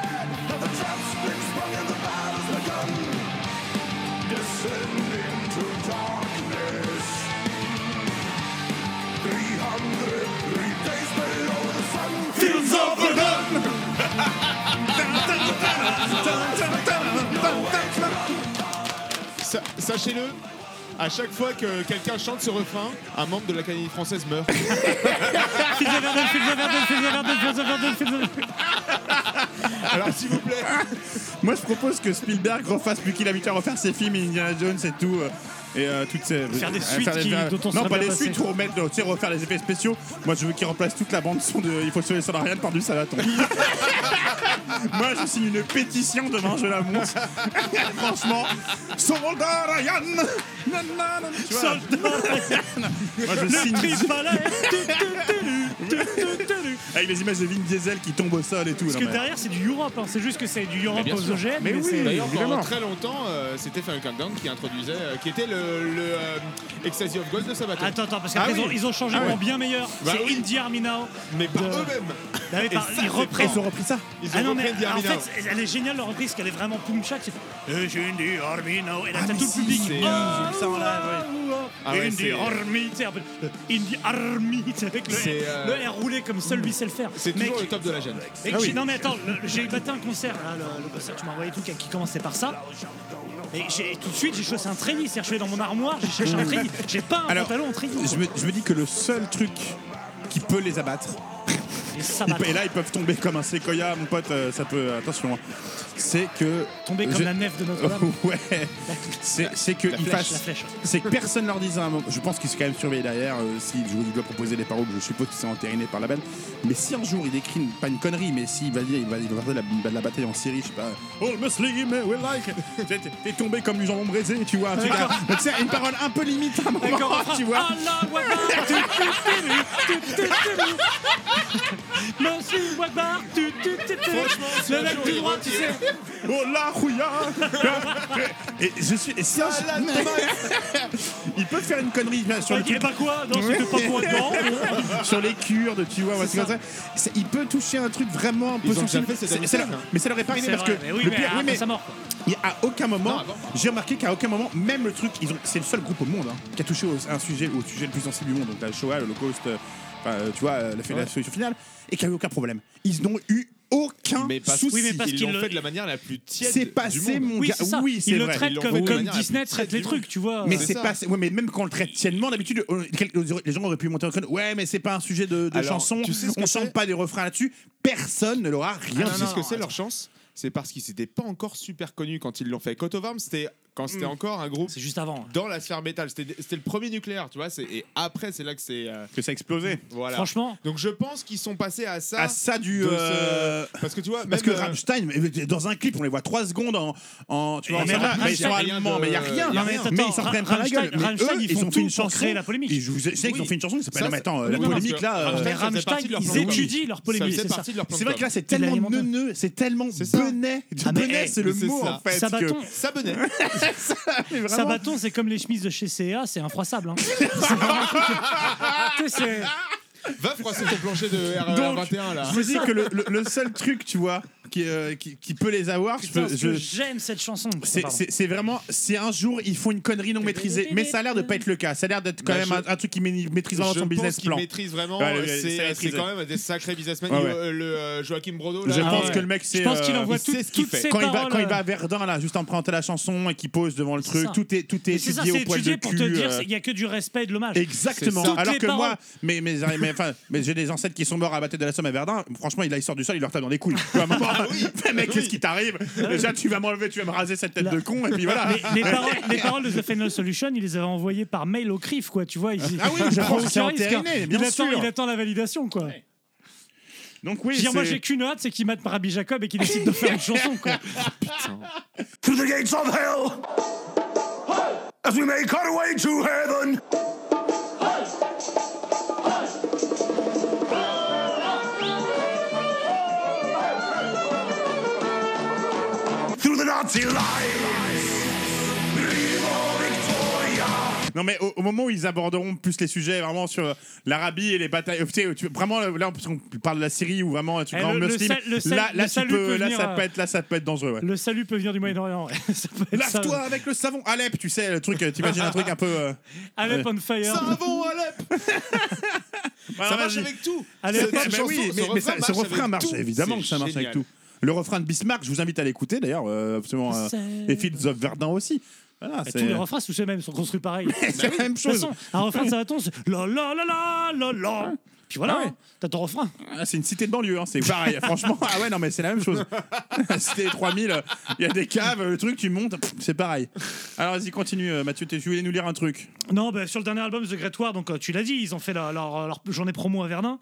Fields of the gun. Sa- Sachez-le, à chaque fois que quelqu'un chante ce refrain, un membre de l'Académie française meurt. Alors, s'il vous plaît. Ah Moi, je propose que Spielberg refasse, vu qu'il a habitué à refaire ses films, Indiana Jones et tout. euh, Et euh, toutes ces. Faire des euh, suites qui- dont on Non, serait pas bien des passé. suites, remettre, euh, tu sais, refaire les effets spéciaux. Moi, je veux qu'il remplace toute la bande-son de Il faut sauver son Ariane par du Salaton. Moi, je signe une pétition demain, je la monte. Franchement, Soldat Ryan Soldat Ryan Moi, je Le signe. tripalet. Avec les images de Vin Diesel qui tombe au sol et tout. Parce non, que mais- derrière, c'est du Europe, hein, c'est juste que c'est du Europe aux OGM. Mais oui, c'est- d'ailleurs, pendant très longtemps, euh, c'était Final Countdown qui introduisait, euh, qui était le, le, euh, Ecstasy of Ghost de Sabaton. Attends, attends, parce qu'après, Ah ils, oui. ont- ils ont changé Ah pour ouais. bien meilleur. Bah c'est oui. Indie Army Now. Mais par de- eux-mêmes. Ah oui, Et par- ça, ils c'est reprennent. fort. Ils ont repris ça Ils Ah ont non, mais repris Indie en Army Now. fait, elle est géniale leur reprise, qu'elle est vraiment pumcha. C'est euh, Indie Army Now. Et là, Ah, t'as mais tout si, le public. c'est, euh, Ah, ça, on l'a, ah, Ah ah, ouais, Indie c'est- Army, tu sais, un peu, euh, Indie Army, tu sais, avec le, C'est, euh, le R roulé comme seul lui sait le faire. C'est Mec, toujours le top de la gêne. Ah et j'ai- Non mais attends, le- j'ai battu un concert, là, le, le concert que tu m'as envoyé et tout, qui qui commençait par ça. Et j'ai- tout de suite j'ai cherché un treillis, c'est-à-dire je suis dans mon armoire, j'ai cherché un treillis, j'ai pas un Alors, pantalon en treillis. Je me, je me dis que le seul truc qui peut les abattre, Et ça ils va. pe- et là ils peuvent tomber comme un séquoia, mon pote, euh, ça peut, attention, hein, c'est que Tomber comme la nef de Oh, Notre-Dame. ouais, c'est c'est que La ils flèche, fassent- la flèche. c'est que personne leur dise à un moment. Je pense qu'ils sont quand même surveillés derrière. euh, si je dois proposer des paroles, je suppose que c'est entériné par la bande. Mais si un jour il écrit une- pas une connerie, mais s'il va dire, il va, il va faire de la, de la bataille en Syrie, je sais pas. Oh Muslim, we like. T'es- t'es- T'es tombé comme du jambon braisé, tu vois. un truc, D'accord. hein. Donc, c'est une parole un peu limite à un moment, D'accord, oh, tu vois. Allah Akbar, tu, Ah tu, tu, tu, tu, tu, tu. Monsieur Akbar, tu, tu, tu, tu. le mec du droit, tu sais. Ah, Oh la rouilla Et je suis. Et si un- Ah, Ils peuvent faire une connerie là, sur Ouais, le il est pas quoi Non, c'était pas quoi dedans. sur les Kurdes, tu vois, ouais, c'est comme ça. C'est- Il peut toucher un truc vraiment un peu Ils ont sensible. déjà fait cette C'est- c'est leur- amitié, hein. Mais ça leur est pas arrivé C'est parce vrai, que mais oui, le mais pire- après sa mort, il y a à aucun moment, j'ai remarqué qu'à aucun moment, même le truc, ils ont, c'est le seul groupe au monde hein, qui a touché au, un sujet, au sujet le plus sensible du monde, donc la Shoah, l'Holocauste, euh, enfin, euh, tu vois, euh, la, la Ouais. solution finale, et qui a eu aucun problème. Ils n'ont eu aucun Mais parce, souci. qu'ils l'ont fait de la manière la plus tiède C'est du passé, monde. mon Oui, gars. c'est ça. Oui, c'est Ils le vrai. traitent Ils l'ont comme, fait de comme manière la Disney plus traite les traite du trucs, tu vois. mais Euh, c'est pas. Ouais, mais même quand on le traite tiennement, d'habitude, on- quel- les gens auraient pu monter en crâne. Ouais, mais c'est pas un sujet de, de Alors, chanson. tu sais ce que on chante c'est Ah, pas des refrains là-dessus. Personne ne leur a rien tu dit. sais ce que c'est leur chance C'est parce qu'ils n'étaient pas encore super connus quand ils l'ont fait. Kotovarm, c'était quand c'était Mm. encore un groupe C'est juste avant. dans la sphère métal. C'était c'était le premier nucléaire, tu vois. c'est- Et après, c'est là que c'est. euh, Que ça a explosé. voilà. Franchement. Donc je pense qu'ils sont passés à ça. À ça du. de ce- euh, Parce que tu vois, Parce que même, euh, Rammstein, mais dans un clip, on les voit 3 secondes en. en- tu vois, Et en mais ça va, Rammstein, mais ils sont y a rien allemands, de- mais il n'y a rien. y a Non, mais rien. attends, Mais ils s'en prennent pas la Rammstein- gueule. Mais Rammstein, eux, ils ils font ont fait tout une pour chanson. créer la polémique. Et je vous sais qu'ils ont fait une chanson qui s'appelle. Ça, Non, mais attends, ça- oui, la parce polémique que là. euh, Mais Rammstein, ça faisait Rammstein, partie de leur ils plan de com. étudient leur Ça polémique. faisait c'est ça. partie de leur plan C'est de vrai que là, com. c'est Ils tellement l'alimentent. neuneux, c'est tellement ça. benet. Ah, mais, Benet, eh, c'est le mais c'est mot ça. en fait. que- Sabaton. Ça venait. Mais vraiment. Sabaton, c'est comme les chemises de chez CA, c'est infroissable. Hein. C'est vraiment un truc que- tu sais, c'est- Va froisser ton plancher de Donc, R21 là. Je me dis que le, le- le seul truc, tu vois, qui, euh, qui, qui peut les avoir, je Putain, peux- ce que je- j'aime cette chanson. c'est- Pardon. c'est c'est vraiment si un jour ils font une connerie non maîtrisée. Mais ça a l'air de pas être le cas. Ça a l'air d'être quand Bah, même je- un, un truc qui maî- maîtrise vraiment je son pense business qu'ils plan. maîtrisent vraiment. Ouais, ouais, c'est- euh, ça c'est maîtrisés. quand même des sacrés businessmen. Ouais, Il- ouais. euh, Le euh, Joachim Brodo. Là, Je Ah pense ouais. que le mec, c'est. Je pense qu'il euh, envoie il tout, sait ce qu'il toutes fait. ses Quand il, paroles. va, quand il va euh, à Verdun, là, juste en présentant la chanson et qu'il pose devant le C'est truc, ça. tout est, tout est mais c'est ça, étudié c'est au poil étudié de pour cul. te dire euh, il n'y a que du respect et de l'hommage. Exactement. C'est ça. Alors Toutes que les moi, paroles. mes, mes, mes- enfin, mes- j'ai des ancêtres qui sont morts à la bataille de la Somme à Verdun. Franchement, il, a- il sort du sol, il leur tape dans les couilles. Tu vois, à un moment, Ah Mais mec, qu'est-ce qui t'arrive Déjà, tu vas m'enlever, tu vas me raser cette tête Là. de con, et puis voilà. Ah Mais les, paroles, les paroles de The Final Solution, il les avait envoyées par mail au CRIF, quoi, tu vois. il- Ah oui, il je prend pense au que c'est sérieux, ce gars. entériné, bien hein. il, attend, sûr. il attend la validation, quoi. Donc oui, Je veux dire, moi, c'est- j'ai qu'une hâte, c'est qu'il mate par Rabbi Jacob et qu'il décide de faire une chanson, quoi. Through the gates of hell, as we make our way to heaven. Nazi lies. Viva Victoria. Non, mais au, au moment où ils aborderont plus les sujets vraiment sur euh, l'Arabie et les batailles, euh, tu sais, tu- vraiment là, là, parce qu'on parle de la Syrie ou vraiment tu Eh, parles le- le musulman, sal- le sal- là, le là, tu salut peux- peut là, venir, ça euh, peut être, là, ça peut être dangereux. ouais. Le salut peut venir du Moyen-Orient. ouais. Ça peut être ça. Lave-toi avec le savon Alep, tu sais, le truc, euh, t'imagines un truc un peu. euh, Alep ouais. on fire. Savon Alep Ouais, Ça marche Ah, vas-y. avec tout Allez, Cette bah chanson, oui, ce mais, mais ça- refrain marche ce refrain avec marche, tout. évidemment que ça C'est marche avec génial. tout. Le refrain de Bismarck, je vous invite à l'écouter d'ailleurs, euh, absolument. euh, C'est- et Fields of Verdun aussi. Voilà, Et c'est- Bah, tous les refrains sous mêmes sont construits pareil. Bah c'est la même De toute chose. façon, un refrain ça va tomber. c'est La la la la la la. Puis voilà, Ah ouais. hein, t'as ton refrain. Ah, c'est une cité de banlieue, hein, c'est pareil. Franchement, ah ouais, non, mais c'est la même chose. Cité des 3000, euh, il y a des caves, le truc, tu montes, pff, c'est pareil. Alors vas-y, continue, euh, Mathieu, t'es- tu voulais nous lire un truc. Non, bah, sur le dernier album The Great War, donc euh, tu l'as dit, ils ont fait la- leur, leur journée promo à Verdun.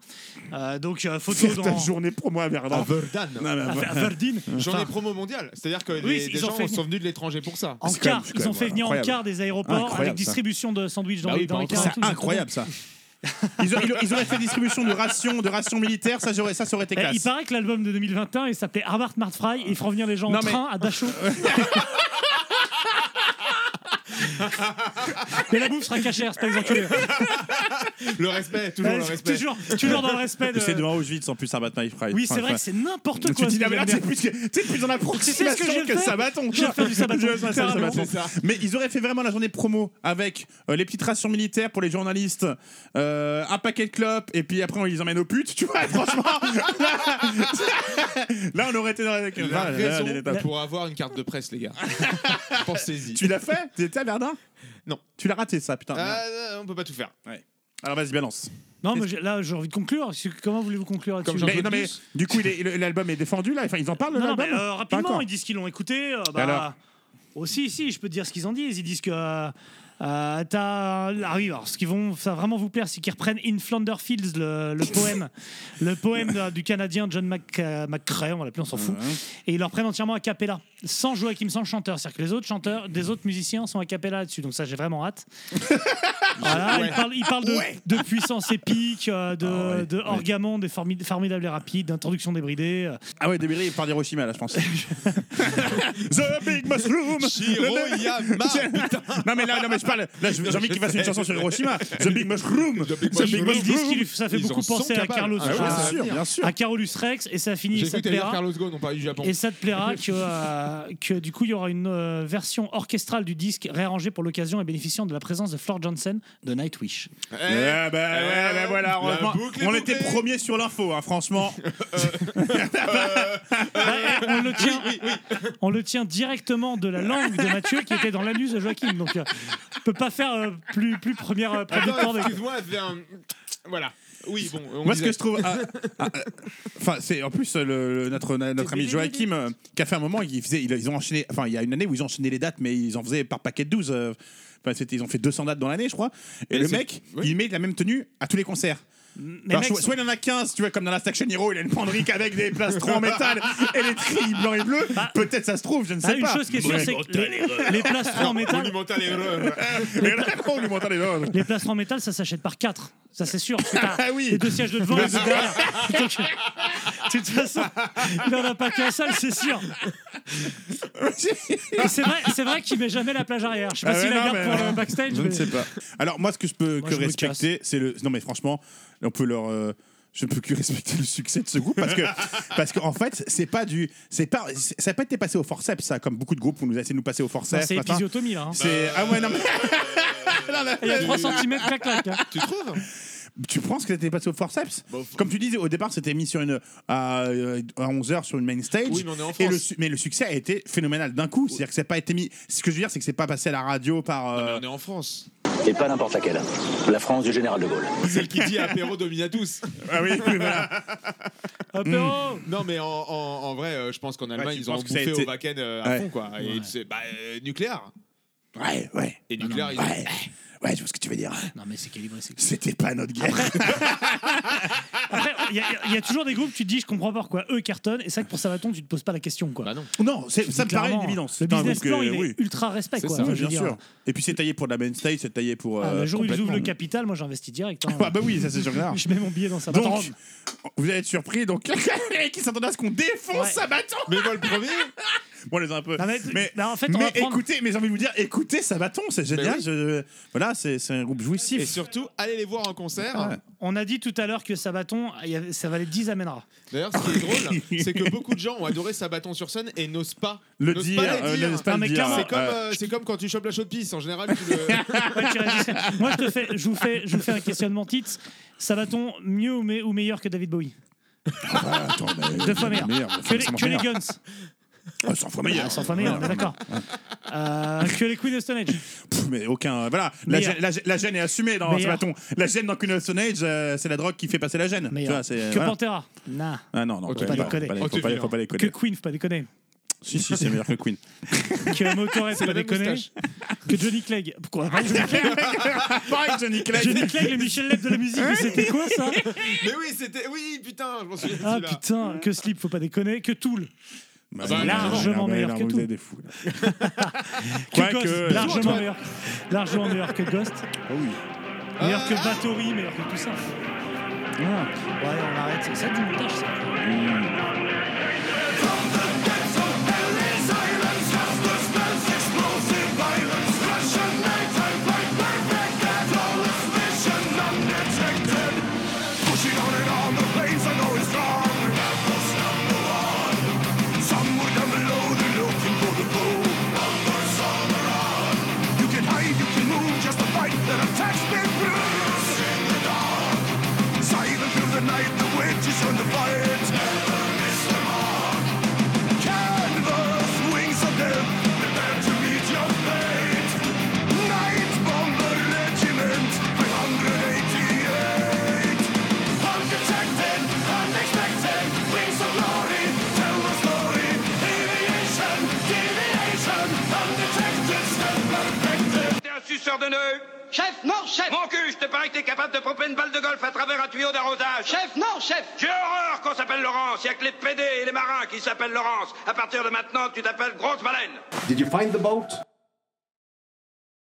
Euh, donc euh, photo Faire dans. ta journée promo à Verdun. À Verdun. Non, mais- à, à Verdun. J'en ai Enfin, promo mondiale. C'est-à-dire que Oui, les- ils des ont gens fait- sont venus de l'étranger pour ça. Bah en C'est quand même- car, c'est quand ils ont même fait venir en incroyable. car des aéroports Incroyable, avec ça. distribution de sandwichs dans, Bah les- oui, dans les par cars. et C'est tout, c'est incroyable ça. Ils, ont- ils ont- ils auraient fait distribution de rations, de rations militaires, ça, j'aurais- ça, ça aurait été Eh, classe. il paraît que l'album de 2021 il s'appelait Harvard Mart Fry et ils feront venir les gens Non, en mais- train à Dachau. mais la bouffe sera cachère, c'est pas les enculés. Le respect, toujours le Bah, Ouais, respect. toujours, toujours dans le respect de. C'est de Auschwitz en plus, un Batman Fry. Oui, c'est Enfin, vrai que c'est n'importe Tu quoi. te dis, ce ah, mais là, qu'ils c'est viennent plus, que- c'est plus en Tu approximation sais ce que je vais que, faire Sabaton. Je vais faire du Sabaton, Je vais faire du littéralement. Sabaton. C'est ça. Mais ils auraient fait vraiment la journée promo avec euh, les petites rations militaires pour les journalistes, euh, un paquet de clopes, et puis après on les emmène aux putes, tu vois, franchement. là, on aurait été dans la. Ah La Là, là, raison là, là, là. pour avoir une carte de presse, les gars. Pensez-y. Tu l'as fait Tu étais à Verdun Non. Tu l'as raté, ça, putain. merde. Ah, non, on peut pas tout faire. Alors vas-y, balance. Non, mais j'ai- là, j'ai envie de conclure. Comment voulez-vous conclure là-dessus Comme J'en Mais, peux non, mais plus. du coup, il est- le- l'album est défendu là Enfin, ils en parlent de Non, non, l'album mais euh, rapidement, D'accord. ils disent qu'ils l'ont écouté. euh, bah, alors aussi, si, je peux te dire ce qu'ils en disent. Ils disent que. euh, euh, t'as- ah oui, alors, ce qui vont, ça va vraiment vous plaire, c'est qu'ils reprennent In Flounder Fields, le, le poème, le poème de- du Canadien John Mc, euh, McCrae, on va l'appeler, on s'en fout. Et ils le reprennent entièrement a cappella, sans Joachim, sans le chanteur. C'est-à-dire que les autres chanteurs, des autres musiciens sont a cappella là-dessus. Donc ça, j'ai vraiment hâte. Voilà, Ouais. ils parlent, ils parlent de, de puissance épique, euh, de, Ah ouais, de ouais. orgaments, des formid- formidables et rapides, d'introduction débridée. euh, Ah ouais, Debris, il part d'Hiroshima là, je pense. The Big Mushroom Shiroyama, putain. Non mais là, non, mais je parle. Là, je- j'ai envie qu'il fasse une chanson sur Hiroshima. The Big Mushroom The Big The Big Mushroom. Ils disent qu'il- Mushroom ça fait Ils en beaucoup sont penser à capables. Carlos, Ah ouais, Bien à- sûr, bien sûr. à Carolus Rex, et ça finit, J'ai ça te cru que t'allais dire plaira. Carlos Ghosn, on parlait du Japon. Et ça te plaira que, euh, que du coup il y aura une euh, version orchestrale du disque réarrangée pour l'occasion et bénéficiant de la présence de Floor Johnson de Nightwish. Eh, Eh ben, ouais, ben voilà, la heureusement, boucle est on bouclée. était premiers sur l'info, hein, franchement. on, le tient, on le tient directement de la langue de Mathieu qui était dans l'anus de Joachim. Donc euh, on peut pas faire euh, plus, plus première euh, Attends, producteur de- Ah excuse-moi, elle fait un- Voilà. Oui, bon. on Moi, ce disait- que je trouve. ah, ah, ah, Enfin, c'est en plus euh, le, le- notre, na- notre ami Joachim euh, qui a fait un moment, il faisait, il- ils ont enchaîné. Enfin, il y a une année où ils enchaînaient les dates, mais ils en faisaient par paquet de 12. euh, Enfin, c'était- ils ont fait 200 dates dans l'année, je crois. Et, Mais le c'est- mec, oui. il met la même tenue à tous les concerts. Mais Alors, mec, soit, soit il en a 15, tu vois, comme dans la Action Hero, il a une pendrique avec des plastrons en métal et les trilles blancs et bleus. Peut-être ça se trouve, je ne Ah, sais Bah, une pas. chose qui est sûre, c'est que les, les plastrons en métal, Monumental erreur. Mais là, on lui montre les dents. les plastrons en métal, ça s'achète par 4 Ça c'est sûr. parce que t'as Ah oui. Les deux sièges de devant, les deux derrière. Donc, De toute façon, il n'en a pas qu'un seul, c'est sûr. Et C'est vrai, c'est vrai qu'il met jamais la plage arrière. Je sais pas Ah ouais, s'il non, la garde mais- pour le backstage. Je mais- ne sais pas. Alors moi, ce que je peux Moi, que je me respecter, c'est le. Non mais franchement, on peut leur. euh, Je ne peux que respecter le succès de ce groupe parce que parce qu'en fait c'est pas du c'est pas c'est- ça a pas été passé au forceps ça comme beaucoup de groupes où nous a essayé de nous passer au Non, forceps C'est machin. épisiotomie là. hein. c'est ah ouais non mais Il y a 3 cm clac clac. hein. Tu trouves tu penses que c'était passé au forceps Bah, faut- comme tu disais au départ c'était mis sur une à, 11h sur une main stage Oui, mais on est en et le France. su- mais le succès a été phénoménal d'un coup c'est-à-dire que c'est pas été mis ce que je veux dire c'est que c'est pas passé à la radio par euh, On est en France. Et pas n'importe laquelle. La France du général de Gaulle. Celle qui dit apéro domine à tous. ah oui voilà. Hmm. Apéro. Non, mais en, en- en vrai, euh, je pense qu'en Allemagne, Ouais, tu ils ont penses que ça a bouffé été- au Wacken euh, à Ouais. fond, quoi. Et c'est bah, euh, nucléaire. ouais ouais Et nucléaire, ils ont- Ouais, ouais, je vois ce que tu veux dire. Non mais c'est calibré. c'est- C'était pas notre guerre. Après, il y, a- il y a toujours des groupes, tu te dis, je comprends pas pourquoi eux cartonnent. Et ça que pour Sabaton, tu te poses pas la question quoi. Bah non. non, c'est- ça me paraît une Clairement, évidence. Le C'est un business groupe plan, que- il est oui. ultra respect C'est quoi. ça, je Oui, veux bien dire. sûr. Et puis c'est taillé pour de la main stage, c'est taillé pour. Ah, euh, le jour où ils ouvrent complètement. le capital, moi j'investis direct. hein. Ah bah oui, ça c'est sûr. clair. Je mets mon billet dans sa Donc, vous allez être surpris. Donc, qui s'attendait à ce qu'on défonce Ouais. Sabaton Mais moi, le premier, Bon, les a un peu. Non, mais- mais non, en fait, on mais va prendre- écoutez, mais j'ai envie de vous dire, écoutez Sabaton, c'est génial. oui. je- Voilà, c'est c'est un groupe jouissif. Bah Et surtout, allez les voir en concert. ah. Ah. On a dit tout à l'heure que Sabaton, il y avait- ça valait 10 amènera. D'ailleurs, ce qui est drôle, c'est que beaucoup de gens ont adoré Sabaton sur scène et n'osent pas Le n'osent dire, pas euh, les dire. n'osent pas le mais dire, clairement, ouais. C'est comme, Ouais. euh, c'est comme quand tu chopes la chaude pisse. En général, tu le- Ouais, tu réagis. Moi, je te fais, je vous fais, je vous fais un questionnement titre. Ça va-t-on mieux ou, me- ou meilleur que David Bowie Deux fois meilleur. Que les, que les Guns. 100 fois meilleur. Ah, 100 fois meilleur, on est d'accord. Euh, que les Queen of Stone Age. Pff, mais aucun. Voilà, la Meilleur. gêne, la gêne- la gêne est assumée dans Meilleur. Sabaton. La gêne dans Queen of Stone Age, euh, c'est la drogue qui fait passer la gêne. Tu vois, c'est- que voilà. Pantera. Nah. Ah non, Faut non, faut pas pas, les connaître. faut pas les- faut pas les- faut pas les Que connaître. Queen, faut pas déconner. Si, si, c'est meilleur que Queen. que Motorhead, faut pas déconner. Que Johnny Clegg. Pourquoi pas Johnny Clegg Pareil, Johnny Clegg. Johnny Clegg, le Michel Leb de la musique, mais c'était quoi ça Mais oui, c'était. Oui, putain, je m'en souviens. de Ah celui-là. putain, que Slip, faut pas déconner. Que Tool. Bah, C'est non, largement non, mais meilleur non, que vous tout. êtes des fous. là. Que Ah Quoique, Ghost, euh, largement Antoine- meilleur. Largement meilleur que Ghost. oui. Meilleur que Bathory, meilleur que tout ça. Ah. Ouais, on arrête. C'est ça du montage, ça. Attacks big bruise in the dark. Silent through the night, the witch is on the fight. Never miss the mark. Canvas wings of death, prepare to meet your fate. Night bomber regiment, 588. Undetected, unexpected, wings of glory, tell the story. Deviation, deviation, undetected, still perfected. T'es un suceur de nœud Chef, non, chef Mon cul, je te parie que t'es capable de pomper une balle de golf à travers un tuyau d'arrosage Chef, non, chef J'ai horreur qu'on s'appelle Laurence, y'a que les PD et les marins qui s'appellent Laurence À partir de maintenant, tu t'appelles Grosse Baleine Did you find the boat?